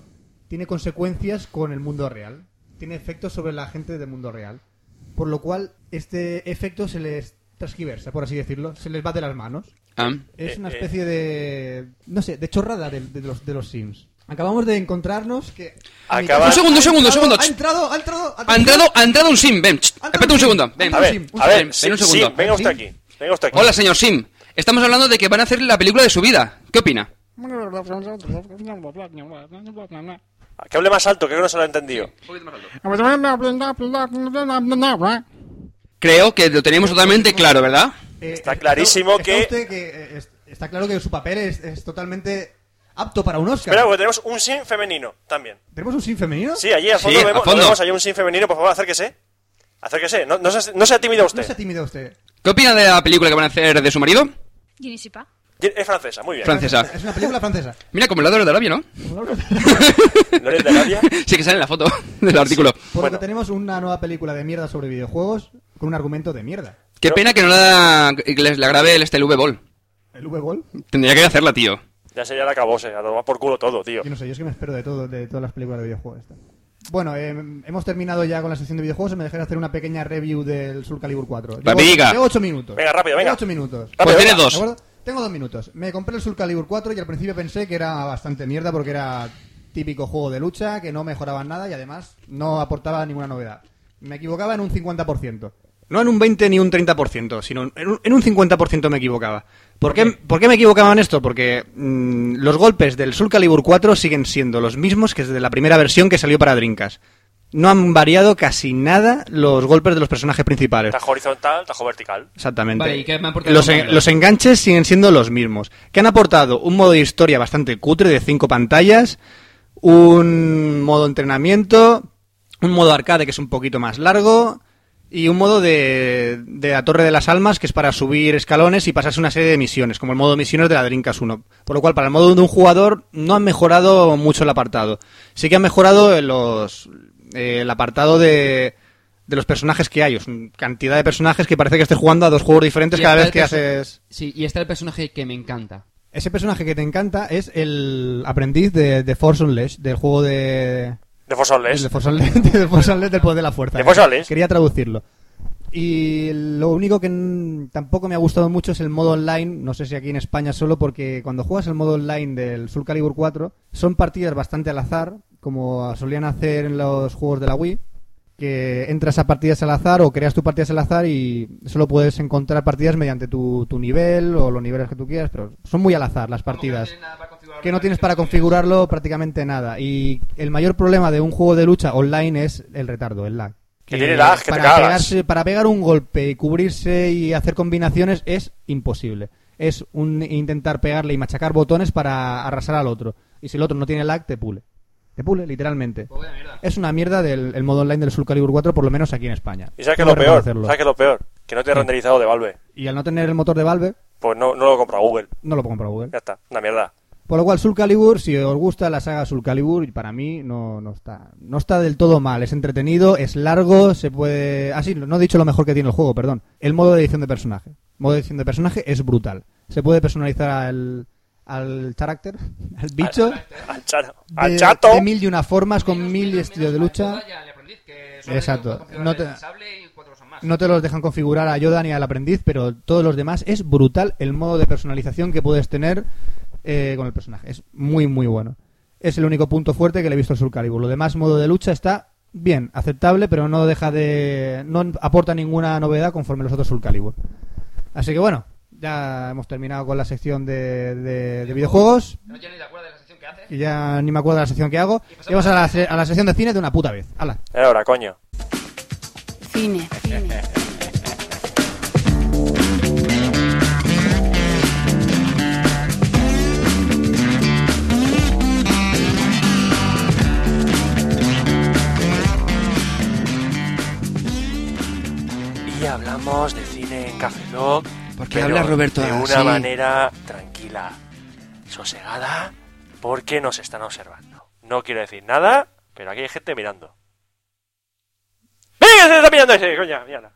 S10: tiene consecuencias con el mundo real, tiene efectos sobre la gente del mundo real. Por lo cual, este efecto se les transgiversa, por así decirlo, se les va de las manos.
S1: Ah,
S10: Es
S5: Eh,
S10: una
S5: eh.
S10: especie de. No sé, de chorrada de, de los, de los Sims. Acabamos de encontrarnos que. a mitad-
S5: Acaba- Un segundo,
S10: ha
S1: un segundo, un segundo.
S10: entrado- Ha entrado, ha entrado.
S1: ha entrado, ha entrado un Sim, ven. ch,
S10: Ha entrado
S1: Espérate
S10: un
S1: un
S10: Sim.
S1: segundo. Ven.
S5: A ver,
S10: Un
S5: a ver,
S1: Sim,
S5: sí,
S1: ven un
S5: sí,
S1: segundo.
S5: venga usted
S10: Sim.
S5: aquí. Venga usted aquí.
S1: Hola, señor Sim. Estamos hablando de que van a hacer la película de su vida. ¿Qué opina?
S5: Que hable más alto, que creo que no se lo ha entendido.
S10: eh,
S1: Creo que lo tenemos totalmente claro, ¿verdad?
S10: Eh,
S5: Está clarísimo
S10: está
S5: que-
S10: usted que, eh, es- está claro que su papel es, es totalmente apto para un Oscar.
S5: Espera, porque tenemos un sim femenino también.
S10: ¿Tenemos un sim femenino?
S5: Sí, allí al
S1: Sí,
S5: fondo,
S1: al
S5: vemos,
S1: fondo.
S5: vemos allí un sim femenino, por favor, acérquese. Acérquese, no, no, sea, no sea tímido
S10: No
S5: usted.
S10: sea tímido usted.
S1: ¿Qué opina de la película que van a hacer de su marido?
S5: Es francesa, muy bien.
S1: Francesa.
S10: [LAUGHS] Es una película francesa.
S1: Mira, como el lado de Arabia, ¿no?
S5: ¿No eres de Arabia?
S1: [LAUGHS] Sí, que sale en la foto del artículo.
S10: Por
S5: Bueno.
S10: lo que Ah, tenemos una nueva película de mierda sobre videojuegos con un argumento de mierda.
S1: Qué
S5: Pero-
S1: pena que no la, que les- la grabe el este el V-Ball.
S10: El V-Ball.
S1: Tendría que hacerla, tío.
S5: Ya se ya la acabó, se ha tomado por culo todo, tío.
S10: Yo no sé, yo es que me espero de todo, de todas las películas de videojuegos. esta. Bueno, eh, hemos terminado ya con la sección de videojuegos. Me dejáis hacer una pequeña review del Soul Calibur 4.
S1: Va, venga.
S10: Llevo 8 minutos.
S5: Venga, rápido, venga.
S10: Llevo 8 minutos.
S5: Rápido,
S1: Pues tiene
S5: venga.
S10: ¿De
S1: dos.
S10: acuerdo? Tengo dos minutos. Me compré el Soul Calibur 4 y al principio pensé que era bastante mierda porque era típico juego de lucha, que no mejoraban nada y además no aportaba ninguna novedad. Me equivocaba en un 50%.
S6: No en un 20 ni un 30%, sino en un, en un 50% me equivocaba. ¿Por qué, por qué me equivocaba en esto? Porque mm, los golpes del Soul Calibur 4 siguen siendo los mismos que desde la primera versión que salió para Drinkas. No han variado casi nada los golpes de los personajes principales.
S5: Tajo horizontal, tajo vertical.
S6: Exactamente.
S1: Vale, ¿y qué me han aportado
S6: los,
S1: los
S6: en-
S1: modelos?
S6: los enganches siguen siendo los mismos. Que han aportado un modo de historia bastante cutre de cinco pantallas, un modo entrenamiento, un modo arcade que es un poquito más largo y un modo de, de la Torre de las Almas que es para subir escalones y pasarse una serie de misiones, como el modo misiones de la Drinkas 1. Por lo cual, para el modo de un jugador no han mejorado mucho el apartado. Sí que han mejorado los, eh, el apartado de, de los personajes que hay. Es una cantidad de personajes que parece que estés jugando a dos juegos diferentes
S1: Y
S6: cada
S1: está
S6: vez
S1: el
S6: que
S1: perso-
S6: haces.
S1: Sí, y está el personaje que me encanta.
S10: Ese personaje que te encanta es el aprendiz de, de Force Unleashed, del juego de,
S5: De
S10: [LAUGHS]
S5: Fosoles.
S10: El de Force Unleashed, del Force Unleashed del poder de la fuerza. eh.
S5: De Force Unleashed.
S10: Quería traducirlo. Y lo único que mm, tampoco me ha gustado mucho es el modo online, no sé si aquí en España solo, porque cuando juegas el modo online del Soul Calibur 4 son partidas bastante al azar, como solían hacer en los juegos de la Wii, que entras a partidas al azar o creas tus partidas al azar y solo puedes encontrar partidas mediante tu, tu nivel o los niveles que tú quieras, pero son muy al azar las partidas que no tienes para configurarlo prácticamente nada. Y el mayor problema de un juego de lucha online es el retardo, el lag.
S5: Que tiene lag, que te
S10: para
S5: cagas.
S10: pegarse- para pegar un golpe y cubrirse y hacer combinaciones es imposible. Es un intentar pegarle y machacar botones para arrasar al otro. Y si el otro no tiene lag, te pule. Te pule, literalmente. Es una mierda del el modo online del Soul Calibur 4, por lo menos aquí en España.
S5: ¿Y sabes que
S10: Tengo
S5: lo peor?
S10: reconocerlo.
S5: ¿Sabes que lo peor? Que no te he renderizado de Valve.
S10: Y al no tener el motor de Valve,
S5: Pues no, no lo compra Google.
S10: no lo pongo para Google.
S5: Ya está, una mierda.
S6: Por lo cual, Soul Calibur, si os gusta la saga Soul Calibur, para mí no, no está no está del todo mal. Es entretenido, es largo, se puede... Ah, sí, no he dicho lo mejor que tiene el juego, perdón. El modo de edición de personaje. modo de edición de personaje es brutal. Se puede personalizar al, al carácter, [LAUGHS] al bicho,
S5: Al, charo- al
S6: de,
S5: chato.
S6: de mil y una formas, con mil estilos de lucha. Exacto. No te- No te los dejan configurar a Yoda ni al aprendiz, pero todos los demás es brutal el modo de personalización que puedes tener eh, con el personaje. Es muy, muy bueno. Es el único punto fuerte que le he visto al Soul Calibur. Lo demás, modo de lucha está bien, aceptable, pero no deja de. no aporta ninguna novedad conforme los otros Soul Calibur. Así que bueno, ya hemos terminado con la sección de, de- de videojuegos.
S1: No ya ni te acuerdas de la sección que haces.
S6: Y ya ni me acuerdo de la sección que hago. Y vamos a la, se- a la sección de cine de una puta vez. ¡Hala!
S5: Era hora, coño.
S4: Cine, cine.
S5: Y hablamos de cine en Café Lock.
S1: ¿Por qué
S5: pero
S1: habla Roberto
S6: Ah,
S5: De una
S1: así?
S5: manera tranquila, sosegada, porque nos están observando. No quiero decir nada, pero aquí hay gente mirando. ¡Venga, se está mirando ese, coña! Mírala.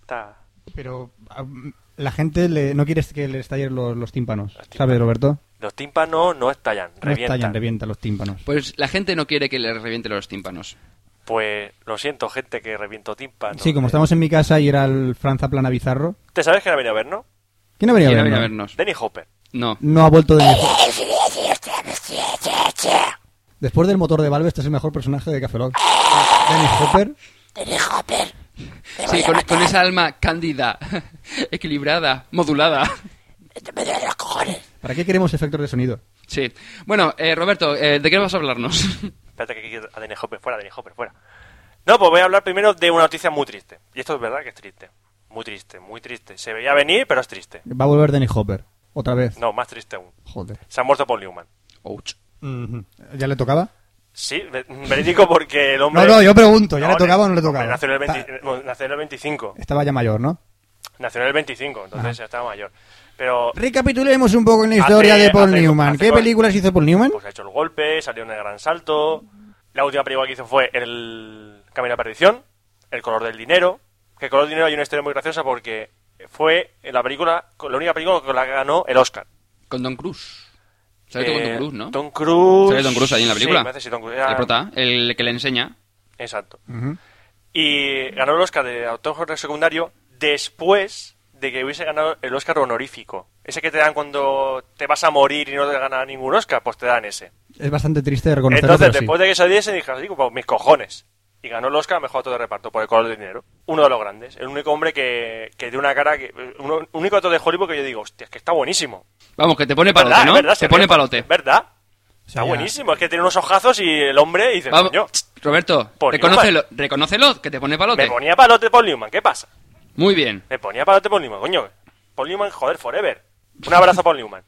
S5: Está.
S6: Pero um, la gente le- no quiere que les tallen los, los tímpanos,
S5: tímpanos.
S6: ¿sabes, Roberto?
S5: Los tímpanos no estallan,
S6: No
S5: revientan.
S6: estallan, revienta los tímpanos.
S1: Pues la gente no quiere que le reviente los tímpanos.
S5: Pues lo siento, gente que reviento tímpanos. Eh,
S6: sí, como estamos en mi casa y era el Franza Plana Bizarro.
S5: ¿Te sabes que ha venido a ver, no?
S6: ¿Quién ha venido
S1: ¿Quiere
S6: a
S1: venir a vernos?
S6: vernos?
S5: Denny Hopper.
S1: No.
S6: No ha vuelto de Después del motor de Valve, este es el mejor personaje de Café Lock. Danny Hopper.
S1: Sí, con, con esa alma cándida, [LAUGHS] equilibrada, modulada. [LAUGHS]
S6: ¿Para qué queremos efectos de sonido?
S1: Sí. Bueno, eh, Roberto, eh, ¿de qué vas a hablarnos? [LAUGHS]
S5: Espérate que quiero a Denny Hopper fuera, Denny Hopper fuera. No, pues voy a hablar primero de una noticia muy triste. Y esto es verdad que es triste. Muy triste, muy triste. Se veía venir, pero es triste.
S6: Va a volver Danny Hopper. Otra vez.
S5: No, más triste aún.
S6: Joder.
S5: Se ha muerto Paul Newman.
S1: Ouch.
S6: Ujú. ¿Ya le tocaba?
S5: Sí, ve- [LAUGHS] verídico porque el hombre...
S6: No, no, yo pregunto. ¿Ya
S5: No,
S6: le tocaba o no le
S5: hombre,
S6: tocaba?
S5: Nació en el, 20
S6: Ta-
S5: eh, nació en el 25.
S6: Estaba ya mayor, ¿no?
S5: Nació en el 25, entonces ya estaba mayor. Pero
S6: Recapitulemos un poco en la
S5: Hace-
S6: historia de Paul
S5: hace-
S6: Newman.
S5: hace
S6: ¿Qué
S5: cosas.
S6: películas hizo Paul Newman?
S5: pues ha hecho el golpe, salió en el gran salto. La última película que hizo fue El Camino a la Perdición, El color del dinero. Que el color del dinero hay una historia muy graciosa porque fue la película, la única película con la que ganó el Oscar.
S1: Con Don Cruz. ¿Sabes tú con
S5: Eh,
S1: Don Cruz, no?
S5: Tom Cruise.
S1: ¿Sale Tom Cruise ahí en la película?
S5: Sí, me hace sí, Tom Cruise. Era-
S1: El prota, el que le enseña.
S5: Exacto. Y ganó el Oscar de autor secundario después de que hubiese ganado el Oscar honorífico. Ese que te dan cuando te vas a morir y no te gana ningún Oscar, pues te dan ese.
S6: Es bastante triste de reconocerlo,
S5: Entonces,
S6: pero sí.
S5: después de que saliese, dije, digo, pues mis cojones. Y ganó el Oscar a mejor actor de reparto por el color del dinero. Uno de los grandes. El único hombre que, que dio una cara. Que, un único actor de Hollywood que yo digo, hostia, es que está buenísimo.
S1: Vamos, que te pone
S5: Es verdad,
S1: palote, ¿no?
S5: es verdad,
S1: te
S5: se
S1: pone
S5: ríe,
S1: palote.
S5: Es verdad.
S6: sea,
S5: Está
S6: ya-
S5: buenísimo. Es que tiene unos ojazos y el hombre dice,
S1: Vamos,
S5: coño,
S1: Roberto,
S5: Por
S1: reconócelo, reconócelo, que te pone
S5: me
S1: palote.
S5: ponía palote Paul Newman, ¿qué pasa?
S1: Muy bien.
S5: Me ponía palote Paul Newman, coño. Paul Newman, joder, forever. Un abrazo a Paul
S6: [LAUGHS]
S5: Newman.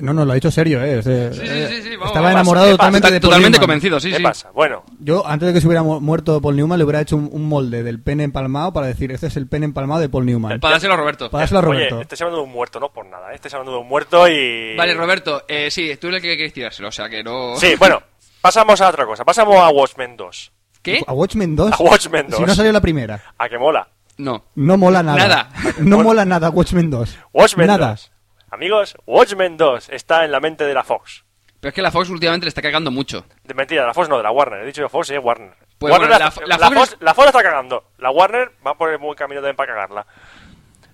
S6: No, no, lo ha dicho serio, ¿eh? Este-
S1: Sí, sí,
S6: eh,
S1: sí, sí, vamos,
S6: estaba
S1: ¿qué
S6: enamorado
S5: pasa? ¿Qué pasa?
S6: totalmente
S1: Está
S6: de Paul
S1: totalmente
S6: Newman.
S1: convencido, sí,
S5: ¿Qué
S1: sí.
S5: pasa? Bueno,
S6: Yo, antes de que se hubiera mu- muerto Paul Newman, le hubiera hecho un, un molde del pene empalmado para decir, este es el pene empalmado de Paul Newman.
S1: Para dárselo a Roberto.
S6: Para dárselo a Roberto.
S5: eh, oye, estás hablando de un muerto, no por nada. ¿eh? Estás hablando de un muerto y...
S1: Vale, Roberto, eh, sí, tú eres el que quieres tirárselo, o sea que no...
S5: Sí, bueno, pasamos a otra cosa. Pasamos a Watchmen 2.
S1: ¿Qué?
S6: A Watchmen
S1: [LAUGHS]
S6: 2.
S5: A Watchmen 2.
S6: Si no salió la primera.
S5: ¿A que mola?
S1: No.
S6: No mola nada.
S1: Nada.
S6: [LAUGHS] No mola nada Watchmen 2.
S5: Watchmen
S6: nada.
S5: 2. Amigos, Watchmen 2 está en la mente de la Fox.
S1: Pero es que la Fox últimamente le está cagando mucho.
S5: De mentira, la Fox no, de la Warner. He dicho yo Fox, sí, Warner.
S1: Pues
S5: Warner
S1: bueno,
S5: la,
S1: la- la
S5: la
S1: Fox-
S5: Fox, la Fox la está cagando. La Warner va por el buen camino también para cagarla.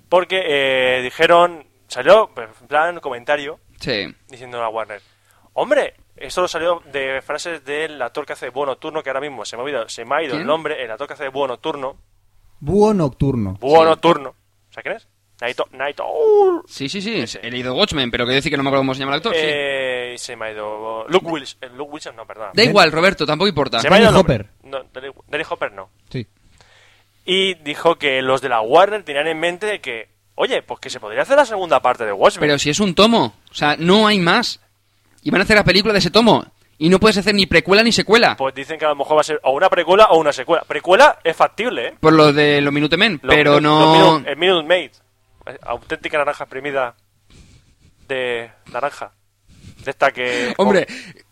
S5: Porque eh, dijeron, salió pues, en plan comentario
S1: Sí.
S5: diciendo a Warner, hombre, esto lo salió de frases del actor que hace Búho Nocturno, que ahora mismo se me ha, olvidado- se me ha ido
S1: ¿Quién?
S5: el nombre, el actor que hace Búho Nocturno.
S6: Búho nocturno.
S5: Búho
S1: Sí.
S5: Nocturno. ¿Sabes quién es? ¡Oh! Night, O- Night Owl.
S1: Sí, sí, sí. He leído Watchmen, pero quiero decir que no me acuerdo cómo se llama el actor. sí.
S5: Eh, y Se me ha ido. Luke Wilson. eh, Luke Wilson, no, perdón.
S1: Da igual, Roberto, tampoco importa.
S5: Se me ha ido
S6: Danny
S5: el nombre.
S6: Hopper.
S5: No, Danny Danny Hopper no.
S6: Sí.
S5: Y dijo que los de la Warner tenían en mente que, oye, pues que se podría hacer la segunda parte de Watchmen.
S1: Pero si es un tomo, o sea, no hay más. Y van a hacer la película de ese tomo. Y no puedes hacer ni precuela ni secuela.
S5: Pues dicen que a lo mejor va a ser o una precuela o una secuela. Precuela es factible, ¿eh?
S1: Por lo de los Minutemen,
S5: Los
S1: pero
S5: Minu-
S1: no...
S5: los Minu- el Minute Eh, Maid. Eh, Auténtica naranja exprimida de naranja. De esta que.
S1: Hombre,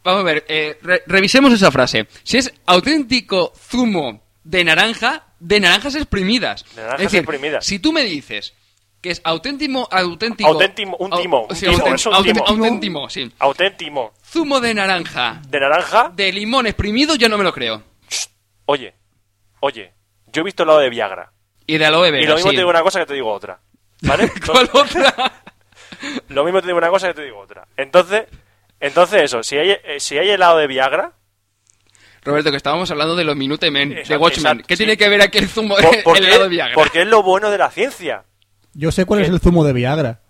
S1: vamos a ver, eh, re- revisemos esa frase. Si es auténtico zumo de naranja, de naranjas exprimidas.
S5: De naranjas
S1: es decir,
S5: exprimidas.
S1: Si tú me dices que es auténtico, auténtico...
S5: Auténtimo, un timo,
S1: au-
S5: un
S1: sí,
S5: timo,
S1: auténtico,
S5: es un
S1: auténtico,
S5: timo.
S1: auténtimo, sí.
S5: oh, auténtimo.
S1: Zumo de naranja,
S5: De naranja.
S1: de limón exprimido, yo no me lo creo.
S5: Oye, oye, yo he visto el lado de Viagra.
S1: Y de aloe vera,
S5: Y lo mismo
S1: sí.
S5: te digo una cosa que te digo otra.
S1: [LAUGHS]
S5: ¿Vale?
S1: ¿Cuál otra?
S5: Lo mismo te digo una cosa que te digo otra. Entonces, entonces eso, si hay, eh, si hay helado
S1: [LAUGHS]
S5: de Viagra,
S1: Roberto, que estábamos hablando de los Minutemen, de
S5: Exacto,
S1: Watchmen.
S5: exacto,
S1: ¿Qué
S5: sí.
S1: tiene que ver aquí el zumo
S5: por-
S1: de
S5: porque,
S1: el helado de Viagra?
S5: porque es lo bueno de la ciencia. [LAUGHS]
S10: Yo sé cuál
S5: ¿Qué?
S10: es el zumo de Viagra.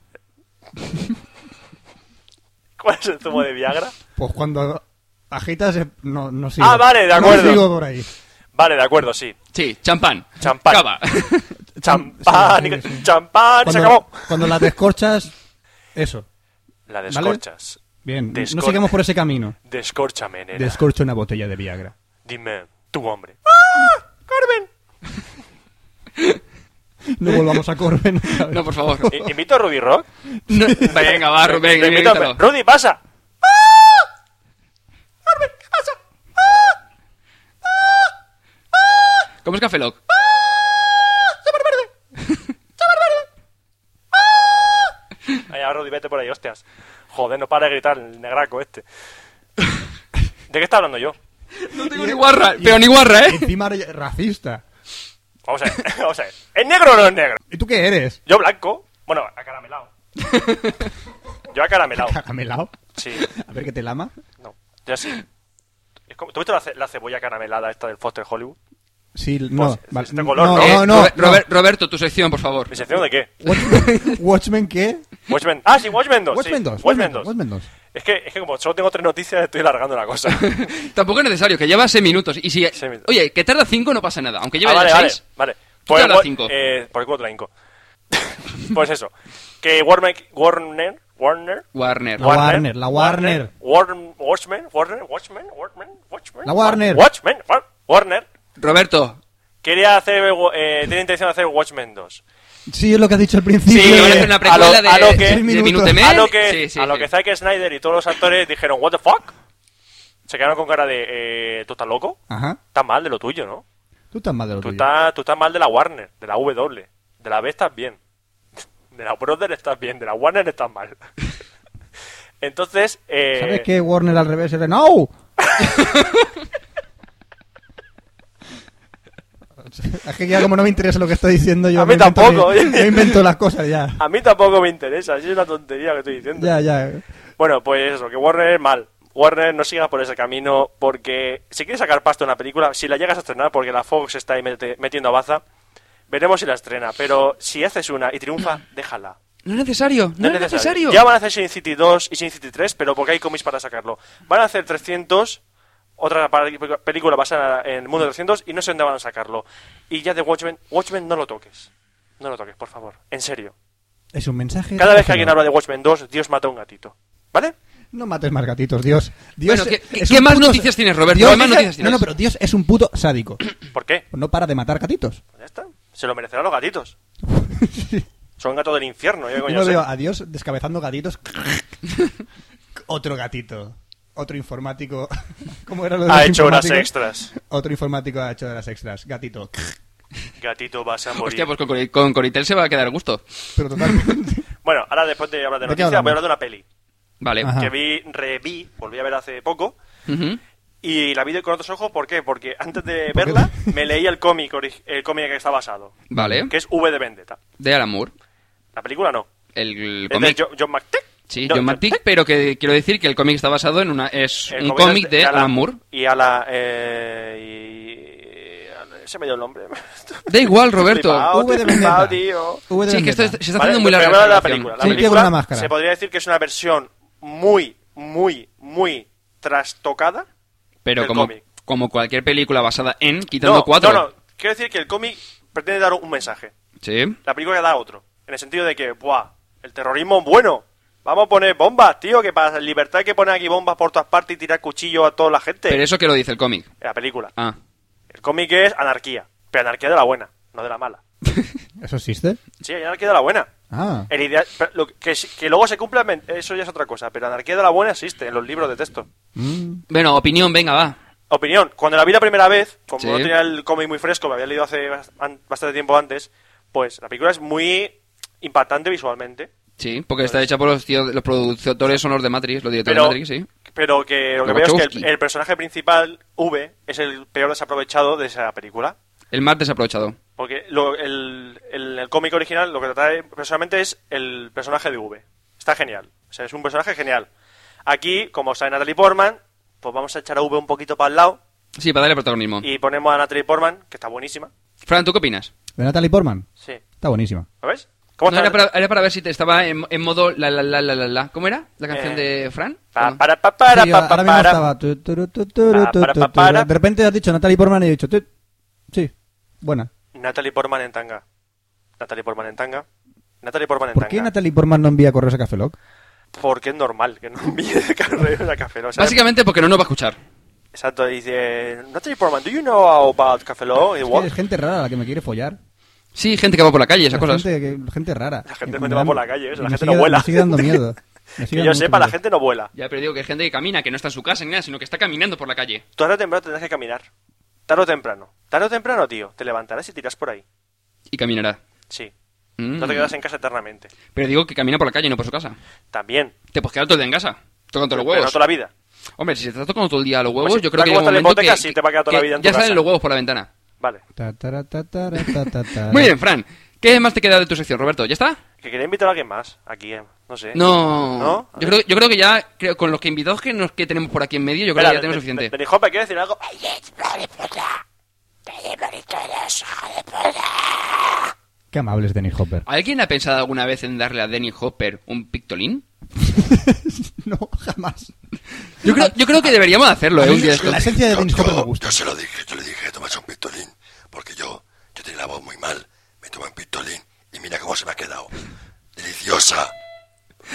S5: ¿Cuál es el zumo de Viagra?
S10: Pues cuando agitas, eh, no, no sigo.
S5: Ah, vale, de
S10: No
S5: acuerdo.
S10: sigo por ahí.
S5: Vale, de acuerdo, sí.
S1: Sí, champán.
S5: Champán.
S1: Cava. [LAUGHS]
S5: Champán,
S10: sí, sí.
S5: y- champán, Ah, se
S10: Cuando,
S5: acabó.
S10: cuando la descorchas, eso.
S5: La descorchas.
S10: Bien,
S5: Descor-
S10: no sigamos por ese camino.
S5: Descórchame, nena.
S10: Descorcho una botella de Viagra.
S5: Dime,
S10: [LAUGHS]
S5: tu hombre. ¡Ah! ¡Carmen!
S10: No volvamos a Corben. otra vez.
S1: No, por favor.
S5: I- ¿Invito a Rudy Rock?
S1: No, [LAUGHS] venga, va, Rubén,
S5: Le
S1: venga,
S5: invito a-
S1: invítalo.
S5: Rudy, pasa.
S1: ¿Cómo es Café Lock?
S5: Allá, Rudy, vete por ahí, hostias. Joder, no para de gritar el
S1: [LAUGHS]
S5: negraco este. ¿De qué está hablando yo?
S1: No tengo ni guarra, pero ni guarra, ¿eh?
S10: [LAUGHS] Encima eres racista.
S5: Vamos a ver, [LAUGHS] vamos a ver. ¿Es negro o no es negro?
S10: ¿Y tú qué eres?
S5: Yo blanco. Bueno,
S1: [LAUGHS]
S5: acaramelado. Yo acaramelado.
S10: Caramelado.
S1: [LAUGHS]
S5: Sí,
S10: A ver qué te lama.
S5: no. Ya sí. Es como- ¿Tú has visto la, ce- la cebolla caramelada esta del Foster Hollywood?
S10: Sí, no.
S5: es
S10: vale,
S5: este color,
S10: no,
S5: ¿no?
S10: no, no,
S1: Eh, Robert- Robert- Roberto, tu sección, por favor. [LAUGHS]
S5: ¿Mi sección de qué?
S10: Watchmen, Watchmen qué?
S5: Watchmen. Ah, sí, Watchmen 2. sí.
S10: Watchmen 2.
S5: Watchmen
S10: Watchmen 2.
S5: 2.
S10: Watchmen 2.
S5: Es que, es que como solo tengo tres noticias, estoy alargando la cosa.
S1: Tampoco es necesario, que lleva 6 minutos. Y si.
S5: Seis minutos.
S1: Oye, que tarda 5 no pasa nada, aunque lleve
S5: Ah, vale,
S1: ya
S5: vale,
S1: 6.
S5: vale.
S1: Quita la
S5: Wa-
S1: cinco.
S5: eh, por el culo te la hinco. [LAUGHS] pues eso. Que Warner... Warner... Warner...
S1: Warner.
S10: La Warner, la Warner.
S5: Warner, Watchmen, Warner, Watchmen, Watchmen, Watchmen.
S10: La Warner.
S5: Watchmen, Wa- Warner.
S1: Roberto.
S5: Quería hacer, eh, tiene intención de hacer Watchmen 2.
S10: Sí, es lo que has dicho al
S1: Sí, van
S10: principio.
S1: a
S10: eh.
S1: hacer una
S5: a lo-
S1: precuela
S5: a lo
S1: de,
S5: que-
S1: de
S5: Seis
S10: minutos.
S1: Minutemen.
S5: a lo que,
S1: Sí, sí,
S5: a lo
S1: sí.
S5: que Zack Snyder y todos los actores dijeron, what the fuck? Se quedaron con cara de, eh, ¿tú estás loco?
S10: Ajá.
S5: Estás mal de lo tuyo, ¿no?
S10: Tú estás mal de lo
S5: Tú
S10: tuyo.
S5: estás, tú estás mal de la Warner, de la W. De la B estás bien. De la Brother estás bien, de la Warner estás mal. [LAUGHS] Entonces, eh,
S10: ¿Sabes qué? Warner al revés era... ¡No! [LAUGHS] es que ya como no me interesa lo que está diciendo
S5: [LAUGHS]
S10: yo...
S5: A
S10: me
S5: mí
S10: invento
S5: tampoco,
S10: mi-
S5: oye.
S10: Yo invento las cosas ya.
S5: [LAUGHS] a mí tampoco me interesa, si es una tontería que estoy diciendo.
S10: Ya, ya.
S5: Bueno, pues eso, que Warner es mal. Warner no sigas por ese camino porque si quieres sacar pasta a una película, si la llegas a estrenar, porque la Fox está ahí mete- metiendo a baza, veremos si la estrena. Pero si haces una y triunfa, déjala.
S1: No es necesario, no, es necesario.
S5: Ya van a hacer Sin City 2 y Sin City 3, pero porque hay cómics para sacarlo. Van a hacer 300, otra pa- película basada en el
S10: Mm.
S5: mundo de 300 y no sé dónde van a sacarlo. Y ya de Watchmen, Watchmen no lo toques. No lo toques, por favor. En serio.
S10: Es un mensaje...
S5: Cada vez que alguien
S10: relacionado.
S5: habla de Watchmen 2, Dios mata a un gatito. ¿Vale?
S10: No mates más gatitos, Dios. Dios
S1: Bueno, ¿qué-
S10: es
S1: qué
S10: un
S1: más
S10: puto-
S1: noticias tienes, Roberto?
S10: Dios
S1: ¿Qué más
S10: es-
S1: noticias tienes?
S10: No, no, pero Dios es un puto sádico.
S5: ¿Por qué? Pues
S10: No para de matar gatitos.
S5: Ya está. Se lo merecerán
S10: [LAUGHS]
S5: los gatitos. Son gatos del infierno. Yo, qué
S10: Yo
S5: coño
S10: lo
S5: sé.
S10: veo a Dios descabezando gatitos. [LAUGHS] Otro gatito. Otro informático. [LAUGHS] ¿Cómo era lo de
S5: Ha
S10: los
S5: hecho horas
S10: informáticos?
S5: extras.
S10: Otro informático ha hecho horas extras. Gatito.
S5: Gatito vas a morir.
S1: Hostia, pues con, Cori- con Coritel se va a quedar gusto.
S10: Pero totalmente.
S6: pues-
S5: Bueno, ahora después de hablar de
S10: ¿De qué
S5: noticias, voy a
S10: hablamos? Ah.
S5: hablar de una peli.
S1: Vale.
S10: Ajá.
S5: Que vi, reví, volví a ver hace poco.
S1: Ujú.
S5: Y la vi con otros ojos, ¿por qué? Porque antes de verla me leí el cómic, ori- el cómic en el que está basado,
S1: Vale.
S5: que es V de Vendetta.
S1: De Alan Moore.
S5: La película no.
S1: El
S5: Es de
S1: cómic.
S5: Jo- John McTick.
S1: Sí, John McTeague, pero que quiero decir que el cómic está basado en una. Es
S5: El
S1: un cómic
S5: es
S1: de Alan Moore.
S5: Y a la... Eh, y- se me dio el nombre.
S1: [LAUGHS] Da igual, Roberto.
S5: Flipao,
S10: V de
S5: estoy
S10: Vendetta.
S5: flipao, tío.
S10: V
S1: [LAUGHS]
S10: de
S1: Sí, que esto
S10: Vendetta.
S1: es- se está
S5: Vale,
S1: haciendo muy
S5: pero
S1: larga.
S5: primero la
S1: relación.
S5: película.
S10: Sí,
S5: La
S10: tío,
S5: película
S10: con una máscara.
S5: se podría decir que es una versión muy, muy, muy trastocada.
S1: Pero
S5: del
S1: como,
S5: cómic.
S1: como cualquier película basada en, quitando
S5: No,
S1: cuatro.
S5: no, no. Quiero decir que el cómic pretende dar un mensaje.
S1: Sí.
S5: La película da otro. En el sentido de que, ¡buah! El terrorismo es bueno. Vamos a poner bombas, tío, que para libertad hay que poner aquí bombas por todas partes y tirar cuchillos a toda la gente.
S1: Pero eso que lo dice el cómic.
S5: En la película.
S1: Ah.
S5: El cómic es anarquía. Pero anarquía de la buena, no de la mala.
S6: ¿Eso existe?
S5: Sí, hay anarquía de la buena.
S6: Ah.
S5: El idea- pero lo que, que, que luego se cumpla, men- eso ya es otra cosa, pero la anarquía de la buena existe en los libros de texto.
S1: Bueno, opinión, venga, va.
S5: Opinión, cuando la vi la primera vez, como
S1: Sí.
S5: no tenía el cómic muy fresco, me había leído hace bas- an- bastante tiempo antes, pues la película es muy impactante visualmente,
S1: Sí, porque está hecha por los tíos, los productores son los de Matrix, los directores
S5: Pues- pero,
S1: de Matrix, sí.
S5: pero que lo que veo es que el,
S1: Wachowski.
S5: el personaje principal, V, es el peor desaprovechado de esa película.
S1: El más desaprovechado.
S5: Porque lo- el, el, el cómic original lo que trata de- personalmente es el personaje de V. Está genial. O sea, es un personaje genial. Aquí, como sale Natalie Portman, pues vamos a echar a V un poquito para el lado
S1: Sí, para darle protagonismo.
S5: y ponemos a Natalie Portman, que está buenísima.
S1: Fran, ¿tú qué opinas?
S6: ¿De Natalie Portman?
S5: Sí.
S6: Está buenísima.
S5: ¿Lo ves? ¿Cómo
S1: No,
S5: está?
S1: era, para, era para ver si te estaba en, en modo la la la la la la. ¿Cómo era? ¿La canción
S5: Eh,
S1: de Fran? ¿O
S5: Pa-
S1: no?
S5: para, pa- para,
S6: Sí,
S5: pa-
S6: ahora
S5: pa-
S6: mismo
S5: para.
S6: estaba tu, tu, tu, tu, tu,
S5: Pa,
S6: tu,
S5: para,
S6: tu,
S5: pa,
S6: tu.
S5: para.
S6: De repente has dicho Natalie Portman y he dicho... tu. Sí, buena.
S5: Natalie Portman en tanga. Natalie Portman en tanga. Natalie Portman en
S6: ¿Por
S5: tanga.
S6: qué Natalie Portman no envía correos a Café Lock?
S5: Porque es normal que no [LAUGHS] envíe de correos a café. Lock. O sea,
S1: Básicamente porque no nos va a escuchar.
S5: Exacto, dice Natalie Portman, ¿do you know about Café Lock? Y,
S6: Es,
S5: "What?"
S6: que es gente rara la que me quiere follar.
S1: Sí, gente que va por la calle, esas
S6: La
S1: cosas.
S6: Gente, que- gente rara.
S5: La gente
S6: Me-
S5: cuando
S6: me
S5: va
S6: dan-
S5: por la calle, eso, la
S6: y me
S5: gente
S6: sigue-
S5: no vuela.
S6: Me
S5: [LAUGHS]
S6: sigue dando miedo. Me sigue
S5: Que yo
S6: dando
S5: sepa,
S6: mucho
S5: la
S6: miedo.
S5: gente no vuela.
S1: Ya, pero digo que hay gente que camina, que no está en su casa ni nada, sino que está caminando por la calle.
S5: Tarde o temprano tendrás que caminar. Tarde o temprano. Tarde o temprano, tío. Te levantarás y tirás por ahí.
S1: Y caminará.
S5: Sí.
S1: Mm.
S5: No te quedas en casa eternamente.
S1: Pero digo que camina por la calle, no por su casa.
S5: También.
S1: Te puedes quedar todo el día en casa. Tocando los
S5: Pero no
S1: huevos.
S5: toda la vida.
S1: Hombre, si se está tocando todo el día los huevos,
S5: Pues si
S1: yo
S5: te
S1: creo que
S5: da
S1: hay un
S5: como
S1: momento
S5: telepoteca,
S1: que,
S5: sí, te va a quedar toda
S1: que
S5: la vida en
S1: ya
S5: tu
S1: salen
S5: casa.
S1: los huevos por la ventana.
S5: Vale.
S6: Ta, tara, ta, tara, ta, ta, tara.
S1: Muy bien, Fran. ¿Qué más te queda de tu sección, Roberto? ¿Ya está?
S5: Que quería invitar a alguien más. Aquí, eh. No sé.
S1: No.
S5: ¿No?
S1: Yo, creo, yo creo que ya, creo, con los que invitados que, nos, que tenemos por aquí en medio, yo creo que ya tenemos suficiente.
S5: Benny Hopper, ¿quieres decir algo?
S6: Qué amable es Dennis
S5: [LAUGHS]
S6: Hopper.
S1: ¿Alguien ha pensado alguna vez en darle a Denny Hopper un pictolín?
S6: no, jamás.
S1: Yo creo, yo creo que deberíamos hacerlo, ¿eh? Un día de estos.
S6: La esencia de Dennis Hopper me gusta.
S2: Yo se lo dije, yo le dije, tomas un pistolín, porque yo, yo tenía la voz muy mal, me tomé un pistolín y mira cómo se me ha quedado. Deliciosa.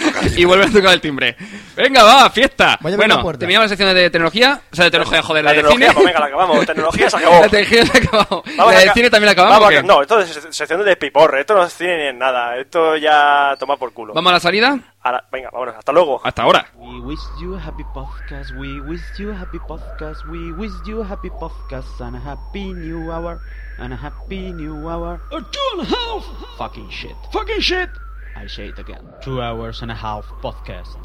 S2: Toca
S1: Y vuelve a tocar el timbre. Venga, va, fiesta.
S6: Voy a abrir la
S1: bueno,
S6: puerta.
S1: terminamos la sección de tecnología. O sea, de tecnología, joder, la,
S5: La
S1: de
S5: tecnología,
S1: cine.
S5: pues venga, la acabamos. Tecnología se
S1: [LAUGHS]
S5: acabó.
S1: La tecnología se ha acabado.
S5: Vamos
S1: La
S5: a
S1: de
S5: ca-
S1: cine también la acabamos.
S5: Vamos a
S1: ¿o
S5: ca-
S1: qué?
S5: No, esto es se- sección de piporre. Esto no es cine ni es nada. Esto ya toma por culo.
S1: Vamos a la salida.
S5: A la- Venga, vámonos. Hasta luego.
S1: Hasta ahora.
S11: We wish you a happy podcast, we wish you a happy podcast, we wish you a happy podcast, and a happy new hour, and a happy new hour. A two and a half! Fucking shit. Fucking shit! I say it again. Two hours and a half podcast.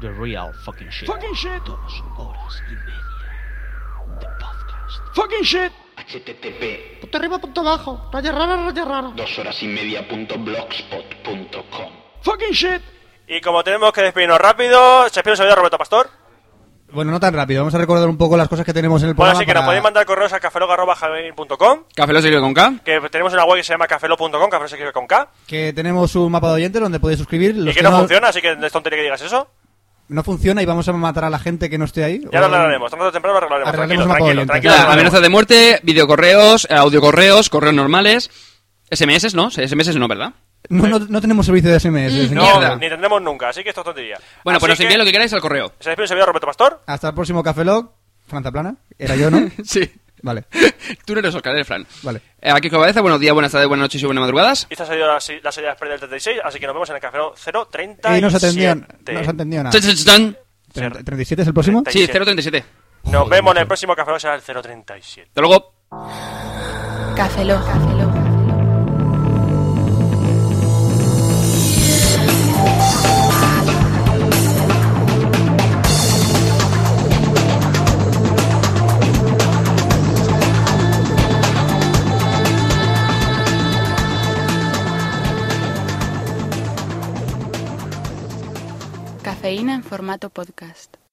S11: The real fucking shit. Fucking shit! Dos horas y media. The podcast. Fucking shit!
S12: http
S13: Punto arriba, punto abajo. Raya rara, raya rara.
S12: dos horas y media punto blogspot.com
S11: Fucking shit!
S5: Y como tenemos que despedirnos rápido, se despide un servidor, Roberto Pastor.
S6: Pues Bueno, no tan rápido. Vamos a recordar un poco las cosas que tenemos en el
S5: Bueno,
S6: programa.
S5: así que
S6: para-
S5: nos podéis mandar correos a cafelog.com,
S1: Café lo seguido con K.
S5: que tenemos una web que se llama cafelo.com, café se escribe con K,
S6: Que tenemos un mapa de oyentes donde podéis suscribir.
S5: y
S6: Los
S5: que no, funciona, así que es tontería que digas eso.
S6: No funciona y vamos a matar a la gente que no esté ahí.
S5: Ya
S6: O-
S5: lo arreglaremos, tanto temprano lo arreglaremos,
S6: Arreglaremos
S5: tranquilo,
S6: un
S5: tranquilo,
S6: apoyo,
S1: Nada,
S5: tranquilo.
S1: amenazas de muerte, videocorreos, eh, audiocorreos, correos normales. SMS, ¿no? SMS no, ¿verdad?
S6: No, no, no tenemos servicio de SMS.
S1: Mm,
S6: señor.
S5: No,
S1: mierda.
S5: ni tendremos nunca, así que esto es tontería.
S1: Bueno, pues
S5: Así
S1: nos enviáis
S5: que
S1: lo que queráis al correo.
S5: Se despide un servidor, Roberto Pastor.
S6: Hasta el próximo Café Log. Franza Plana. Era
S5: [LAUGHS]
S6: yo, ¿no?
S1: [LAUGHS] Sí. [LAUGHS]
S6: vale.
S1: Tú no eres Oscar, eres Fran.
S6: Vale.
S1: Eh, Aquí Kiko Baeza, buenos días, buenas tardes, buenas noches y buenas madrugadas.
S5: Y esta ha sido la, se- la serie de Express del 36, así que nos vemos en el café
S6: Y nos atendían.
S5: 037.
S6: Nos atendían nada.
S1: Chan, chan, chan.
S6: Tre- ¿37 es el próximo?
S1: Sí,
S5: Treinta y-
S1: 037. Hasta
S5: Nos vemos en el próximo café Lock, será el 037.
S1: luego.
S4: Café Lock. Cafeína en formato podcast.